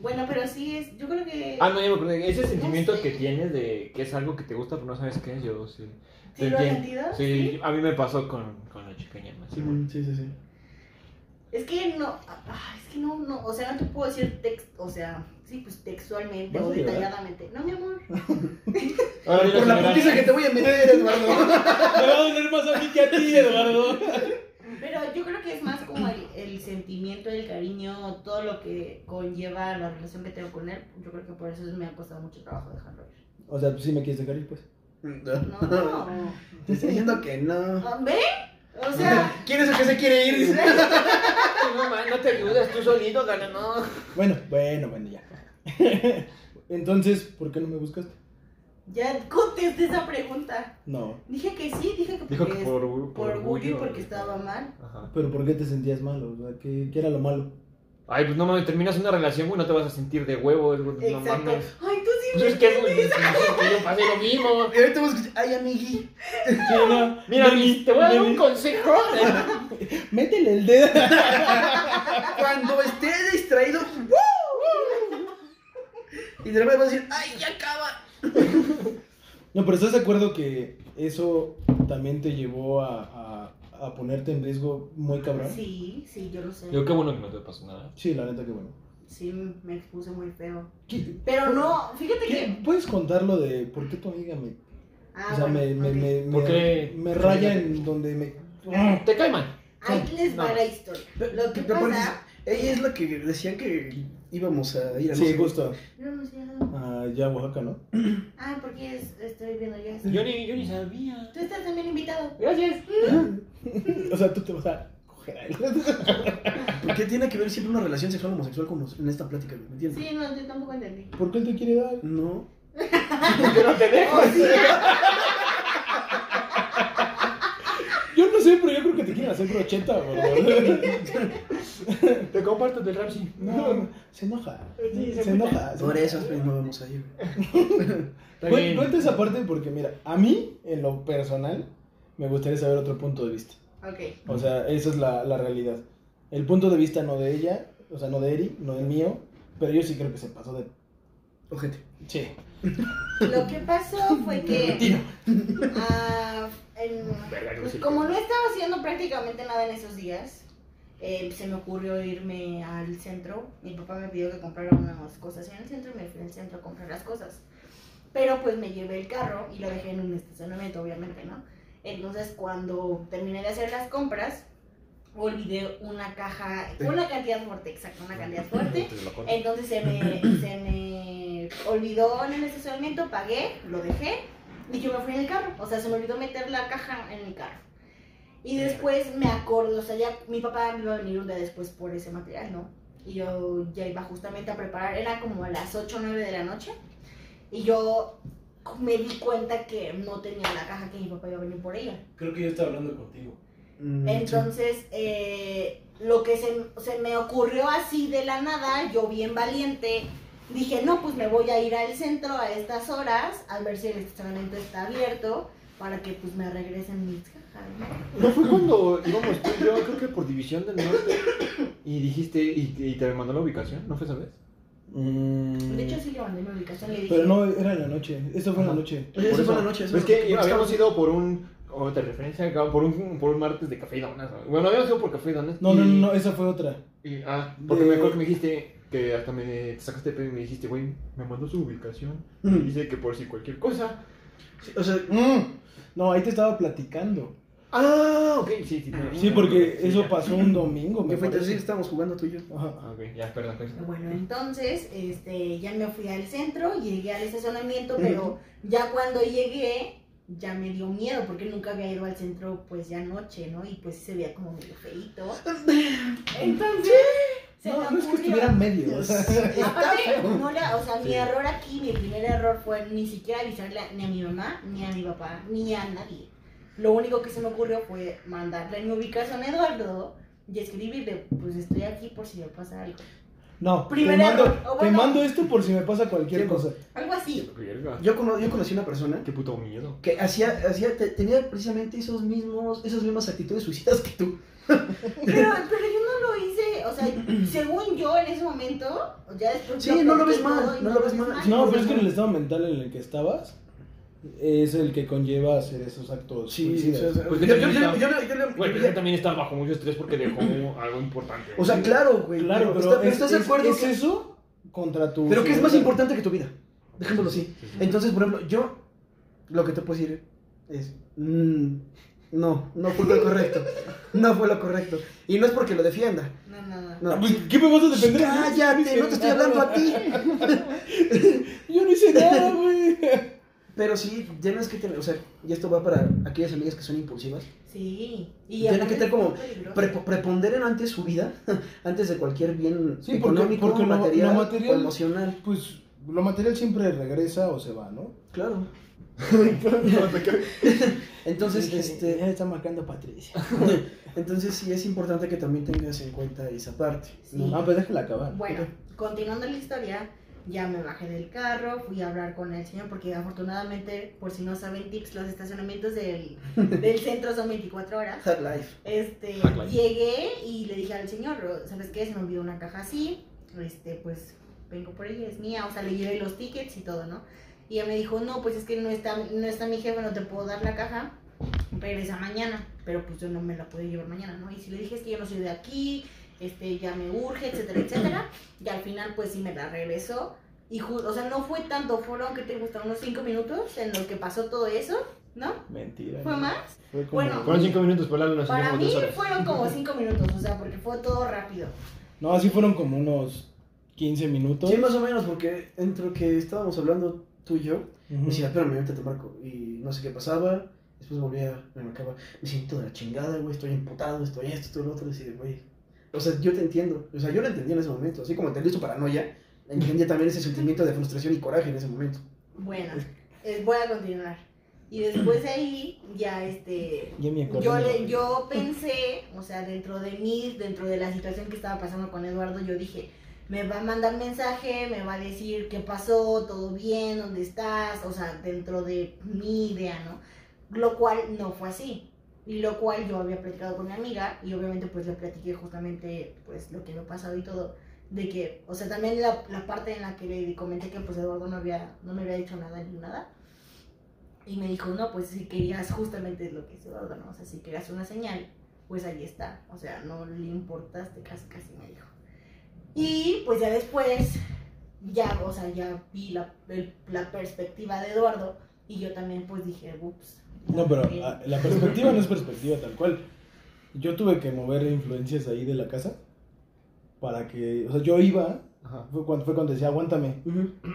Speaker 5: Bueno, pero sí es, yo creo que...
Speaker 3: Ah, no, ya me acordé. Ese sentimiento que tienes de que es algo que te gusta, pero no sabes qué es, yo sí.
Speaker 5: ¿Sí
Speaker 3: Te
Speaker 5: lo has
Speaker 3: entiendo.
Speaker 2: ¿Ah,
Speaker 5: sentido?
Speaker 3: Sí, a mí me pasó con, con la chica ñema, sí.
Speaker 2: Sí, sí, sí.
Speaker 5: Es que no, ah, es que no, no, o sea, no te puedo decir text, o sea, sí, pues textualmente
Speaker 4: ¿Vas
Speaker 5: o
Speaker 4: a llorar?
Speaker 5: detalladamente. No, mi amor.
Speaker 3: Ahora dile
Speaker 2: Por
Speaker 3: al
Speaker 2: la
Speaker 3: general.
Speaker 2: putiza que te voy a meter, Eduardo.
Speaker 4: Me va a doler más a mí que a ti, Eduardo.
Speaker 5: Pero yo creo que es más como el, el sentimiento, el cariño, todo lo que conlleva la relación que tengo con él. Yo creo que por eso me ha costado mucho trabajo dejarlo ir.
Speaker 4: O sea, pues sí me quieres dejar ir, pues.
Speaker 5: No, no.
Speaker 2: Te estoy diciendo que no.
Speaker 5: Ah, ¿Ve? O sea,
Speaker 2: ¿Quién es el que se quiere ir? Dice.
Speaker 3: No, man, no te ayudas tú solito, gana, no.
Speaker 4: Bueno, bueno, bueno, ya. Entonces, ¿por qué no me buscaste?
Speaker 5: ya contesté esa pregunta.
Speaker 4: No.
Speaker 5: Dije que sí, dije que porque
Speaker 3: Dijo que por,
Speaker 5: es- por orgullo y porque estaba mal.
Speaker 3: Ajá.
Speaker 4: ¿Pero por qué te sentías mal? O sea, ¿qué, qué era lo malo?
Speaker 3: Ay, pues no mames, terminas una relación, güey, no te vas a sentir de huevo, es- no
Speaker 5: Exacto.
Speaker 3: mames.
Speaker 5: Ay, tú sí
Speaker 3: Pues es que es muy difícil, que yo pasé lo mismo.
Speaker 2: Y ahorita vamos a escuchar. Ay, amigui.
Speaker 3: Mira, Liz, te voy a dar
Speaker 4: Dani.
Speaker 3: un consejo.
Speaker 4: Métele el dedo.
Speaker 2: Cuando esté distraído. ¡woo! Y de repente vas a decir, ¡ay, ya acaba!
Speaker 4: No, pero ¿estás de acuerdo que eso también te llevó a, a- a ponerte en riesgo muy cabrón?
Speaker 5: Sí, sí, yo lo sé.
Speaker 3: Yo, qué bueno que no te pasó nada.
Speaker 4: Sí, la neta que bueno.
Speaker 5: Sí, me expuse muy feo.
Speaker 4: ¿Qué-
Speaker 5: Pero no, fíjate
Speaker 4: qué-
Speaker 5: que.
Speaker 4: ¿Puedes contar lo de por qué tu amiga me,
Speaker 5: Ah,
Speaker 4: o sea, me,
Speaker 5: bueno,
Speaker 4: me,
Speaker 5: ok.
Speaker 4: me, me-
Speaker 3: ¿Por qué?
Speaker 4: me raya en donde me...
Speaker 3: Te cae mal.
Speaker 5: Ahí les va
Speaker 3: No.
Speaker 5: la historia. Lo que
Speaker 2: Te pones-
Speaker 5: pasa.
Speaker 2: Ella es la que decían que íbamos a ir a no
Speaker 4: Sí,
Speaker 2: sé-
Speaker 4: justo.
Speaker 5: No, no sé.
Speaker 4: Ah, ya Oaxaca, ¿no?
Speaker 5: Ah, porque es- estoy viendo ya.
Speaker 3: Yo ni, yo ni sabía.
Speaker 5: Tú estás también invitado.
Speaker 4: ¿Eh?
Speaker 3: Gracias.
Speaker 4: O sea, tú te vas a coger a él.
Speaker 2: ¿Por qué tiene que ver siempre una relación sexual homosexual con nos- en esta plática? ¿Me entiendes?
Speaker 5: Sí, no, yo tampoco entendí.
Speaker 4: ¿Por qué él te quiere dar?
Speaker 2: No.
Speaker 3: Yo no te
Speaker 4: ¿Eh?
Speaker 5: Oh,
Speaker 3: dejo.
Speaker 4: Yo no sé, pero yo creo que te quieren hacer brocheta, bro.
Speaker 3: Te comparto del Ramsey.
Speaker 4: No, se enoja.
Speaker 3: Sí,
Speaker 4: se,
Speaker 3: se
Speaker 4: enoja. se
Speaker 2: Por
Speaker 4: enoja.
Speaker 2: eso pues, no vamos a ir.
Speaker 3: Está
Speaker 4: Cuen-
Speaker 3: bien.
Speaker 4: Cuenta esa parte porque, mira, a mí, en lo personal, me gustaría saber otro punto de vista.
Speaker 5: Ok.
Speaker 4: O sea, esa es la, la realidad. El punto de vista no de ella, o sea, no de Eri, no del mío, pero yo sí creo que se pasó de...
Speaker 2: Ojete.
Speaker 4: Sí.
Speaker 5: Lo que pasó fue que. ah, en-
Speaker 3: Verga, yo
Speaker 5: pues,
Speaker 3: sí.
Speaker 5: como no estaba haciendo prácticamente nada en esos días, eh, se me ocurrió irme al centro. Mi papá me pidió que comprara unas cosas en el centro y me fui al centro a comprar las cosas. Pero pues me llevé el carro y lo dejé en un estacionamiento, obviamente, ¿no? Entonces cuando terminé de hacer las compras, olvidé una caja, una cantidad fuerte, exacto, una cantidad fuerte.
Speaker 3: Eh,
Speaker 5: Entonces se me, se me olvidó en el estacionamiento, pagué, lo dejé y yo me fui en el carro. O sea, se me olvidó meter la caja en mi carro. Y después me acordé, o sea, ya mi papá me iba a venir un día después por ese material, ¿no? Y yo ya iba justamente a preparar, era como a las 8 o 9 de la noche. Y yo me di cuenta que no tenía la caja que mi papá iba a venir por ella.
Speaker 9: Creo que yo estaba hablando contigo.
Speaker 2: Mm,
Speaker 5: Entonces, eh, lo que se, se me ocurrió así de la nada, yo bien valiente, dije, no, pues me voy a ir al centro a estas horas, a ver si el estacionamiento está abierto, para que pues me regresen mis cajas, ¿no?
Speaker 3: No fue cuando íbamos tú y yo, creo que por División del Norte. Y dijiste, y, y te mandó la ubicación, ¿no fue esa vez?
Speaker 5: De hecho, sí le mandé mi ubicación, le dije,
Speaker 4: Pero no, era en la noche. Esto fue en la
Speaker 3: Ajá.
Speaker 4: noche.
Speaker 2: Eso fue la noche, eso
Speaker 3: Pues Es
Speaker 2: fue-
Speaker 3: que habíamos ido por un. O te referencia acá, por un, por un martes de café y donas. ¿no? Bueno, habíamos ido por café y donas.
Speaker 4: No, no,
Speaker 3: y-
Speaker 4: no, esa fue otra.
Speaker 3: y- ah, porque
Speaker 4: De-
Speaker 3: me acuerdo que me dijiste que hasta me te sacaste de pedo y me dijiste, güey, me mandó su ubicación. Y dice que por si cualquier cosa.
Speaker 2: Sí, O sea,
Speaker 4: Mm. No, ahí te estaba platicando.
Speaker 3: Ah, ok, sí, sí. no,
Speaker 4: Sí,
Speaker 3: no,
Speaker 4: porque
Speaker 3: sí,
Speaker 4: eso
Speaker 3: ya.
Speaker 4: pasó un domingo, me
Speaker 2: que fue entonces sí,
Speaker 4: parece.
Speaker 2: estábamos jugando tú y yo.
Speaker 4: Ajá.
Speaker 3: Ah, ok, ya, perdón, perdón.
Speaker 5: Bueno, entonces, este, ya me fui al centro, llegué al estacionamiento, pero ya cuando llegué, ya me dio miedo, porque nunca había ido al centro, pues ya noche, ¿no? Y pues se veía como medio feito. Entonces, Se
Speaker 4: No,
Speaker 5: le
Speaker 4: no es que
Speaker 5: ocurrió.
Speaker 4: estuviera en medio. o sea,
Speaker 5: Aparte, no la- o sea, mi error aquí, mi primer error fue ni siquiera avisarle a- ni a mi mamá, ni a mi papá, ni a nadie. Lo único que se me ocurrió fue mandarle mi ubicación a Eduardo y escribirle, pues estoy aquí por si me pasa algo.
Speaker 4: No, te
Speaker 5: Primer
Speaker 4: mando,
Speaker 5: error, o
Speaker 4: te
Speaker 5: bueno.
Speaker 4: mando esto por si me pasa cualquier
Speaker 2: Sí.
Speaker 4: cosa.
Speaker 5: Algo así.
Speaker 3: Verga.
Speaker 2: Yo, cono- yo conocí una persona
Speaker 3: Qué puto miedo.
Speaker 2: que hacía, hacía, te- tenía precisamente esos mismos, esas mismas actitudes suicidas que tú.
Speaker 5: Pero, pero yo no lo hice, o sea, según yo en ese momento, ya después...
Speaker 2: Sí,
Speaker 5: yo
Speaker 2: no lo
Speaker 5: aprendí
Speaker 2: ves mal,
Speaker 5: todo y
Speaker 2: no lo ves mal.
Speaker 5: pues.
Speaker 4: No,
Speaker 2: no,
Speaker 4: pero es que
Speaker 2: no.
Speaker 4: en el estado mental en el que estabas es el que conlleva hacer esos actos. suicidas.
Speaker 2: o sea,
Speaker 3: Pues
Speaker 2: yo-
Speaker 3: que
Speaker 2: yo- yo-
Speaker 3: te
Speaker 2: yo-
Speaker 3: digan.
Speaker 2: yo- yo- yo-
Speaker 3: Güey, pero él también está bajo mucho estrés porque dejó algo importante.
Speaker 2: O sea, claro, güey.
Speaker 4: Claro, pero,
Speaker 2: está-
Speaker 4: es-
Speaker 2: estás de
Speaker 4: es-
Speaker 2: acuerdo
Speaker 4: es
Speaker 2: que-
Speaker 4: eso contra tu.
Speaker 2: Pero ¿qué es más importante que tu vida? Dejémoslo así. Entonces, por ejemplo, yo lo que te puedo decir es, mm, no, no fue lo correcto. No fue lo correcto. Y no es porque lo defienda.
Speaker 5: No, no, no.
Speaker 2: No.
Speaker 4: Pues, ¿Qué me vas a defender?
Speaker 2: Cállate, no te estoy hablando a ti.
Speaker 4: Yo no hice nada, güey.
Speaker 2: Pero sí, ya no es que tener, o sea, y esto va para aquellas amigas que son impulsivas.
Speaker 5: Sí. Y
Speaker 2: Tiene
Speaker 5: aparte
Speaker 2: que estar
Speaker 5: es
Speaker 2: como
Speaker 5: peligroso.
Speaker 2: Pre- preponderen antes su vida, antes de cualquier bien
Speaker 4: Sí, porque-
Speaker 2: económico,
Speaker 4: porque lo-
Speaker 2: material,
Speaker 4: lo material-
Speaker 2: o emocional.
Speaker 4: Pues lo material siempre regresa o se va, ¿no?
Speaker 2: Claro. Entonces, este,
Speaker 4: Ya está marcando Patricia.
Speaker 2: entonces sí es importante que también tengas en cuenta esa parte.
Speaker 5: Sí.
Speaker 2: ¿no?
Speaker 4: No, pues déjala acabar.
Speaker 5: Bueno, continuando la historia, ya me bajé del carro, fui a hablar con el señor, porque afortunadamente, por si no saben tips, los estacionamientos del, del centro son 24 horas.
Speaker 2: Hard life.
Speaker 5: Este,
Speaker 3: Backline.
Speaker 5: llegué y le dije al señor, ¿sabes qué? Se me olvidó una caja así, este, pues vengo por ella, es mía, o sea, le llevé los tickets y todo, ¿no? Y ella me dijo, no, pues es que no está, no está mi jefe, no te puedo dar la caja, regresa mañana, pero pues yo no me la puedo llevar mañana, ¿no? Y si le dije, es que yo no soy de aquí, este, ya me urge, etcétera, etcétera, y al final pues sí me la regresó, y ju- o sea, no fue tanto, fueron, que te gustan unos 5 minutos en lo que pasó todo eso, ¿no?
Speaker 4: Mentira.
Speaker 5: ¿Fue
Speaker 4: ¿no?
Speaker 5: más?
Speaker 4: Fue como-
Speaker 5: Bueno.
Speaker 3: Fueron cinco minutos, pero Lalo nos
Speaker 5: Para
Speaker 3: enseñamos
Speaker 5: mí
Speaker 3: dos horas.
Speaker 5: fueron como 5 minutos, o sea, porque fue todo rápido.
Speaker 4: No, así fueron como unos 15 minutos.
Speaker 2: Sí, más o menos, porque entre que estábamos hablando tú y yo,
Speaker 4: Ujú.
Speaker 2: me decía, espérame, ahorita te marco. Y no sé qué pasaba. Después volvía, me marcaba, me siento de la chingada, güey, estoy emputado, estoy esto, estoy lo otro. Y decía, güey, o sea, yo te entiendo. O sea, yo lo entendí en ese momento. Así como entendí su paranoia, entendí también ese sentimiento de frustración y coraje en ese momento.
Speaker 5: Bueno, eh, voy a continuar. Y después de ahí, ya este.
Speaker 4: Ya me acordé.
Speaker 5: Yo, le, yo pensé, o sea, dentro de mí, dentro de la situación que estaba pasando con Eduardo, yo dije, me va a mandar mensaje, me va a decir qué pasó, todo bien, dónde estás, o sea, dentro de mi idea, ¿no? Lo cual no fue así. Y lo cual yo había platicado con mi amiga y obviamente pues le platiqué justamente pues lo que me ha pasado y todo. De que, o sea, también la, la parte en la que le comenté que pues Eduardo no, había, no me había dicho nada ni nada. Y me dijo, no, pues si querías justamente es lo que hizo Eduardo, ¿no? O sea, si querías una señal, pues ahí está. O sea, no le importaste, casi, casi me dijo. Y pues ya después, ya, o sea, ya vi la, el- la perspectiva de Eduardo y yo también pues dije, ups.
Speaker 4: No, pero
Speaker 5: eh,
Speaker 4: ah, la perspectiva no es perspectiva tal cual. Yo tuve que mover influencias ahí de la casa para que, o sea, yo iba,
Speaker 3: Ajá.
Speaker 4: fue cuando, fue cuando decía, aguántame.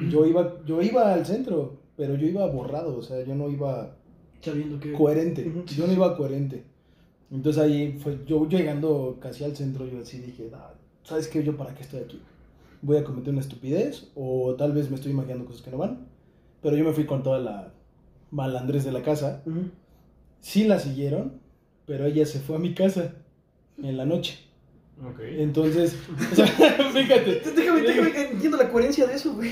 Speaker 4: Yo iba, yo iba al centro, pero yo iba borrado, o sea, yo no iba
Speaker 2: Sabiendo que.
Speaker 4: coherente,
Speaker 2: Ujú.
Speaker 4: yo no iba coherente. Entonces ahí fue, yo llegando casi al centro, yo así dije, "Ah, ¿sabes qué? ¿Yo para qué estoy aquí? Voy a cometer una estupidez o tal vez me estoy imaginando cosas que no van. Pero yo me fui con toda la malandrés de la casa
Speaker 2: Ujú.
Speaker 4: sí la siguieron, pero ella se fue a mi casa en la noche.
Speaker 3: Ok.
Speaker 4: Entonces, o sea, fíjate.
Speaker 2: Déjame, déjame, que entiendo la coherencia de eso, güey.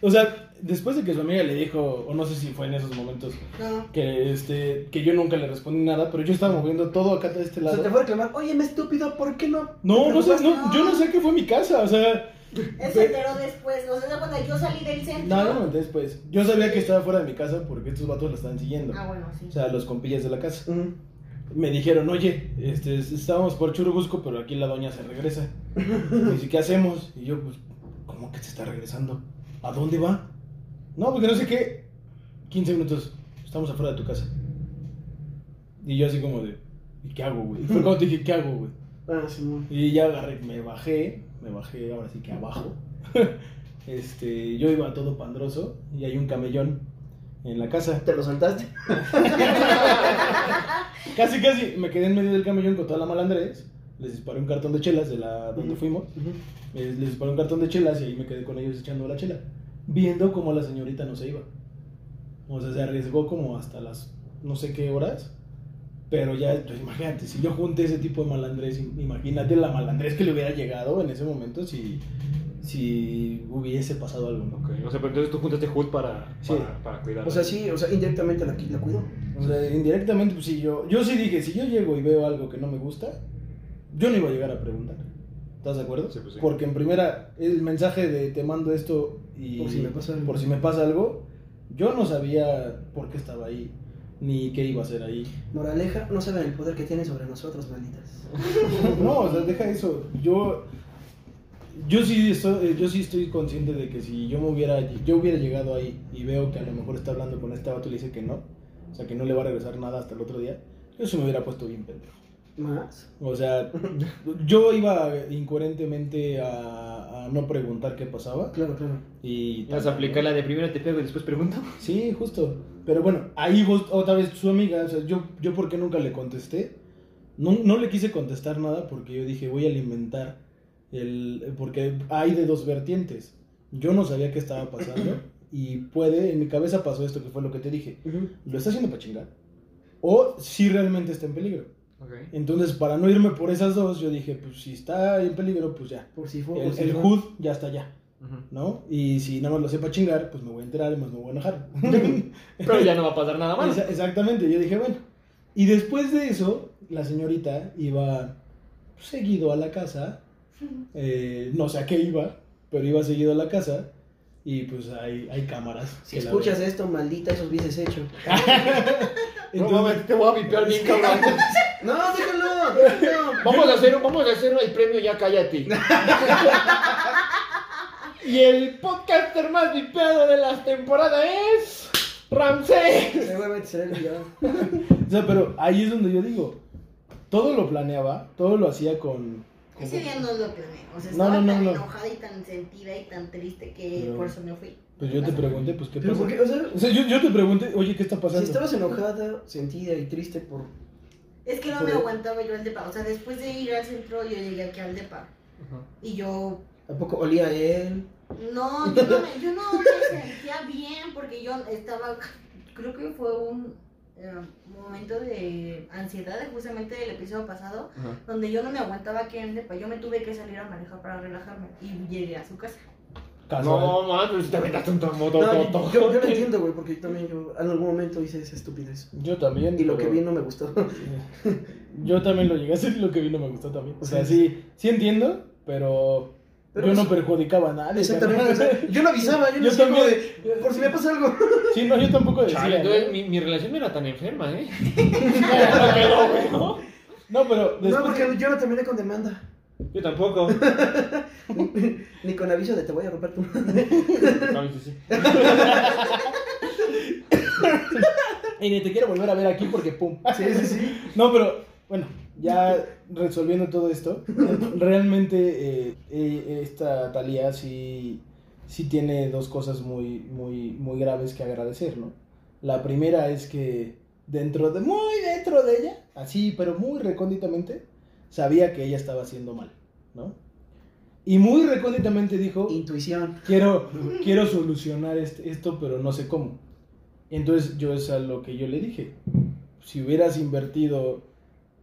Speaker 4: O sea, después de que su amiga le dijo, o no sé si fue en esos momentos,
Speaker 5: No,
Speaker 4: que este, que yo nunca le respondí nada, pero yo estaba moviendo todo acá de este
Speaker 2: O sea, te
Speaker 4: lado.
Speaker 2: fue a reclamar, oye, me estúpido, ¿por qué no?
Speaker 4: No,
Speaker 2: te
Speaker 4: no sé,
Speaker 5: preocupaste?
Speaker 4: no, yo no sé qué fue mi casa, o sea,
Speaker 5: él se enteró después, o sea, cuando yo salí del centro.
Speaker 4: nada, no, después. Yo sabía que estaba fuera de mi casa porque estos vatos la estaban siguiendo.
Speaker 5: Ah, bueno, sí.
Speaker 4: O sea, los compillas de la casa.
Speaker 2: Ujú.
Speaker 4: me dijeron, oye, este, estábamos por Churubusco, pero aquí la doña se regresa. Y dice, ¿qué hacemos? Y yo, pues, ¿cómo que se está regresando? ¿A dónde va? No, porque no sé qué. 15 minutos, estamos afuera de tu casa. Y yo así como de, ¿y qué hago, güey? Fue cuando te dije, ¿qué hago, güey?
Speaker 2: Ah, sí, no.
Speaker 4: Y ya agarré, me bajé, me bajé ahora sí que abajo. este, yo iba todo pandroso y hay un camellón en la casa.
Speaker 2: Te lo saltaste.
Speaker 5: Ah,
Speaker 4: Casi, casi, me quedé en medio del camellón con toda la malandrés. les disparé un cartón de chelas de la donde fuimos. Eh, les disparé un cartón de chelas y ahí me quedé con ellos echando la chela. Viendo cómo la señorita no se iba. O sea, se arriesgó como hasta las no sé qué horas. Pero ya, pues, imagínate, si yo junté ese tipo de malandrés, im- imagínate la malandrés que le hubiera llegado en ese momento si, si hubiese pasado algo, ¿no?
Speaker 3: Ok, o sea, pero entonces tú juntaste Hood para,
Speaker 4: Sí.
Speaker 3: para, para cuidarla.
Speaker 2: O sea, sí, o sea, indirectamente la, qui- la cuidó.
Speaker 4: O sea, indirectamente, pues sí, yo, yo sí dije, si yo llego y veo algo que no me gusta, yo no iba a llegar a preguntar. ¿Estás de acuerdo?
Speaker 3: Sí, pues sí.
Speaker 4: Porque en primera, el mensaje de te mando esto y
Speaker 2: Por si me pasa algo.
Speaker 4: por si me pasa algo, yo no sabía por qué estaba ahí, ni qué iba a hacer ahí.
Speaker 2: Moraleja, no saben el poder que tiene sobre nosotros, malditas.
Speaker 4: No, o sea, deja eso. Yo, yo sí estoy, eh, yo sí estoy consciente de que si yo me hubiera, yo hubiera llegado ahí y veo que a lo mejor está hablando con este vato y le dice que no, o sea, que no le va a regresar nada hasta el otro día, yo sí me hubiera puesto bien pendejo.
Speaker 2: ¿Más?
Speaker 4: O sea, yo iba incoherentemente a, a no preguntar qué pasaba
Speaker 2: Claro, claro.
Speaker 4: y...
Speaker 3: Vas a aplicar la de primero te pego y después pregunto.
Speaker 4: Sí, justo. Pero bueno, ahí vos- otra vez su amiga, o sea, yo, yo porque nunca le contesté, no, no le quise contestar nada porque yo dije, voy a alimentar el... Porque hay de dos vertientes. Yo no sabía qué estaba pasando y puede, en mi cabeza pasó esto que fue lo que te dije. ¿Lo está haciendo para chingar? O si realmente está en peligro.
Speaker 3: Ok.
Speaker 4: Entonces, para no irme por esas dos, yo dije, pues si está en peligro, pues ya.
Speaker 2: Por si fue. por
Speaker 4: El,
Speaker 2: si
Speaker 4: el
Speaker 2: fue.
Speaker 4: HUD ya está allá,
Speaker 3: Ujú.
Speaker 4: ¿no? Y si nada más lo sepa chingar, pues me voy a enterar y más me voy a enojar.
Speaker 3: Pero ya no va a pasar nada más.
Speaker 4: Exa- exactamente, yo dije, bueno. Y después de eso, la señorita iba pues, seguido a la casa, eh, no sé a qué iba, pero iba seguido a la casa y pues hay, hay cámaras.
Speaker 2: Si
Speaker 4: que la
Speaker 2: escuchas
Speaker 4: ven.
Speaker 2: esto, maldita, esos hubieses hecho.
Speaker 4: Entonces-
Speaker 3: te voy a vipear bien, cabrón.
Speaker 2: ¡No, déjalo! déjalo.
Speaker 3: Vamos a hacer, vamos a hacer el premio ya cállate. y el podcaster más vipeado de la temporada es Ramsey.
Speaker 2: Seguramente será el video.
Speaker 4: o sea, pero ahí es donde yo digo, todo lo planeaba, todo lo hacía con... con-
Speaker 5: Ese día no lo planeé. O sea,
Speaker 4: No,
Speaker 5: estaba
Speaker 4: no, no,
Speaker 5: tan
Speaker 4: no.
Speaker 5: enojada y tan sentida y tan triste que
Speaker 4: Pero-
Speaker 5: por eso me fui.
Speaker 4: Pues yo te pregunté, pues qué
Speaker 2: Pero
Speaker 4: pasa.
Speaker 2: porque, o sea,
Speaker 4: O sea, yo, yo te pregunté, oye, ¿qué está
Speaker 2: si
Speaker 4: pasando?
Speaker 2: estabas enojada, sentida y triste por.
Speaker 5: Es que no me aguantaba yo al depa. O sea, después de ir al centro, yo llegué aquí al depa. Y yo.
Speaker 2: ¿A poco olía a él?
Speaker 5: No, yo no, me, yo no me sentía bien porque yo estaba. Creo que fue un eh, momento de ansiedad de justamente del episodio pasado,
Speaker 3: Ajá.
Speaker 5: donde yo no me aguantaba aquí en el depa. Yo me tuve que salir a manejar para relajarme y llegué a su casa.
Speaker 4: Casual.
Speaker 3: No, man, pero si te metas un moto,
Speaker 2: No, yo, yo, yo lo entiendo, güey, porque yo también yo en algún momento hice esa estupidez.
Speaker 4: Yo también.
Speaker 2: Y lo que
Speaker 4: pero-
Speaker 2: vi no me gustó.
Speaker 4: Yo también lo llegué a hacer y lo que vi no me gustó también. O sea,
Speaker 2: Sí.
Speaker 4: sí, sí entiendo, pero,
Speaker 2: Pero
Speaker 4: yo
Speaker 2: pues-
Speaker 4: no perjudicaba a nadie.
Speaker 2: Exactamente. o sea, yo no avisaba, yo no
Speaker 4: Yo
Speaker 2: hacía como
Speaker 4: también.
Speaker 2: de. Por si me pasa algo.
Speaker 4: carnal. Sí, no, yo tampoco decía. ¿no?
Speaker 3: Chale, entonces mi, mi relación no era tan enferma, ¿eh? Claro que no, güey, ¿no?
Speaker 4: No, pero después...
Speaker 2: No, porque yo no terminé con demanda.
Speaker 3: Yo tampoco.
Speaker 2: Ni con aviso de te voy a romper tu
Speaker 3: No, sí, sí.
Speaker 4: Y ni te quiero volver a ver aquí porque pum.
Speaker 2: Sí, sí, sí.
Speaker 4: No, pero bueno, ya resolviendo todo esto, realmente eh, eh, esta Talía sí, sí tiene dos cosas muy, muy, muy graves que agradecer, ¿no? La primera es que dentro de, muy dentro de ella, así, pero muy recónditamente, sabía que ella estaba haciendo mal, ¿no? Y muy recónditamente dijo,
Speaker 2: Intuición.
Speaker 4: quiero, quiero solucionar este- esto, pero no sé cómo. Entonces, yo es a lo que yo le dije. Si hubieras invertido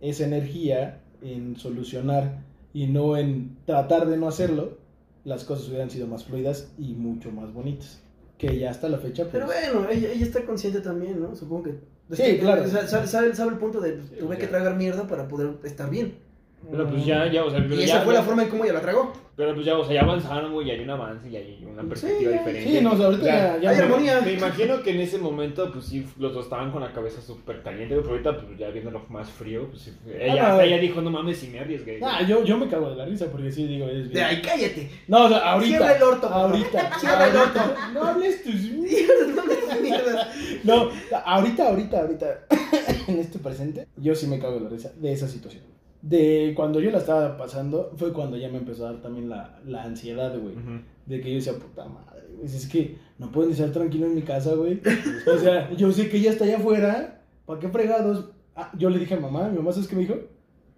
Speaker 4: esa energía en solucionar y no en tratar de no hacerlo, las cosas hubieran sido más fluidas y mucho más bonitas. Que ya hasta la fecha, pues,
Speaker 2: Pero bueno, ella, ella está consciente también, ¿no? Supongo que.
Speaker 4: Sí, claro.
Speaker 2: O sea, Sabe, sabe, sabe el punto de pues, tuve
Speaker 3: ya.
Speaker 2: que tragar mierda para poder estar bien.
Speaker 3: Pero pues ya, ya, o sea, pero ya,
Speaker 2: Y esa fue la
Speaker 3: ya-
Speaker 2: forma en cómo ella la tragó.
Speaker 3: Pero pues ya, o sea, ya avanzaron, güey, ya hay un avance y hay una perspectiva diferente.
Speaker 4: Sí, no, o sea, ahorita ya- ya
Speaker 2: Hay
Speaker 4: no-
Speaker 2: armonía.
Speaker 3: Me imagino que en ese momento, pues sí, los dos estaban con la cabeza súper caliente, pero ahorita, pues ya viéndolo más frío, pues sí, ella,
Speaker 4: Ah, no.
Speaker 3: hasta ella dijo, no mames, si me arriesgué.
Speaker 4: Ah, yo, yo me cago de la risa porque sí digo, es
Speaker 2: De
Speaker 4: bien.
Speaker 2: ay, cállate.
Speaker 4: No, o sea, ahorita.
Speaker 2: Cierra el orto, por
Speaker 4: Ahorita.
Speaker 2: Cierra el orto.
Speaker 4: No hables tus
Speaker 2: Mierdas.
Speaker 4: No, ahorita, ahorita, ahorita, en este presente, yo sí me cago en la risa de esa situación. De cuando yo la estaba pasando, fue cuando ya me empezó a dar también la, la ansiedad, güey.
Speaker 3: Ujú.
Speaker 4: De que yo decía, puta madre, güey, si es que no pueden estar tranquilo en mi casa, güey. O sea, yo sé que ella está allá afuera, ¿para qué fregados? Ah, yo le dije a mamá, mi mamá, ¿sabes qué me dijo?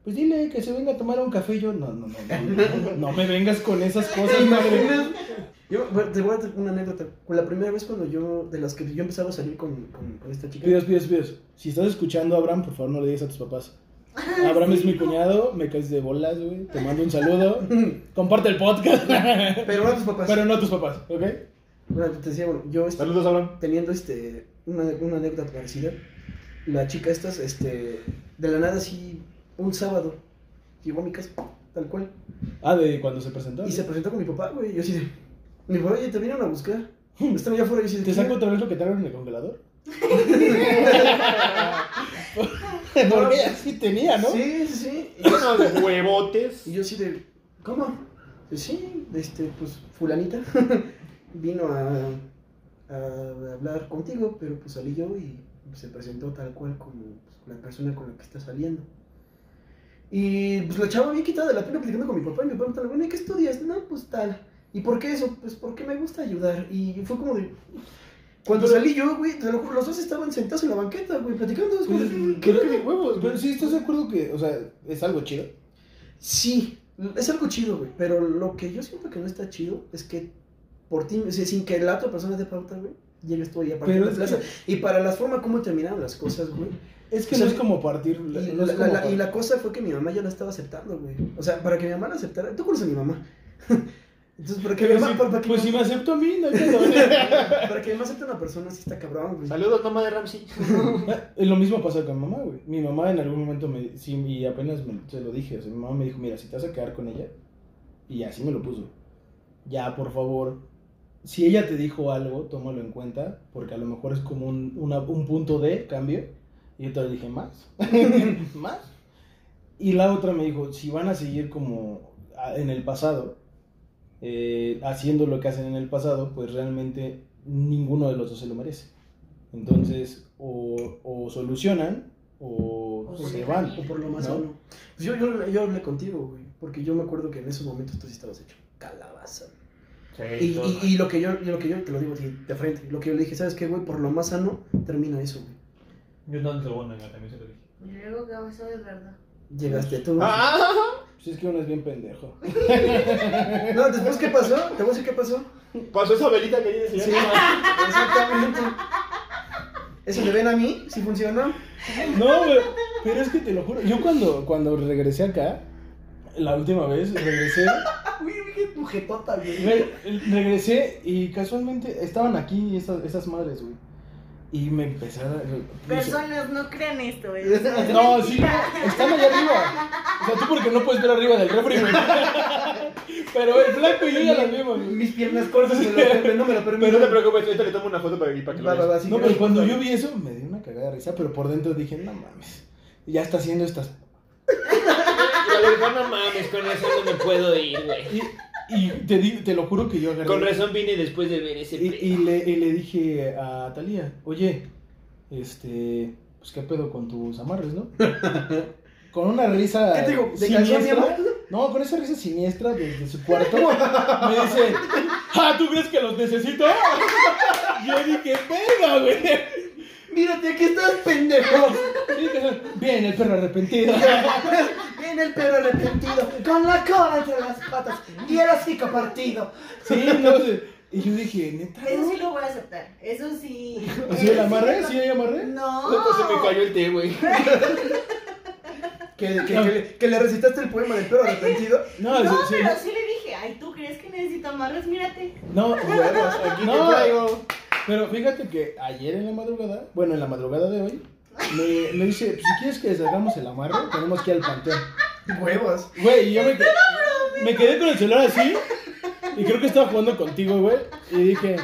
Speaker 4: pues dile que se venga a tomar un café. Y yo, no, no, no, no, no, no me vengas con esas cosas, madre.
Speaker 2: Yo bueno, te voy a dar una anécdota. Con La primera vez cuando yo, de las que yo empezaba a salir con, con, con esta chica.
Speaker 4: Pidos, pidos, pidos. Si estás escuchando a Abraham, por favor no le digas a tus papás. Abraham es mi cuñado, me caes de bolas, güey. Te mando un saludo. Comparte el podcast.
Speaker 2: Pero no a tus papás.
Speaker 4: Pero no a tus papás, ¿ok?
Speaker 2: Bueno, te decía, bueno, yo este,
Speaker 4: Saludos, Abraham.
Speaker 2: teniendo este, una, una anécdota parecida, la chica esta, este, de la nada, así, un sábado, llegó a mi casa, tal cual.
Speaker 4: Ah, de cuando se presentó.
Speaker 2: Y se presentó con mi papá, güey. y Yo así de. Mi papá, oye, te vinieron a buscar. Están allá afuera. Y yo así de,
Speaker 4: ¿Te
Speaker 2: "¿Quién
Speaker 4: saco otra vez lo que trajeron en el congelador? Porque así tenía, ¿no?
Speaker 2: Sí, sí, sí. Y yo-
Speaker 3: Unos huevotes.
Speaker 2: Y yo así de, ¿cómo? Pues sí, este, pues fulanita vino a, a hablar contigo, pero pues salí yo y se presentó tal cual como pues, la persona con la que está saliendo. Y pues la chava bien quitada de la pena platicando con mi papá y mi papá me preguntó, bueno, ¿y qué estudias? No, pues tal. ¿Y por qué eso? Pues porque me gusta ayudar. Y fue como de... Cuando salí yo, güey, te lo juro, los dos estaban sentados en la banqueta, güey, platicando. es como de,
Speaker 4: Pues, Creo que de huevos. Pero sí, ¿estás de acuerdo que, o sea, es algo chido?
Speaker 2: Sí, es algo chido, güey. Pero lo que yo siento que no está chido es que por ti, o sea, sin que la otra persona te pauta, güey, llegues tú ahí a partir
Speaker 4: Pero
Speaker 2: de
Speaker 4: es
Speaker 2: plaza. Y para la forma como terminaron las cosas, güey.
Speaker 4: Es que
Speaker 2: O sea,
Speaker 4: no es como partir.
Speaker 2: Y,
Speaker 4: no es
Speaker 2: la,
Speaker 4: como
Speaker 2: la- la-
Speaker 4: partir.
Speaker 2: y la cosa fue que mi mamá ya la estaba aceptando, güey. O sea, para que mi mamá la aceptara. Tú conoces a mi mamá. Entonces, para que mi
Speaker 4: Pero
Speaker 2: mamá,
Speaker 4: si-
Speaker 2: para, para que
Speaker 4: pues
Speaker 2: mi
Speaker 4: si
Speaker 2: mamá-
Speaker 4: me acepto a mí, no hay pedo. ¿eh?
Speaker 2: para que mi mamá acepte a una persona, sí está cabrón, güey.
Speaker 3: Saludos, mamá de Ramsey.
Speaker 4: Lo mismo pasa con mamá, güey. Mi mamá en algún momento me. Sí, y apenas me, se lo dije. O sea, mi mamá me dijo: Mira, si te vas a quedar con ella. Y así me lo puso. Ya, por favor. Si ella te dijo algo, tómalo en cuenta. Porque a lo mejor es como un, una- un punto de cambio. Y yo te le dije: Más. Más. Y la otra me dijo: Si van a seguir como a- en el pasado. eh, haciendo lo que hacen en el pasado, pues realmente ninguno de los dos se lo merece. Entonces, o, o solucionan o,
Speaker 5: O
Speaker 4: se
Speaker 5: se
Speaker 4: van.
Speaker 5: cambian.
Speaker 2: O por lo más
Speaker 4: ¿No?
Speaker 2: sano. Pues yo, yo, yo hablé contigo, güey. Porque yo me acuerdo que en esos momentos tú sí estabas hecho calabaza, Y, y- y lo que yo, y lo que yo te lo digo así, de frente, lo que yo le dije, ¿sabes qué, güey? Por lo más sano, termina eso, güey.
Speaker 3: Yo no te lo voy a negar, también se lo dije.
Speaker 5: Y luego que pasó de verdad.
Speaker 2: Llegaste tú.
Speaker 3: Ah.
Speaker 4: Pues es que uno es bien pendejo.
Speaker 2: No, después, ¿qué pasó? Te voy a decir qué pasó.
Speaker 3: Pasó esa velita que dice,
Speaker 2: Sí,
Speaker 3: señor.
Speaker 2: exactamente. Eso le ven a mí, si funcionó.
Speaker 4: No, güey, pero es que te lo juro. Yo cuando, cuando regresé acá, la última vez, regresé.
Speaker 2: Uy, qué mujetota, güey.
Speaker 4: re- regresé y casualmente estaban aquí esas, esas madres, güey. Y me empezaron. puse-
Speaker 5: Personas, no crean esto, ¿eh? güey.
Speaker 4: No, sí, no, están allá arriba. O sea, tú porque no puedes ver arriba del refri, güey. Pero el blanco y yo ya las vimos, güey.
Speaker 2: Mis piernas cortas me lo- no me
Speaker 3: Pero no te
Speaker 2: lo permiten.
Speaker 3: preocupes, ahorita le tomo una foto para, para que lo
Speaker 2: Va, va,
Speaker 3: veas.
Speaker 2: va, sí,
Speaker 4: No,
Speaker 2: gracias.
Speaker 4: pero cuando yo vi eso me dio una cagada de risa, pero por dentro dije, no mames, ya está haciendo estas.
Speaker 3: Y le digo, no mames, con eso no me puedo ir, güey.
Speaker 4: Y, y te, di- te lo juro que yo agarré.
Speaker 3: Con razón vine después de ver ese
Speaker 4: Y,
Speaker 3: pedo.
Speaker 4: y le, y le dije a Talía, oye, este, pues qué pedo con tus amarres, ¿no? Con una risa.
Speaker 2: ¿Qué te digo? ¿De calzón, mi
Speaker 4: siniestra.
Speaker 2: amor?
Speaker 4: No, con esa risa siniestra desde su cuarto. Me dice, ah, ¿tú crees que los necesito? Yo dije, verga, güey.
Speaker 2: Mírate, aquí estás, pendejo.
Speaker 4: Bien, el perro arrepentido.
Speaker 2: Viene el perro arrepentido, con la cola entre las patas y el hocico partido.
Speaker 4: Sí, no sé. Y yo dije, neta.
Speaker 5: Eso sí lo voy a aceptar. Eso sí.
Speaker 4: ¿Sí la amarré? ¿Sí la amarré?
Speaker 5: No.
Speaker 3: Puta, se me cayó el té, güey.
Speaker 2: Que, que, que le- que le recitaste el poema del perro arrepentido.
Speaker 4: No,
Speaker 5: no,
Speaker 4: sí, sí.
Speaker 5: pero sí le dije, ay, ¿tú crees que necesito amarras? Mírate.
Speaker 4: No, huevos, aquí
Speaker 3: te
Speaker 4: no. Pero fíjate que ayer en la madrugada, bueno, en la madrugada de hoy, me, me dice, pues, si quieres que deshagamos el amarre, tenemos que ir al panteón.
Speaker 2: Huevos.
Speaker 4: Güey, y yo me quedé, me quedé con el celular así, y creo que estaba jugando contigo, güey, y dije,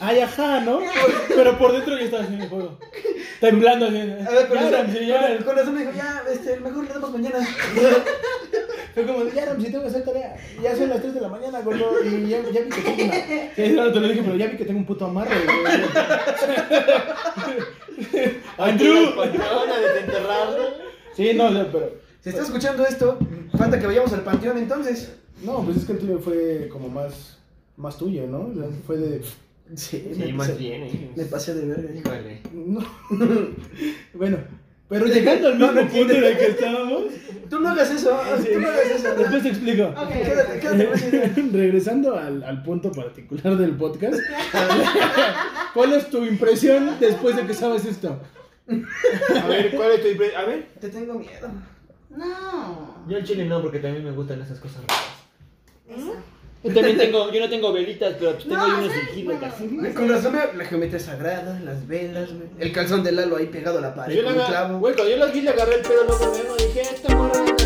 Speaker 4: ay, ajá, ¿no? Pero por dentro yo estaba haciendo el juego, temblando así.
Speaker 2: A ver, con,
Speaker 4: Ya,
Speaker 2: eso,
Speaker 4: Ramsey, ya,
Speaker 2: con- con eso me dijo, ya, este, mejor le damos mañana.
Speaker 4: Fue como, ya, Ramsey, tengo que hacer tarea. Ya son las 3 de la mañana, gordo. Y ya, ya vi que tengo una. Sí, no, te lo dije, pero ya vi que tengo un puto amarre, güey.
Speaker 3: La
Speaker 4: Andrew.
Speaker 3: patrona de enterrarlo.
Speaker 4: Sí, no, no, pero.
Speaker 2: Si está escuchando esto, falta que vayamos al panteón entonces.
Speaker 4: No, pues es que el tuyo fue como más. Más tuyo, ¿no? O sea, fue de.
Speaker 2: Sí,
Speaker 3: Sí,
Speaker 2: me, pasé,
Speaker 3: más bien, eh.
Speaker 2: me pasé de verga.
Speaker 3: Híjole.
Speaker 4: No. bueno, Pero llegando al mismo punto Ah, en el que estábamos,
Speaker 2: Tú no hagas eso, tú no hagas eso.
Speaker 4: después te explico.
Speaker 5: Ok,
Speaker 2: Quédate, quédate con esa idea.
Speaker 4: Regresando al, al punto particular del podcast, ¿cuál es tu impresión después de que sabes esto?
Speaker 3: A ver, ¿cuál es tu impre- A ver.
Speaker 2: Te tengo miedo.
Speaker 5: No.
Speaker 3: Yo el chile no, porque también me gustan esas cosas raras.
Speaker 5: Eso.
Speaker 3: Yo también tengo, yo no tengo velitas, pero pues, tengo
Speaker 5: No,
Speaker 3: ahí unos
Speaker 5: ¿sabes?
Speaker 3: hijitos
Speaker 5: Bueno,
Speaker 3: así.
Speaker 5: no sé.
Speaker 2: Con razón, me- la geometría sagrada, las velas, güey. El calzón de Lalo ahí pegado a la pared
Speaker 3: pues Yo
Speaker 2: con
Speaker 3: la
Speaker 2: un
Speaker 3: agar-
Speaker 2: clavo.
Speaker 3: Güey, cuando yo las vi, le agarré el pedo loco, me dije, esta morra.